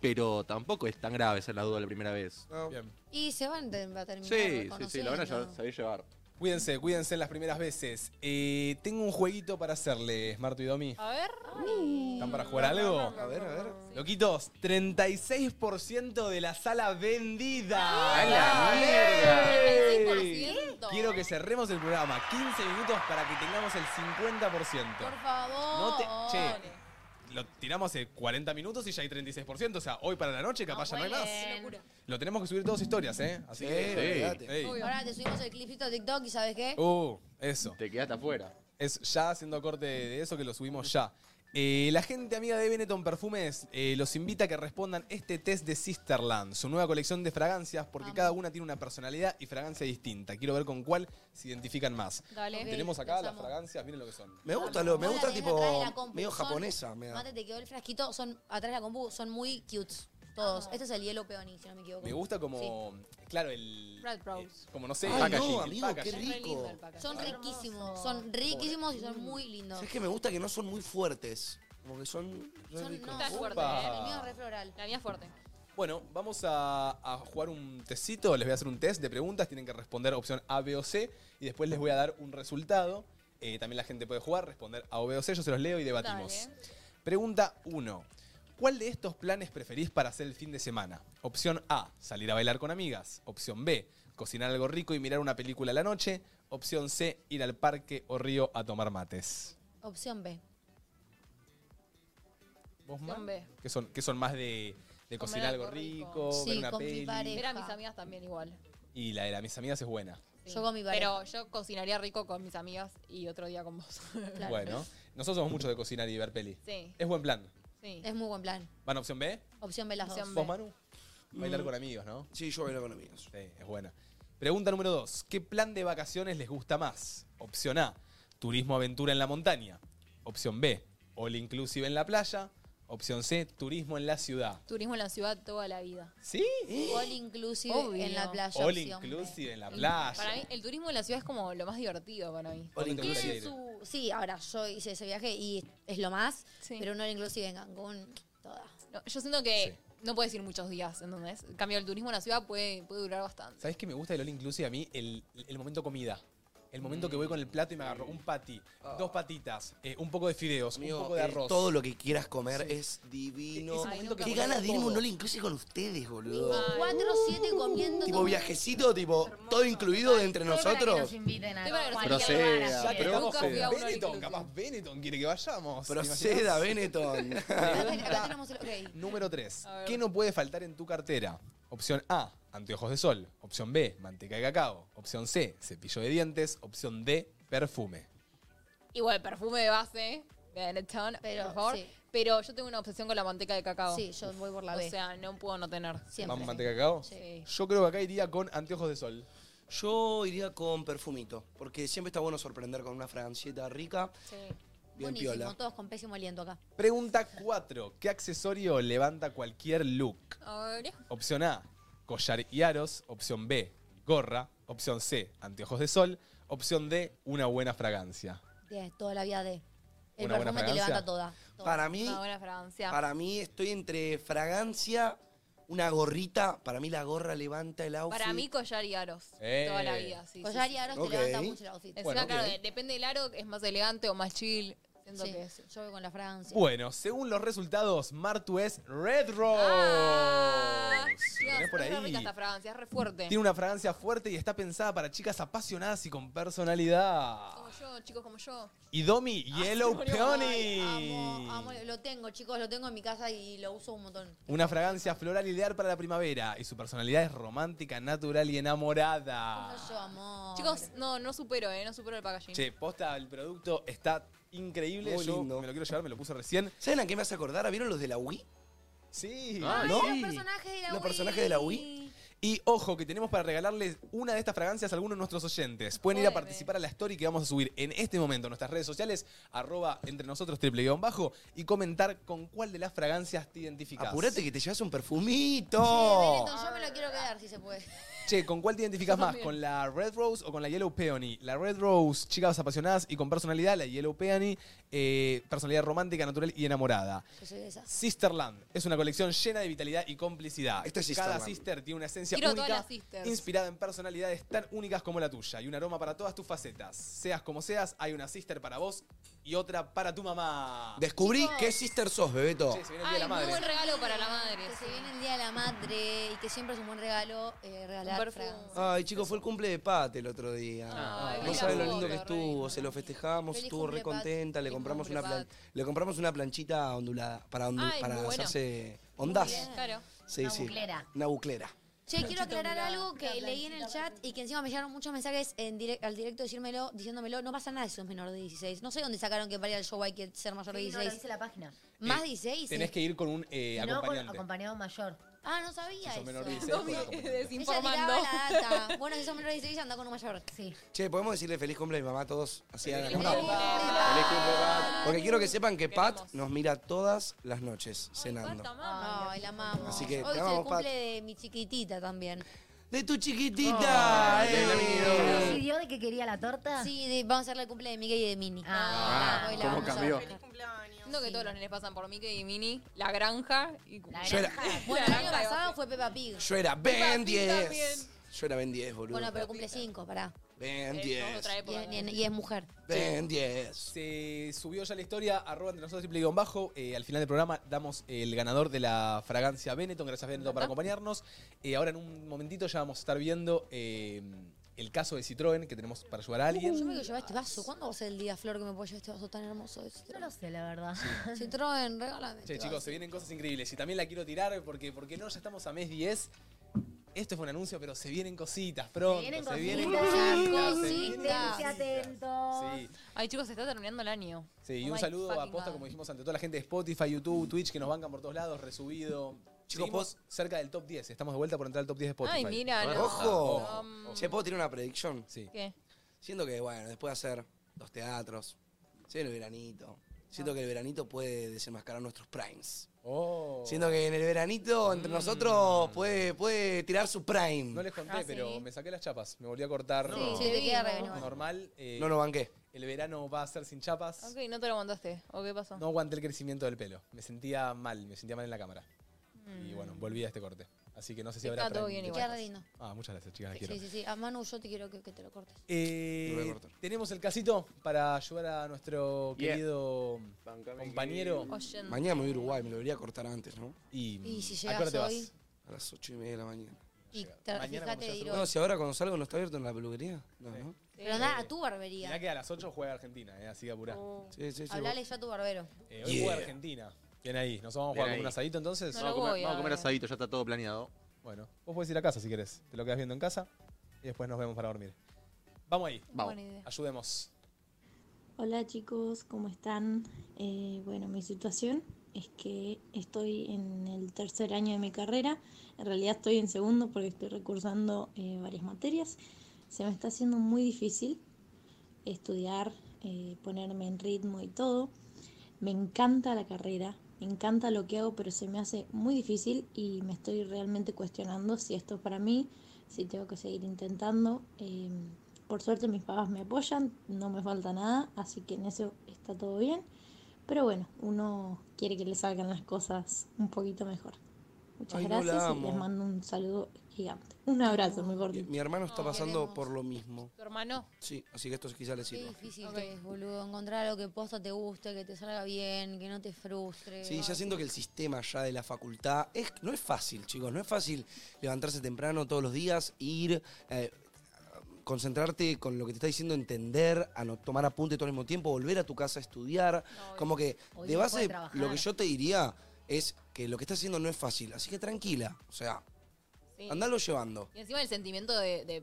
S5: pero tampoco es tan grave ser la duda la primera vez.
S7: Ah,
S3: No.
S1: Bien.
S7: y se van te- va a terminar
S5: Sí, sí, sí, la van a
S7: reconociendo.
S5: llevar- saber llevar.
S1: Cuídense, cuídense en las primeras veces. Eh, tengo un jueguito para hacerles, Marto y Domi.
S2: A ver.
S1: ¿Están para jugar algo?
S3: A ver, a ver.
S1: Loquitos, 36% de la sala vendida.
S5: ¡A la mierda!
S1: ¡Ey!
S2: 36%.
S1: Quiero que cerremos el programa. 15 minutos para que tengamos el 50%.
S7: Por favor.
S1: No te- che, lo tiramos hace 40 minutos y ya hay 36%. O sea, hoy para la noche
S7: Ah,
S1: capaz ya no hay más.
S2: Qué locura.
S1: Lo tenemos que subir todas historias, ¿eh? Así
S3: Sí,
S1: que.
S3: olvídate.
S1: ey.
S2: Obvio.
S7: Ahora te subimos el clipito de TikTok y ¿sabes qué?
S1: Uh, eso.
S5: Te quedaste afuera.
S1: Es ya haciendo corte de eso que lo subimos ya. Eh, la gente amiga de Benetton Perfumes eh, los invita a que respondan este test de Sisterland, su nueva colección de fragancias, porque cada una tiene una personalidad y fragancia distinta. Quiero ver con cuál se identifican más.
S2: Dale.
S7: Ok.
S1: Tenemos acá
S7: los
S1: las
S7: amo.
S1: fragancias, miren lo que son.
S3: Me gusta, lo, me
S7: Vos la
S3: gusta
S7: tenés atrás de la
S3: tipo
S7: compu,
S3: medio
S7: son-
S3: japonesa. Me da.
S7: Mate, te quedó el frasquito, son atrás de la compu, son muy cute. Todos. Este es el hielo peony, si no me equivoco.
S1: Me gusta como, claro, el...
S2: Red Rose.
S1: eh, como no sé,
S3: Ay,
S1: el packaging.
S3: no,
S1: el
S3: amigo, qué
S1: packaging.
S2: Es re lindo
S3: rico.
S2: el packaging.
S7: Son riquísimos, son riquísimos y son muy lindos.
S3: ¿Sabes que me gusta que no son muy fuertes? Como que son. re
S7: Son,
S3: ricos.
S7: no,
S2: Está
S7: son-
S2: fuerte, eh.
S1: Upa.
S7: el mío es re floral.
S2: La mía es fuerte.
S1: Bueno, vamos a, a jugar un testito. Les voy a hacer un test de preguntas. Tienen que responder opción A, B o C. Y después les voy a dar un resultado. Eh, también la gente puede jugar, responder A o B o C. Yo se los leo y debatimos. Pregunta 1. ¿Cuál de estos planes preferís para hacer el fin de semana? Opción A, salir a bailar con amigas. Opción B, cocinar algo rico y mirar una película a la noche. Opción C, ir al parque o río a tomar mates.
S7: Opción B.
S1: ¿Vos
S2: Opción
S1: Mar?
S2: B.
S1: ¿Qué son, qué son más de, de cocinar algo rico,
S7: Sí,
S1: ver una
S7: con mi
S1: peli?
S7: pareja.
S2: Era mis amigas también igual.
S1: Y la de la, mis amigas es buena.
S2: Sí.
S7: Yo con mi pareja.
S2: Pero yo cocinaría rico con mis amigas y otro día con vos.
S7: Claro.
S1: Bueno, nosotros somos mucho de cocinar y ver peli.
S2: sí,
S1: Es buen plan.
S2: sí.
S7: Es muy buen plan.
S1: ¿Van a opción B?
S7: Opción B las dos.
S2: Opción B.
S1: ¿Vos, Manu? Bailar con amigos, ¿no?
S3: Mm. Sí, yo bailo con amigos.
S1: Sí, es buena. Pregunta número dos. ¿Qué plan de vacaciones les gusta más? Opción A, turismo aventura en la montaña. Opción B, all inclusive en la playa. Opción C, turismo en la ciudad.
S2: Turismo en la ciudad toda la vida.
S1: ¿Sí?
S7: All inclusive
S2: Obvio.
S7: en la playa.
S1: All
S7: opción B.
S1: inclusive Ah, en la playa.
S2: Para mí, el turismo en la ciudad es como lo más divertido para mí.
S1: ¿Dónde te
S7: Tiene
S1: gustaría ir?
S7: su- Sí, ahora yo hice ese viaje y es lo más,
S2: Sí.
S7: pero un all inclusive en Cancún, toda.
S2: No, yo siento que no puedes ir muchos días, ¿entendés? En cambio, el turismo en la ciudad puede, puede durar bastante.
S1: ¿Sabes qué me gusta del All Inclusive a mí? El, el momento comida. El momento que voy con el plato y me agarro un patty, dos patitas, eh, un poco de fideos,
S3: Ah. Amigo,
S1: un poco de
S3: eh,
S1: arroz.
S3: Todo lo que quieras comer es divino.
S1: Ese momento que
S3: Qué
S1: comes
S3: ganas de irme a un
S1: todo.
S3: all inclusive con ustedes, boludo.
S7: 4-7 comiendo.
S3: Tipo
S7: todo.
S3: viajecito, tipo, todo incluido de entre
S8: Para que nos
S3: nosotros.
S8: inviten a
S2: Estoy para que nos
S8: cualquier lugar,
S2: inviten.
S1: Ya que
S8: así es.
S2: Nunca
S1: estamos
S2: fui
S1: con
S2: a un All
S1: Benetton,
S2: Inclusive.
S1: capaz Benetton quiere que vayamos. ¿te
S3: Proceda, Benetton.
S7: Acá acá tenemos el ok.
S1: Número 3.
S2: A ver.
S1: ¿Qué no puede faltar en tu cartera? Opción A, anteojos de sol. Opción B, manteca de cacao. Opción C, cepillo de dientes. Opción D, perfume.
S2: Y bueno, perfume de base, Benetton,
S7: Pero,
S2: por favor.
S7: sí.
S2: Pero yo tengo una obsesión con la manteca de cacao.
S7: Sí, yo voy por la B.
S2: O sea, no puedo no tener.
S1: ¿Vamos manteca de cacao?
S2: Sí.
S1: Yo creo que acá iría con anteojos de sol.
S3: Yo iría con perfumito, porque siempre está bueno sorprender con una fragancita rica, bien
S7: Buenísimo,
S3: piola.
S7: todos con pésimo aliento acá.
S1: Pregunta 4. ¿Qué accesorio levanta cualquier look?
S2: A ver.
S1: Opción A, collar y aros. Opción B, gorra. Opción C, anteojos de sol. Opción D, una buena fragancia.
S7: Bien, toda la vida de. El
S1: Una buena
S7: perfume te
S1: fragancia.
S7: levanta toda. toda.
S3: Para mí,
S2: Una buena fragancia.
S3: para mí estoy entre fragancia, una gorrita, para mí la gorra levanta el outfit.
S2: Para mí, collar y aros.
S1: Eh.
S2: Toda la vida, sí.
S7: Collar
S2: sí,
S7: y
S2: sí.
S7: aros
S3: Ok.
S7: te levanta mucho el outfit.
S2: Encima,
S1: Bueno, ok.
S2: claro, de- depende del aro, es más elegante o más chill. Siento
S7: Sí,
S2: que es.
S7: yo voy con la fragancia.
S1: Bueno, según los resultados, Martu es Red Rose.
S2: Ah,
S1: Lo tenés
S2: Dios,
S1: por
S2: es re rica
S1: ahí.
S2: esta fragancia, es re fuerte.
S1: Tiene una fragancia fuerte y está pensada para chicas apasionadas y con personalidad.
S2: Como yo, chicos, como yo.
S1: Y Domi, Yellow
S2: Ah, murió.
S1: Peony.
S7: Ay, amo, amo, lo tengo, chicos, lo tengo en mi casa y lo uso un montón.
S1: Una fragancia floral ideal para la primavera y su personalidad es romántica, natural y enamorada.
S7: Como yo, amor.
S2: Chicos, no, no supero, eh, no supero el packaging.
S1: Che, posta, el producto está increíble.
S3: Muy
S1: Yo
S3: lindo.
S1: me lo quiero llevar, me lo puse recién.
S3: ¿Saben a qué me hace acordar? ¿A ¿Vieron los de la Wii?
S1: Sí,
S5: Ay,
S1: ¿no?
S5: sí.
S7: personajes de la
S3: Los
S7: Wii.
S3: personajes de la Wii.
S1: Y ojo, que tenemos para regalarles una de estas fragancias a algunos de nuestros oyentes. Pueden ir a
S2: Joder.
S1: participar a la story que vamos a subir en este momento en nuestras redes sociales, arroba entre nosotros triple guión bajo, y comentar con cuál de las fragancias te identificas.
S3: Apurate que te llevas un perfumito.
S7: Sí, Benetton, yo me lo quiero quedar si se puede.
S1: Che, ¿con cuál te identificas más? ¿Con la Red Rose o con la Yellow Peony? La Red Rose, chicas apasionadas y con personalidad. La Yellow Peony, eh, personalidad romántica, natural y enamorada.
S7: Yo soy de esas.
S1: Sisterland es una colección llena de vitalidad y complicidad.
S3: Esto es
S1: Cada
S3: Sisterland.
S1: sister tiene una esencia
S2: Quiero todas
S1: única,
S2: las sisters.
S1: inspirada en personalidades tan únicas como la tuya y un aroma para todas tus facetas. Seas como seas, hay una sister para vos y otra para tu mamá.
S3: Descubrí qué sister sos, Bebeto.
S1: Che, se viene el día de
S2: Ay,
S1: la
S2: muy
S1: madre.
S2: buen regalo para la madre.
S7: Que se viene el Día de la Madre y que siempre es un buen regalo eh,
S2: Un
S7: regalar
S2: perfume.
S7: fragancia.
S3: Ay, chicos, fue el cumple de Pate el otro día.
S2: Ay,
S3: no
S2: vi la
S3: saben lo
S2: foto,
S3: lindo que
S2: re
S3: estuvo,
S2: lindo.
S3: se lo festejamos,
S7: Feliz
S3: estuvo
S7: cumple,
S3: re
S7: Pat.
S3: contenta, le
S2: Feliz
S3: compramos,
S2: cumple,
S3: una plan-
S2: Pat.
S3: le compramos una planchita ondulada para, ondu-
S2: Ay,
S3: para
S2: muy bueno.
S3: hacerse
S2: Muy
S3: ondas.
S2: bien, Claro.
S3: Sí,
S8: Una
S3: sí.
S8: buclera.
S3: Una buclera.
S7: Che, quiero aclarar
S2: mirada,
S7: algo que leí en el chat y que encima me llegaron muchos mensajes en direc- al directo diciéndomelo, diciéndomelo, no pasa nada si sos menor de 16. No sé dónde sacaron que para ir al show hay que ser mayor de
S8: Sí, no, lo
S7: 16.
S8: dice la página.
S7: ¿Más
S1: Eh,
S7: 16?
S1: Tenés que ir con un eh,
S8: Y no con
S1: acompañante.
S8: acompañado mayor.
S7: Ah, no sabía
S1: Si
S7: eso.
S1: sos menor de 16,
S2: Domi,
S1: con acompañante.
S7: Ella
S2: desinformando.
S7: tiraba la data. Bueno, si sos menor de 16 anda con un mayor.
S8: Sí.
S3: Che, podemos decirle feliz cumple a mi mamá a todos. Así hagan la
S2: cumple,
S3: juntada?
S2: Pat.
S3: Feliz cumple, Pat. Porque quiero que sepan que Pat
S2: Queremos.
S3: nos mira todas las noches cenando.
S2: Cuánta mamá.
S7: Ay, la amamos.
S3: Así que,
S7: Hoy
S3: te
S7: es el
S3: amamos, Pat.
S7: cumple de mi chiquitita también.
S3: De tu chiquitita. eh.
S8: Ah. ¿Decidió de que quería la torta?
S7: Sí, de- vamos a hacerle el cumple de Miguel y de Mini.
S8: Ah,
S7: hoy la
S5: ¿cómo
S7: vamos a
S5: cambió?
S7: festejar.
S9: cumpleaños.
S2: Siento que todos los nenes pasan por Mickey y Mini, la granja y
S8: La
S3: Yo era,
S7: Bueno, el año
S2: Naranja de
S7: pasado fue Peppa Pig.
S3: yo era Ben
S2: Papi también.
S3: 10. Yo era Ben 10, boludo.
S7: Bueno, pero cumple 5, pará.
S3: Ben
S2: Eh, somos
S3: 10.
S2: otra
S7: Y
S2: época.
S7: es, y es mujer.
S3: Ben 10.
S1: Se subió ya la historia, arroba entre nosotros triple guión bajo. Eh, al final del programa damos el ganador de la fragancia Benetton. Gracias Benetton por acompañarnos. Eh, ahora en un momentito ya vamos a estar viendo eh, el caso de Citroën que tenemos para ayudar a alguien.
S7: Yo me voy a llevar este vaso. ¿Cuándo va a ser el día, Flor, que me puedo llevar este vaso tan hermoso? de
S8: No
S7: Citroën?
S8: lo sé, la verdad.
S7: Citroën, regálame.
S1: Che,
S7: este
S1: chicos,
S7: vaso.
S1: se vienen cosas increíbles. Y también la quiero tirar porque, porque no, ya estamos a mes 10. Esto fue un anuncio, pero se vienen cositas pronto.
S8: vienen
S1: Se vienen
S8: cositas,
S1: cositas. se
S7: cositas.
S1: vienen
S7: Esténse
S1: cositas.
S8: atentos.
S1: Sí.
S2: Ay, chicos, se está terminando el año.
S1: Sí, y
S2: Oh
S1: un
S2: my
S1: saludo a
S2: fucking
S1: posta,
S2: God.
S1: como dijimos ante toda la gente de Spotify, YouTube, Twitch, que nos bancan por todos lados, resubido.
S3: Chicos,
S1: Chicos, cerca del top 10. Estamos de vuelta por entrar al top 10 de Spotify. Oh,
S2: Ay, mira, no.
S3: Ojo.
S2: Um,
S3: Che, ¿puedo tirar una predicción?
S1: Sí.
S2: ¿Qué?
S3: Siento que, bueno, después de hacer los teatros, se viene el veranito. Siento
S7: Ah.
S3: que el veranito puede desenmascarar nuestros primes.
S1: Oh.
S3: Siento que en el veranito,
S7: Mm.
S3: entre nosotros, puede, puede tirar su prime.
S1: No
S3: No,
S1: les conté, pero me saqué las chapas. Me volví a cortar
S7: Sí, te queda re bien.
S1: normal. eh,
S3: no banqué.
S1: El verano va a ser sin chapas.
S2: Ok, no te lo mandaste. ¿O qué pasó?
S1: No aguanté el crecimiento del pelo. Me sentía mal, me sentía mal en la cámara. Y bueno, volví a este corte. Así que no sé si
S2: Está
S1: habrá.
S2: todo
S1: prime
S2: bien
S1: de
S2: igual.
S7: Queda
S1: chapas.
S7: re lindo.
S1: Ah, muchas gracias, chicas. las quiero.
S7: Sí, sí, sí. A Manu, yo te quiero que, que te lo cortes.
S1: Eh,
S3: Lo voy a cortar.
S1: tenemos el casito para ayudar a nuestro
S5: Yeah.
S1: querido compañero.
S2: Oyen.
S3: Mañana me voy a Uruguay, me lo debería cortar antes, ¿no?
S1: Y,
S7: Y si
S1: ¿A qué hora
S7: llegas
S1: te vas?
S7: hoy?
S3: A las ocho y media de la mañana.
S7: Y
S1: Llega.
S7: te,
S1: Mañana cuando
S7: fíjate de
S1: seas
S7: ir
S1: adulto.
S3: No,
S7: hoy.
S3: si ahora cuando salgo no está abierto en la peluquería. No, ¿no?
S7: Pero anda a tu barbería.
S1: Mirá que a las 8 juega Argentina, eh, así que apurá.
S3: Sí, sí, sí.
S7: Hablale ya a tu barbero.
S1: Eh, hoy
S3: Yeah.
S1: juega Argentina. Bien ahí, ¿nos vamos a
S5: Bien
S1: jugar con
S5: ahí.
S1: un asadito entonces?
S2: No
S5: Vamos a
S2: lo
S5: comer,
S2: voy
S5: vamos a
S2: a
S5: comer
S2: ver.
S5: asadito, ya está todo planeado.
S1: Bueno, vos podés ir a casa si querés. Te lo quedas viendo en casa y después nos vemos para dormir. Vamos ahí,
S5: Vamos.
S2: Buena idea.
S1: ayudemos.
S11: Hola chicos, ¿cómo están? Eh, bueno, mi situación es que estoy en el tercer año de mi carrera. En realidad estoy en segundo porque estoy recursando eh, varias materias. Se me está haciendo muy difícil estudiar, eh, ponerme en ritmo y todo. Me encanta la carrera, me encanta lo que hago, pero se me hace muy difícil y me estoy realmente cuestionando si esto es para mí, si tengo que seguir intentando. Eh, por suerte mis papás me apoyan, no me falta nada, así que en eso está todo bien. Pero bueno, uno quiere que le salgan las cosas un poquito mejor. Muchas
S3: Ay, no la
S11: gracias y
S3: amo.
S11: les mando un saludo gigante. Un abrazo, muy cortito.
S3: Mi hermano está
S11: No,
S3: pasando
S11: queremos.
S3: por lo mismo.
S2: ¿Tu hermano?
S3: Sí, así que esto quizás le
S7: Qué
S3: sirva.
S7: difícil que es, boludo. Encontrar algo que posta te guste, que te salga bien, que no te frustre.
S3: Sí, ya siento que el sistema ya de la facultad es, no es fácil, chicos. No es fácil levantarse temprano todos los días, ir, eh, concentrarte con lo que te está diciendo, entender, a no tomar apunte todo al mismo tiempo, volver a tu casa a estudiar. Como que
S6: Hoy
S3: de
S6: no puede
S3: base
S6: trabajar.
S3: lo que yo te diría es que lo que estás haciendo no es fácil. Así que tranquila, o sea,
S6: Eh,
S2: Sí.
S3: andalo llevando.
S2: Y encima el sentimiento de, de-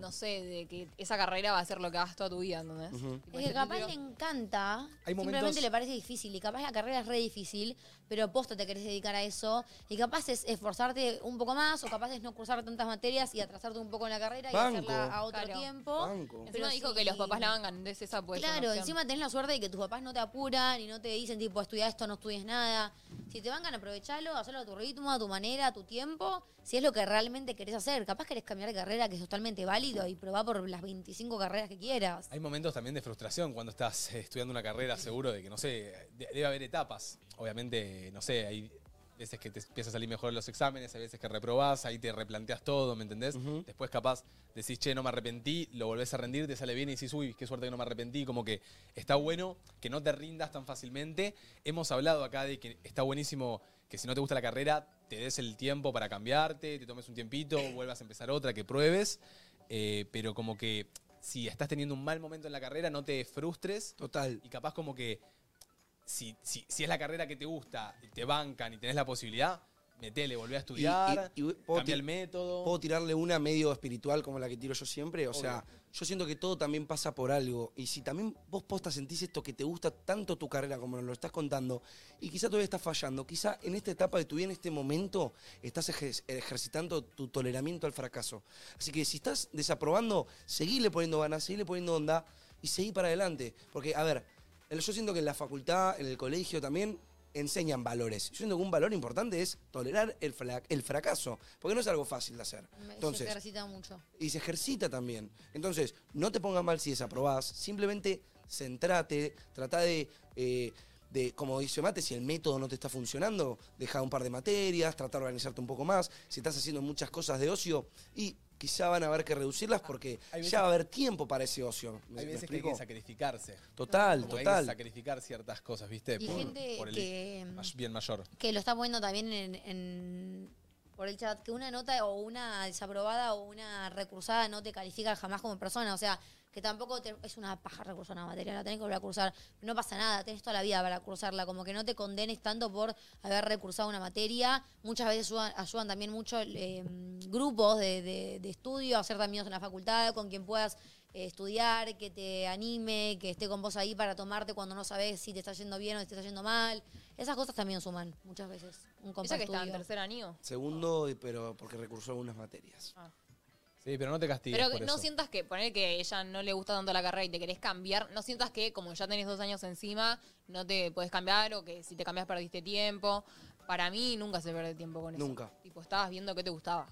S2: no sé, de que esa carrera va a ser lo que hagas toda tu vida, ¿entendés?
S3: Ujú.
S2: Tipo,
S7: Es
S2: ese
S7: que capaz
S2: título-
S7: le encanta,
S2: Hay momentos-
S7: simplemente le parece difícil y capaz la carrera es re difícil, pero posta te querés dedicar a eso y capaz es esforzarte un poco más o capaz es no cursar tantas materias y atrasarte un poco en la carrera y
S2: Banco.
S7: hacerla a otro
S2: Claro.
S7: tiempo.
S3: Banco.
S2: Encima dijo que los papás la bancan, entonces esa puede ser una
S7: Claro,
S2: opción.
S7: encima tenés la suerte de que tus papás no te apuran y no te dicen tipo estudia esto, no estudies nada. Si te bancan, aprovechalo, hacerlo a tu ritmo, a tu manera, a tu tiempo, si es lo que realmente querés hacer. Capaz querés cambiar de carrera, que es totalmente válido, y probá por las 25 carreras que quieras.
S1: Hay momentos también de frustración cuando estás eh, estudiando una carrera, seguro de que, no sé, de- debe haber etapas. Obviamente, no sé, hay veces que te empieza a salir mejor en los exámenes, hay veces que reprobás, ahí te replanteas todo, ¿me entendés? Después capaz decís, che, no me arrepentí, lo volvés a rendir, te sale bien y decís, uy, qué suerte que no me arrepentí, como que está bueno que no te rindas tan fácilmente. Hemos hablado acá de que está buenísimo que si no te gusta la carrera, te des el tiempo para cambiarte, te tomes un tiempito, vuelvas a empezar otra, que pruebes, eh, pero como que si estás teniendo un mal momento en la carrera, no te frustres.
S3: Total.
S1: Y capaz como que si, si, si es la carrera que te gusta, te bancan y tenés la posibilidad, metele, volvé a estudiar,
S3: Y- y- y puedo
S1: cambia
S3: ti-
S1: el método.
S3: Puedo tirarle una medio espiritual como la que tiro yo siempre. O sea, yo siento que todo también pasa por algo. Y si también vos posta sentís esto que te gusta tanto tu carrera como nos lo estás contando, y quizá todavía estás fallando, quizá en esta etapa de tu vida, en este momento, estás ejer- ejercitando tu toleramiento al fracaso. Así que si estás desaprobando, seguile poniendo ganas, seguile poniendo onda y seguí para adelante. Porque, a ver, el- yo siento que en la facultad, en el colegio también enseñan valores. Yo siento que un valor importante es tolerar el, fra- el fracaso, porque no es algo fácil de hacer.
S7: Me- se
S3: Entonces,
S7: ejercita mucho.
S3: y se ejercita también. Entonces, no te pongas mal si desaprobás, simplemente centrate, trata de, eh, de, como dice Mate, si el método no te está funcionando, deja un par de materias, trata de organizarte un poco más, si estás haciendo muchas cosas de ocio y quizá van a haber que reducirlas porque
S1: Hay veces-
S3: ya va a haber tiempo para ese ocio. ¿Me-
S1: Hay
S3: me
S1: veces que hay
S3: explico?
S1: que sacrificarse.
S3: Total,
S1: Como que Hay
S3: total.
S1: que sacrificar ciertas cosas, ¿viste?
S7: Y gente
S1: el
S7: que-
S1: may- bien mayor.
S7: Que lo está poniendo también en, en- por el chat, que una nota o una desaprobada o una recursada no te califica jamás como persona. O sea, que tampoco te- es una paja recursar una materia, la tenés que volver a cursar. No pasa nada, tenés toda la vida para cursarla. Como que no te condenes tanto por haber recursado una materia. Muchas veces ayudan, ayudan también mucho eh, grupos de, de- de estudio, hacer amigos en la facultad, con quien puedas eh, estudiar, que te anime, que esté con vos ahí para tomarte cuando no sabes si te está yendo bien o si te está yendo mal. Esas cosas también suman muchas veces. Un compa
S2: Ella que está en
S7: estudio.
S2: tercer año.
S3: Segundo, y- pero porque recursó algunas materias.
S1: Sí, pero no te castigues
S2: Pero no sientas que, poner que ella no le gusta tanto la carrera y te querés cambiar, no sientas que como ya tenés dos años encima, no te podés cambiar o que si te cambias perdiste tiempo. Para mí nunca se pierde tiempo con eso.
S3: Nunca.
S2: Tipo, estabas viendo qué te gustaba.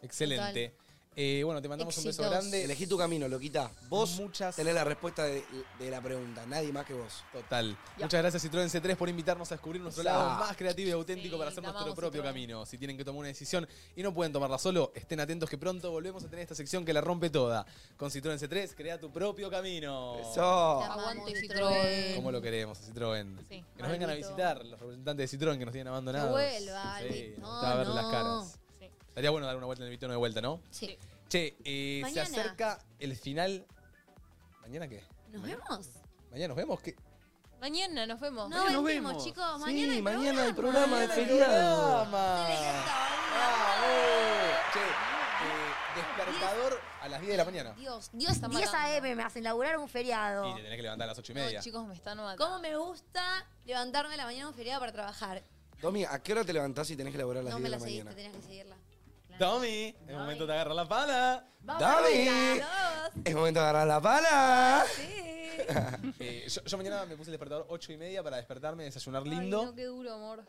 S1: Excelente. Eh, bueno, te mandamos un beso
S2: Éxitos.
S1: grande.
S3: Elegí tu camino, loquita. Vos
S1: Muchas-
S3: tenés la respuesta de, de la pregunta, nadie más que vos.
S1: Total. Muchas gracias Citroën C3 por invitarnos a descubrir nuestro lado
S3: Esa.
S1: más creativo y auténtico para hacer
S2: te
S1: nuestro
S2: amamos,
S1: propio
S2: Citroën.
S1: camino. Si tienen que tomar una decisión y no pueden tomarla solo, estén atentos que pronto volvemos a tener esta sección que la rompe toda. Con Citroën C3, crea tu propio camino.
S3: Eso.
S2: Aguante, Citroën.
S1: Ah. ¿Cómo lo queremos a Citroën?
S2: Sí.
S1: Que nos vengan a
S2: Albito.
S1: visitar los representantes de Citroën que nos tienen abandonados.
S7: Que vuelva,
S1: sí,
S7: Albito.
S1: nos gustaba ver
S7: No,
S1: las
S7: no.
S1: caras. Estaría bueno dar una vuelta en el Vitono de vuelta, ¿no?
S7: Sí.
S1: Che, eh, se
S7: Mañana.
S1: acerca el final. ¿Mañana qué?
S7: ¿Nos vemos?
S1: ¿Mañana nos vemos? ¿Qué?
S2: Mañana nos vemos.
S7: No Mañana nos mentimos, vemos. chicos, mañana hay
S3: mañana hay
S7: programa.
S3: programa de
S7: Mañana hay
S3: feriado.
S1: programa. Che, eh, despertador a las 10 de la mañana.
S7: Dios, Dios,
S2: Están
S7: 10 AM me hacen laburar un feriado.
S1: Y te tenés que levantar a las 8 y media.
S7: chicos, me están matando. ¿Cómo me gusta levantarme a la mañana un feriado para trabajar?
S3: Domi, ¿a qué hora te levantás y tenés que laburar a las
S7: No
S3: 10
S7: me
S3: de la
S7: la seguiste,
S3: mañana?
S7: tenías que seguirla.
S1: Domi, es momento de agarrar la pala.
S3: ¡Domi! Es momento de agarrar la pala.
S1: Eh, yo, yo mañana me puse el despertador 8 y media para despertarme, desayunar lindo.
S2: Ay, no, qué duro, amor.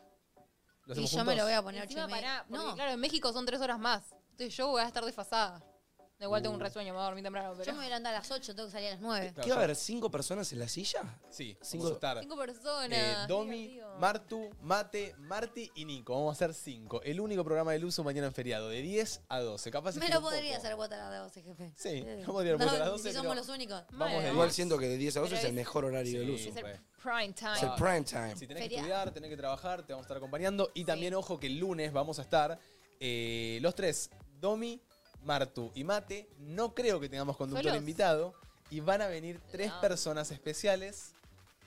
S1: ¿Lo hacemos
S7: yo me lo
S1: juntos?
S7: voy a poner
S2: Encima,
S7: ocho y media.
S2: pará, porque,
S7: No.
S2: claro, en México son tres horas más. Entonces yo voy a estar desfasada. De igual
S1: Uh.
S2: tengo un resueño, me voy a dormir temprano. Pero...
S7: Yo me voy a levantar a las 8, tengo que salir a las
S1: Eh,
S7: 9.
S3: ¿Qué va a haber? ¿Cinco personas en la silla?
S1: Sí,
S3: cinco.
S1: vamos a estar.
S2: Cinco personas.
S1: eh,
S2: qué
S1: Domi,
S2: divertido.
S1: Martu, Mate, Marti y Nico. Vamos a hacer 5. El único programa del uso mañana en feriado, de 10 a 12. Capaz
S7: Me
S1: es
S7: lo
S1: un
S7: podría
S1: poco.
S7: hacer votar a las 12, jefe.
S1: Sí,
S7: Eh.
S1: yo podría votar a las
S7: No,
S1: 12,
S7: Si somos
S1: pero
S7: los únicos.
S1: Vamos de
S3: Igual
S1: más.
S3: siento que de 10 a 12 es
S2: Pero
S3: el mejor horario del uso.
S2: Es el prime time.
S3: Es el prime time.
S1: Si tenés que
S2: Feria-
S1: estudiar, tenés que trabajar, te vamos a estar acompañando. Y también, ojo, que el lunes vamos a estar eh, los tres, Domi, Martu y Mate. No creo que tengamos conductor
S2: ¿Solos?
S1: invitado. Y van a venir tres
S2: No.
S1: personas especiales,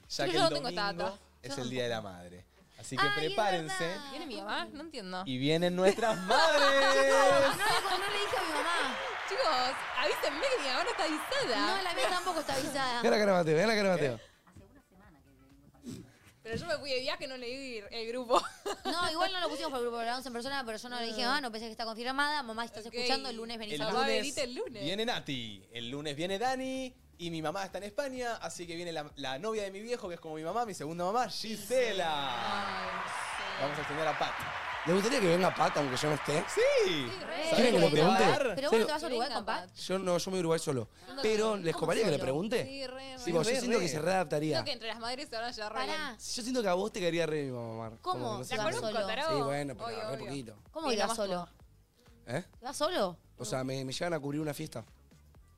S1: ya
S2: Pero
S1: que el
S2: yo no tengo esta
S1: domingo
S2: data. Yo
S1: es el
S2: tampoco.
S1: Día de la Madre. Así que
S2: Ay, es
S1: prepárense.
S2: Ah, ¿Viene mi mamá? No entiendo.
S1: Y vienen nuestras madres.
S7: No, no le dije a mi mamá.
S2: Chicos, avísenme que mi mamá no está avisada.
S7: No, la mía tampoco está
S2: Ah.
S7: avisada.
S3: Mira la cara de Mateo, mira la cara de Mateo.
S2: Pero yo me fui de viaje, no leí el grupo.
S7: No, igual no lo pusimos por el grupo, lo hablamos en persona, pero yo no le dije, ah, no pensé que está confirmada. Mamá, si estás
S2: Ok.
S7: escuchando, el lunes venís
S1: El
S7: a
S2: Papá,
S1: lunes
S2: venite el lunes.
S1: Viene Nati, el lunes viene Dani y mi mamá está en España, así que viene la, la novia de mi viejo, que es como mi mamá, mi segunda mamá, Gisela. Vamos a extender a Pat.
S3: ¿Le gustaría que venga Pata aunque yo no esté?
S1: Sí.
S3: ¿Quieren que le pregunte?
S7: Pero vos no
S3: Sí.
S7: te vas a Uruguay con Pat.
S3: Yo no, yo me voy a Uruguay solo. Pero, ¿les coparía que le pregunte?
S2: Sí, re, re.
S3: Sí, como yo
S1: re,
S3: siento
S1: re.
S3: que se
S2: Creo
S3: readaptaría.
S2: que entre las madres se van a llevar re bien.
S7: Pará.
S3: Yo siento que a vos te quedaría re mi mamá. Mar.
S7: ¿Cómo?
S3: Como que no
S7: ¿La
S3: sé
S2: ¿La
S3: si-
S7: conozco,
S2: conozco,
S7: solo.
S2: tarado?
S3: Sí, bueno, pero
S2: Obvio,
S3: re
S2: obvio.
S3: poquito.
S7: ¿Cómo
S2: Sí,
S7: irás
S2: nomás
S7: solo?
S3: ¿Eh?
S7: ¿Te vas solo?
S3: O sea, me, me llevan a cubrir una fiesta.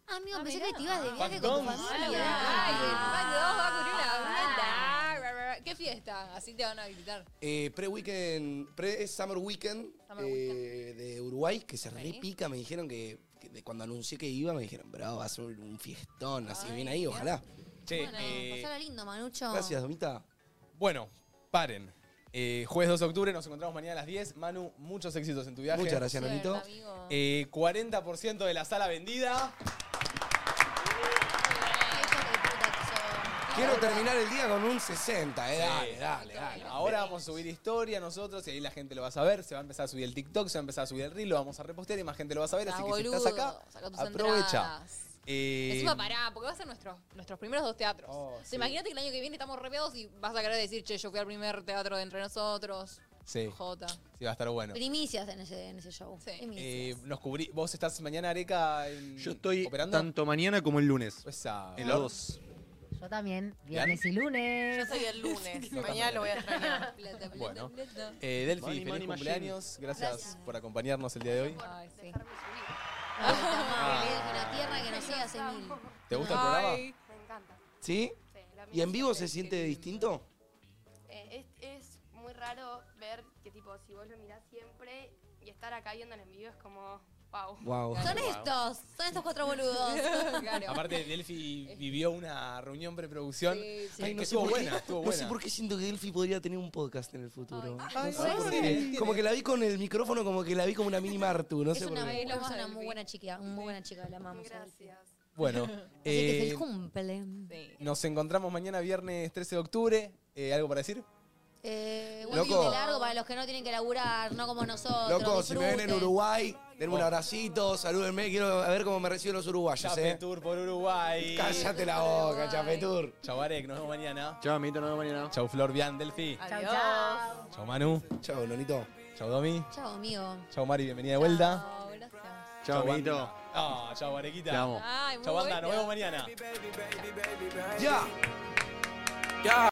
S7: Ah, amigo, pensé que te ibas de viaje con
S1: Perdón.
S7: tu
S2: Ay,
S7: familia.
S2: el Pac dos va a cubrir una banda. Ra, ra, ra. ¿Qué fiesta? Así te van a visitar.
S3: Eh, Pre-weekend, pre-summer weekend,
S2: Summer
S3: eh, de Uruguay, que se
S2: Sí.
S3: repica. Me dijeron que, que de cuando anuncié que iba, me dijeron, bravo, va a ser un fiestón. Así que viene ahí, ojalá.
S1: Che,
S7: Bueno,
S1: eh,
S7: pasala lindo, Manucho.
S3: Gracias, Domita.
S1: bueno, paren. Eh, jueves 2 de octubre, nos encontramos mañana a las 10. Manu, muchos éxitos en tu viaje.
S3: Muchas gracias,
S2: Suerte,
S3: Nanito.
S2: amigo.
S1: Eh, 40% de la sala vendida.
S7: Ay, hijo de puta que sos.
S3: Quiero terminar el día con un 60, eh. Dale,
S1: Sí.
S3: dale, dale.
S1: Ahora vamos a subir historia nosotros y ahí la gente lo va a saber. Se va a empezar a subir el TikTok, se va a empezar a subir el reel, lo vamos a repostear y más gente lo va a saber.
S2: Ah,
S1: Así que si
S2: boludo,
S1: estás acá,
S2: saca tus
S1: aprovecha.
S2: entradas.
S1: Eh,
S2: Encima pará, porque va a ser nuestros, nuestros primeros dos teatros.
S1: Oh,
S2: O sea,
S1: sí.
S2: Imagínate que el año que viene estamos repeados y vas a querer decir, che, yo fui al primer teatro de entre nosotros.
S1: sí,
S2: Jota.
S1: sí, va a estar bueno.
S7: Primicias en ese, en ese show.
S2: Sí.
S1: Eh,
S7: Primicias.
S1: nos cubrí, vos estás mañana, Areca, en-
S5: Yo estoy
S1: operando.
S5: tanto mañana como el lunes.
S1: Esa-
S5: En los dos.
S8: Yo también, viernes y lunes.
S9: Yo soy el lunes.
S1: No,
S9: Mañana lo voy a extrañar.
S2: Plata, plata,
S1: Bueno.
S2: plata.
S1: Eh, Delphi,
S5: Money,
S1: feliz
S5: money machine.
S1: cumpleaños. Gracias, por acompañarnos el día de hoy.
S2: Ay, sí.
S7: Ay, puta
S1: Ah,
S7: madre, que dejo la tierra que no sea hace mil.
S1: ¿Te gusta el programa?
S2: Ay.
S12: Me encanta.
S3: ¿Sí?
S12: Sí, la
S3: ¿Y en
S12: mía
S3: vivo
S12: siempre
S3: se
S12: es
S3: siente
S12: que-
S3: distinto?
S12: Eh, es, es muy raro ver que, tipo, si vos lo mirás siempre y estar acá viéndolo en vivo es como, wow.
S3: Wow.
S7: Son estos, son estos cuatro boludos.
S2: Claro.
S1: Aparte, Delphi vivió una reunión preproducción
S2: Sí, sí.
S1: que,
S3: Ay,
S1: que
S3: no sé,
S1: estuvo
S3: por qué,
S1: buena, estuvo
S3: no
S1: buena.
S3: sé por qué siento que Delphi podría tener un podcast en el futuro.
S1: Ay,
S3: No
S1: no
S3: sé por
S1: sé,
S3: qué.
S1: tiene-
S3: Como que la vi con el micrófono, como que la vi como una mini Martu, no
S7: Es
S3: sé por
S7: una,
S3: qué.
S7: muy-
S2: qué.
S7: es una muy buena chica, muy buena chica, la amamos. a Delphi.
S12: Gracias.
S1: Bueno,
S7: Así que
S1: eh,
S7: feliz cumple.
S2: Sí.
S1: nos encontramos mañana viernes 13 de octubre. Eh, ¿Algo para decir?
S7: Eh, un
S3: Loco.
S7: fin de largo para los que no tienen que laburar, no como nosotros.
S3: Loco, si me ven en
S7: disfruten.
S3: Uruguay, denme un
S1: Oh.
S3: abracito, salúdenme, quiero ver cómo me reciben los uruguayos,
S1: Chape
S3: eh.
S1: Tour por Uruguay.
S3: Cállate la boca, Chapetur.
S1: Chavarek, nos vemos mañana.
S5: Chao, amiguito, nos vemos mañana.
S1: Chau Flor Bian Delphi.
S9: Adiós.
S1: Chau Manu.
S3: Chao, Lonito.
S1: Chau Domi.
S7: Chao, amigo.
S1: Chau Mari, bienvenida de vuelta.
S2: Chao, gracias.
S5: Chao, amiguito.
S1: banda. Ah, chau Arequita.
S5: Te amo.
S2: Ay, muy
S1: Chau banda,
S2: buena.
S1: nos vemos mañana.
S3: Ya.